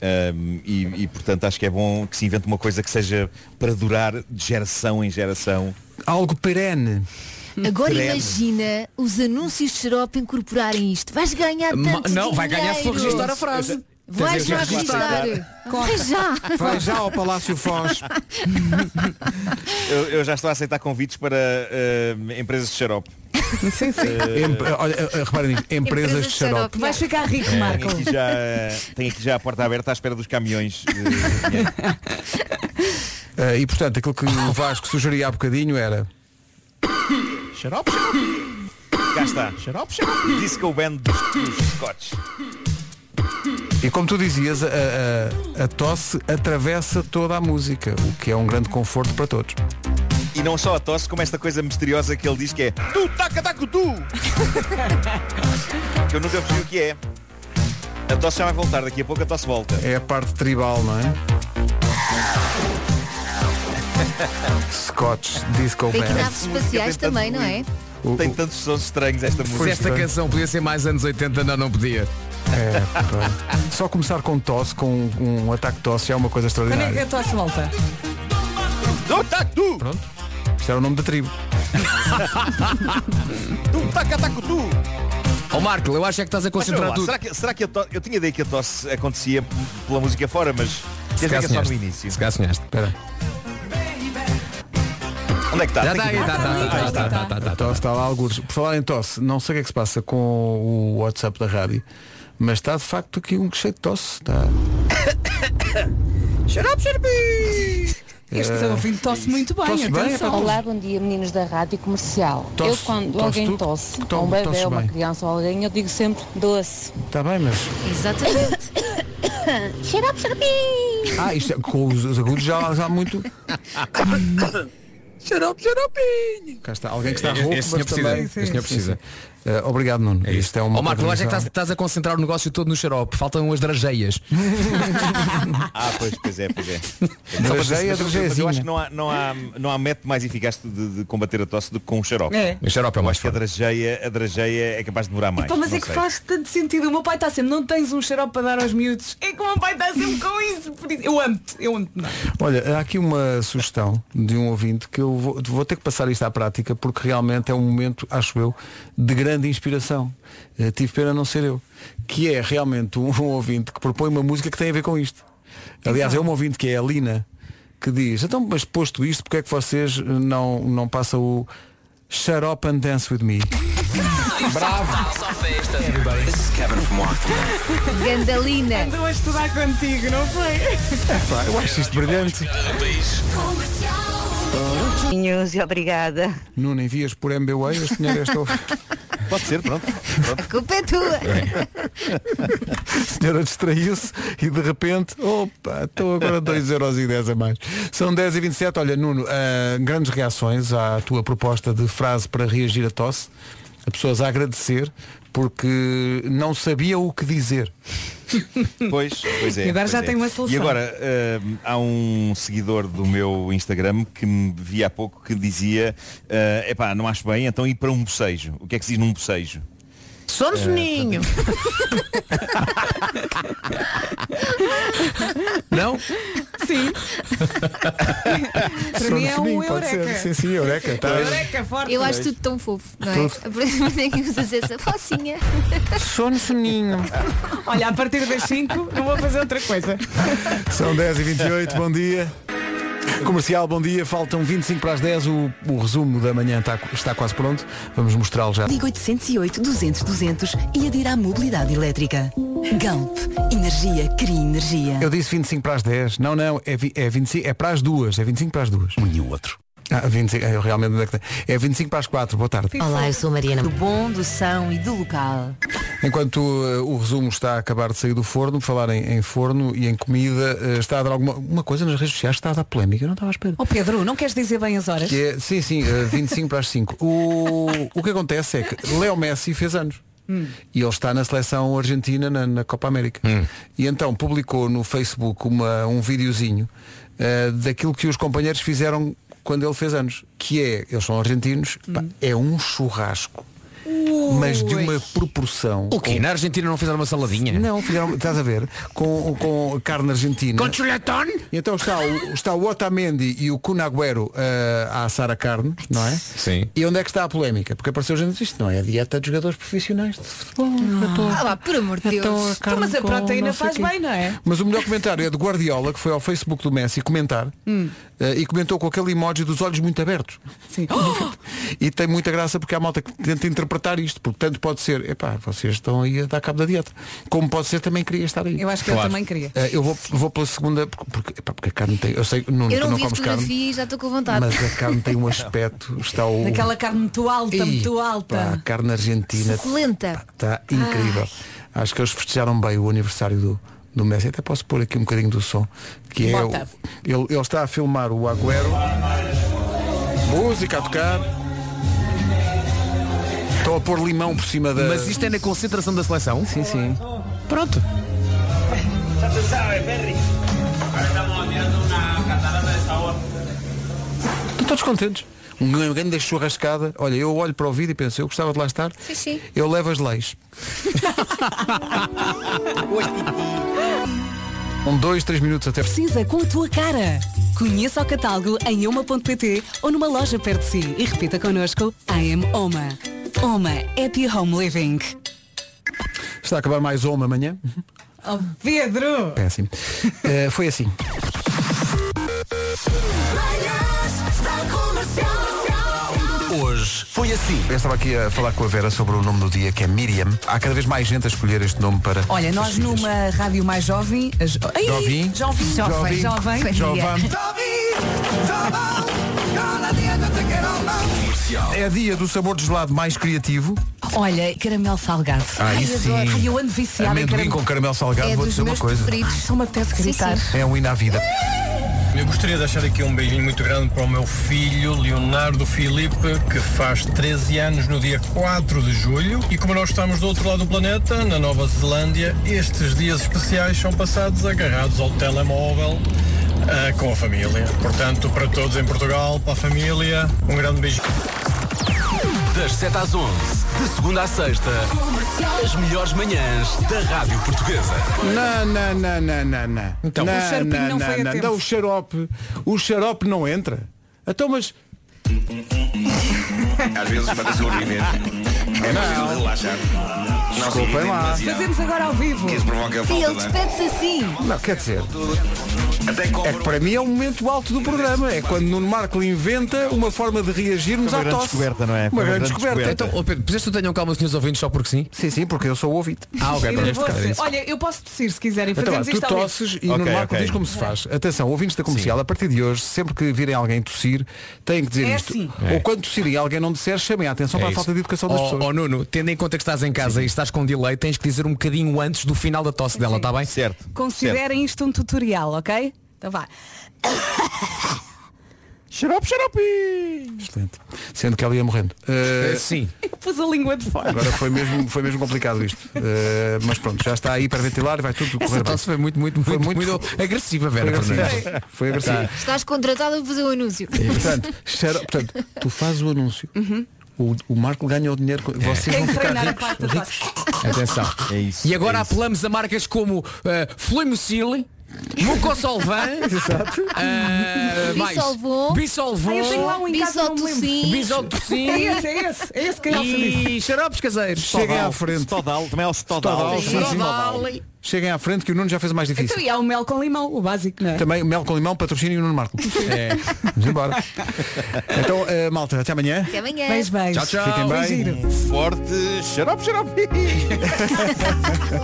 N: Ahm, e, e, portanto acho que é bom que se invente uma coisa que seja para durar de geração em geração.
B: algo perene
E: Agora
N: Credo.
E: imagina os anúncios de xarope incorporarem isto. Vais ganhar tanto
F: Ma- não, vai ganhar se for
E: dinheiro.
F: registrar a frase.
E: Vais
F: Tens de
E: registrar.
F: registrar.
E: Vai já.
B: Vai já ao Palácio Foz.
N: Eu, eu já estou a aceitar convites para ahm, empresas de xarope.
D: Sim, sim.
B: Em- olha, eh, reparem nisto, empresas, de xarope.
D: Vais ficar rico,
N: Eh,
D: Marco.
N: Tenho aqui, já, tenho aqui já a porta aberta à espera dos caminhões. eh, de dinheiro.
B: Eh, e portanto aquilo que o Vasco sugeria há bocadinho era
N: Xarope, Cá está. Xarope, xarope. Disco Band dos, dos Scots.
B: E como tu dizias, a, a- a tosse atravessa toda a música, o que é um grande conforto para todos.
N: E não só a tosse, como esta coisa misteriosa que ele diz que é Tu taca taco tu! que eu nunca percebi o que é. A tosse já vai voltar, daqui a pouco a tosse volta.
B: É a parte tribal, não é? Scotch Disco
E: Tem É que
B: Band.
E: naves espaciais também, não é?
N: Tem tantos sons estranhos esta música.
F: Se esta canção podia ser mais anos 80, não, não podia.
B: É, pá. Só começar com tosse, com um, um ataque de tosse, já é uma coisa
D: Quando é que
B: extraordinária.
D: a tosse volta?
N: Tu taco tu!
B: Pronto. Isto era o nome da tribo.
N: Tu taca taco tu!
F: Ó Marco, eu acho é que estás a
N: Mas, espera
F: concentrar
N: lá,
F: tudo.
N: será, que, será que a tosse... Eu tinha ideia que a tosse acontecia p- pela música fora, mas... Quer dizer
F: calhar
N: que é só no
F: sonhaste.
N: início.
F: Se calhar sonhaste. Espera.
N: Onde é que está?
F: Já
N: Tem
F: está
N: que-
F: aí, está, está, está, está, está, está,
B: A
F: está.
B: tosse está lá alguns. Por falar em tosse, não sei o que é que se passa com o WhatsApp da rádio, mas está de facto aqui um cheio de tosse. Está.
S: Xarope,
D: Este é
B: Eh,
D: ouvinte
N: É
D: tosse muito bem,
B: tosse bem,
N: Então,
D: atenção.
B: é para tosse.
T: Olá, bom dia meninos da rádio comercial.
B: Tosse-
T: eu quando
B: tosse
T: alguém
B: tu?
T: tosse,
B: Que to-
T: ou um bebê,
B: tosses
T: ou uma
B: bem.
T: criança ou alguém, eu digo sempre doce.
B: Está bem, mas.
E: Exatamente.
T: Xarope, xarope!
B: Ah, isto é- com os, os agudos já, já há muito.
K: Xarope, xaropinho!
B: Cá está, alguém que está
F: Este
B: rouco, mas
F: senhor precisa,
B: também.
F: este senhor precisa.
B: sim. Eh, obrigado, Nuno. Isto é uma.
F: Ó Marco, eu acho é que
B: contribuição.
F: estás, estás a concentrar o negócio todo no xarope. Faltam as drageias.
N: Ah, pois, pois é, pois é.
F: Mas
N: Só para dizer-
F: aí é
N: mas- mas
F: dragezinha.
N: eu acho que não há, não, há, não há método mais eficaz de, de combater a tosse do que com o xarope.
D: É.
F: O xarope é mais
N: que a drageia, a drageia é capaz de demorar mais.
D: Pá, mas
N: não
D: é que
N: sei.
D: faz tanto sentido. O meu pai está sempre, não tens um xarope para dar aos miúdos. É que o meu pai está sempre com isso. por isso- Eu amo-te, eu amo-te. Não. é?
B: Olha, há aqui uma sugestão de um ouvinte que eu vou, vou ter que passar isto à prática porque realmente é um momento, acho eu, de grande inspiração. Eh, tive pena não ser eu. Que é realmente um, um ouvinte que propõe uma música que tem a ver com isto. Aliás, é um ouvinte que é a Lina, que diz, então, mas posto isto, porque é que vocês eh, não, não passam o Shut Up and Dance With Me?
F: Bravo!
K: Só festa! This is Kevin from
E: Gandalina.
D: Andou a estudar contigo, não foi?
B: Pá, eu acho isto brilhante.
U: Beijinhos e obrigada.
B: Nuno, envias por MBWay este dinheiro é este ouvinte.
N: Pode ser, pronto.
E: A culpa é tua.
B: A senhora distraiu-se e de repente, opa, estou agora 2,10€ a mais. São 10h27, olha Nuno, ah, grandes reações à tua proposta de frase para reagir à tosse. A pessoas a agradecer porque não sabiam o que dizer.
N: Pois, pois é.
D: E agora
N: pois
D: já
N: é.
D: tem uma solução.
N: E agora, hum, há um seguidor do meu Instagram que me via há pouco que dizia, eh, epá, não acho bem, então ir para um bocejo. O que é que se diz num bocejo?
F: Só
K: É,
N: no soninho.
F: Não?
D: Sim. Para mim é um eureka.
B: Sim, sim, eureka. Tá.
D: forte.
E: Eu acho tudo tão fofo, não é?
B: Tudo.
E: A partir do momento em que usas essa focinha.
B: Sono soninho.
D: Olha, a partir das 5 não vou fazer outra coisa.
B: São 10h28, bom dia. Comercial, bom dia. Faltam 25 para as 10. O, o resumo da manhã está, está quase pronto. Vamos mostrá-lo já.
V: Ligue 808 200 200 e adira à mobilidade elétrica. Galp. Energia cria energia.
B: Eu disse 25 para as 10. Não, não, é, vi- é 25, é para as duas. É 25 para as duas. Um e o outro. Ah, 25, eu realmente onde é que tem? É 25 para as 4, boa tarde.
C: Olá, eu sou a Mariana. Do bom, do são e do local.
B: Enquanto eh, o resumo está a acabar de sair do forno, por falar em, em forno e em comida, eh, está a dar alguma uma coisa nas redes sociais, está a dar polémica, eu não estava à espera.
D: Oh Pedro, não queres dizer bem as horas?
B: Que é, sim, sim, eh, 25 para as 5. O, o que acontece é que Léo Messi fez anos.
D: Hum.
B: E ele está na seleção argentina na, na Copa América.
F: Hum.
B: E então publicou no Facebook uma, um videozinho eh, daquilo que os companheiros fizeram quando ele fez anos. Que é, eles são argentinos, pá, é um churrasco. Mas de uma proporção.
F: O quê? Na Argentina não fizeram uma saladinha?
B: Não, fizeram, estás a ver, com, com carne argentina.
F: Com chuletón?
B: E Então está o, está o Otamendi e o Cunagüero eh, a assar a carne, não é?
F: Sim.
B: E onde é que está a polémica? Porque apareceu gente que isto não é a dieta de jogadores profissionais de futebol.
E: Ah lá, por amor de
B: Eu tô a
E: Deus.
B: carne
D: Mas a
B: com
D: proteína
B: não sei
D: faz
B: quê.
D: bem, não é?
B: Mas o melhor comentário é de Guardiola, que foi ao Facebook do Messi comentar
D: Hum.
B: eh, e comentou com aquele emoji dos olhos muito abertos.
D: Sim.
B: E tem muita graça porque há malta que tenta interpretar isto. Portanto, pode ser, epá, vocês estão aí a dar cabo da dieta. Como pode ser, também queria estar aí.
D: Eu acho que eu Claro. também queria.
B: Eh, eu vou, vou pela segunda, porque, porque, epá, porque a carne tem. Eu sei, Nuno,
E: eu
B: tu
E: não
B: não
E: vi a
B: comes carne.
E: fotografia e já estou com vontade.
B: Mas a carne tem um aspecto. Está o.
D: tá. Daquela carne muito alta,
B: Ih,
D: muito
B: pá, a
D: alta.
B: carne argentina
E: Suculenta.
B: Está Tá incrível. Acho que eles festejaram bem o aniversário do, do Messi. Até posso pôr aqui um bocadinho do som. Que é o,
D: Bota.
B: ele, ele está a filmar o Agüero. Música a tocar. Estão a pôr limão por cima da.
F: Mas isto é na concentração da seleção?
B: Sim, sim.
F: Pronto.
I: Ya te sabes, Perry. Ahora estamos haciendo una catarata de sabor.
B: Estão todos contentes. Um grande churrascada. Olha, eu olho para o vídeo e penso, eu gostava de lá estar.
I: Sim, sim.
B: Eu levo as leis.
I: Ah,
B: Um, dois, três minutos até.
D: Precisa com a tua cara. Conheça o catálogo em oma.pt ou numa loja perto de si e repita connosco I am Oma. Oma Happy Home Living.
B: Está a acabar mais uma amanhã.
D: Oh, Pedro!
B: Péssimo. Eh, foi assim. Hoje foi assim. Eu estava aqui a falar com a Vera sobre o nome do dia, que é Miriam. Há cada vez mais gente a escolher este nome para.
D: Olha, nós numa rádio mais jovem. a jo- Ai,
B: Jovem.
D: Jovem. Jovem. Jovem.
B: Jovem. É dia do sabor de gelado mais criativo.
D: Olha, caramelo salgado.
B: Ah,
D: Ai,
B: isso
D: adoro.
B: sim.
D: Ai, eu ando viciada em
B: Amendoim
D: caramelo.
B: com caramelo salgado,
D: É
B: vou
D: dos
B: dizer uma
D: meus
B: coisa.
D: preferidos. Só me apetece gritar.
B: É um hino à vida.
H: Eu gostaria de deixar aqui um beijinho muito grande para o meu filho Leonardo Filipe, que faz 13 anos no dia 4 de julho. E como nós estamos do outro lado do planeta, na Nova Zelândia, estes dias especiais são passados agarrados ao telemóvel ah, com a família. Portanto, para todos em Portugal, para a família, um grande beijinho.
W: Das 7 às 11, de segunda à sexta, as melhores manhãs da Rádio Portuguesa.
B: Não, não, não, não, não, não.
W: Então,
B: não,
W: o xaropinho não foi a tempo.
B: Não, o xarope, o xarope não entra. Então, mas
I: Às vezes para sobreviver. É preciso relaxar. Não se
F: é
I: irritem demasiado,
D: Fazemos agora ao vivo.
I: que isso provoca
D: E
I: falta
D: ele
I: de ar.
D: despede-se assim.
B: Não, quer dizer. É que para mim é o momento alto do programa. É quando Nuno Marco inventa uma forma de reagirmos
F: Foi uma
B: à
F: grande
B: tosse.
F: descoberta, não é? Foi
B: Uma, grande, descoberta.
F: Então, oh Pedro, puseste o tenham calma, senhores ouvintes, só porque sim?
B: Sim, sim, porque eu sou o ouvinte.
F: Ah, ok, pronto.
D: Nervoso.
F: Era isso.
D: Olha, eu posso tossir se quiserem.
B: é Então,
D: Fazemos
B: vá, tu
D: isto ao vivo.
B: tosses e Nuno Marco diz como se faz. Atenção, ouvintes da comercial, a partir de hoje, sempre que virem alguém tossir, têm que dizer
F: É
B: isto.
F: assim.
B: Ou
F: É.
B: quando tossirem e alguém não disser, chamem a atenção
F: É
B: para a
F: isso.
B: falta de educação das
F: Oh,
B: pessoas.
F: oh, Nuno, tendo em conta que estás em casa e estás com delay, tens que dizer um bocadinho antes do final da tosse dela, está bem? Certo.
D: Considerem isto um tutorial, ok? Então vá.
B: Xarope, xarope! Excelente. Sendo que ela ia morrendo. Eh,
F: sim.
D: Pus a língua de fora.
B: Agora foi mesmo, foi mesmo complicado isto. Eh, mas pronto, já está aí para ventilar e vai tudo correr
F: Essa
B: bem.
F: tosse foi muito, muito,
B: Foi
F: muito,
B: muito-
F: muito, agressiva, Vera
B: Foi agressiva.
F: Fernandes.
B: Foi assim. agressiva.
E: Estás contratada para fazer o anúncio.
B: E, portanto, xaro- portanto, tu fazes o anúncio.
E: Uhum.
B: O, o Marco ganha o dinheiro. com-
D: É.
B: Vocês vão ficar ricos.
F: Atenção.
B: É
F: e agora apelamos a marcas como uh, Fluimocil, Mucosolvan, ah, mais
E: Bisolvon.
F: Bisolvon,
D: Ah, eu tenho lá um em casa, não me lembro.
E: Bisotocin.
F: Bisotocin.
D: É esse, é esse. É esse que eu
F: e xaropes caseiros.
B: Cheguem à frente.
N: Stodal, também é o
B: Stodal,
D: Sim.
B: sim, sim.
D: Stodal.
B: Cheguem à frente que o Nuno já fez o mais difícil.
D: Então, e há o mel com limão, o básico, não é?
B: Também mel com limão, patrocínio e Nuno Marco.
D: É.
B: Vamos embora. Então, eh, malta, até amanhã.
D: Até amanhã. Beijo, beijo.
B: Tchau, tchau. Fiquem bem.
N: Forte xarope, xarope.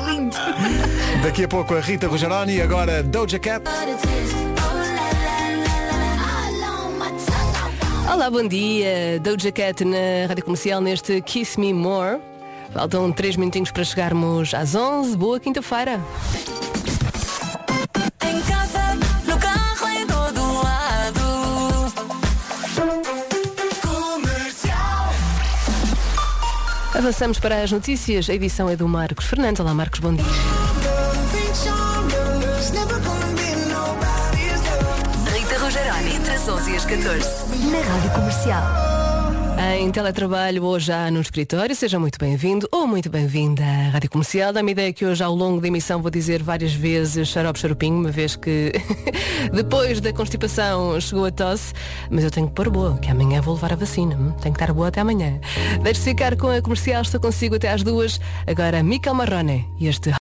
E: Lindo.
B: Daqui a pouco a Rita Rogeroni e agora Doja Cat.
L: Olá, bom dia. Doja Cat na Rádio Comercial neste Kiss Me More. Faltam 3 minutinhos para chegarmos às 11. Boa quinta-feira.
M: Em casa, no carro, em todo lado. Comercial.
L: Avançamos para as notícias. A edição é do Marcos Fernandes. Olá, Marcos, bom dia.
M: Rita Rogeroni, entre as 11 e as 14.
L: Na Rádio Comercial. Em teletrabalho ou já no escritório, seja muito bem-vindo ou muito bem-vinda à Rádio Comercial. Dá-me ideia que hoje, ao longo da emissão, vou dizer várias vezes xarope xaropinho, uma vez que depois da constipação chegou a tosse. Mas eu tenho que pôr boa, que amanhã vou levar a vacina. hum? Tenho que estar boa até amanhã. Deixe-se ficar com a comercial, estou consigo até às duas. Agora, Mica Marrone e este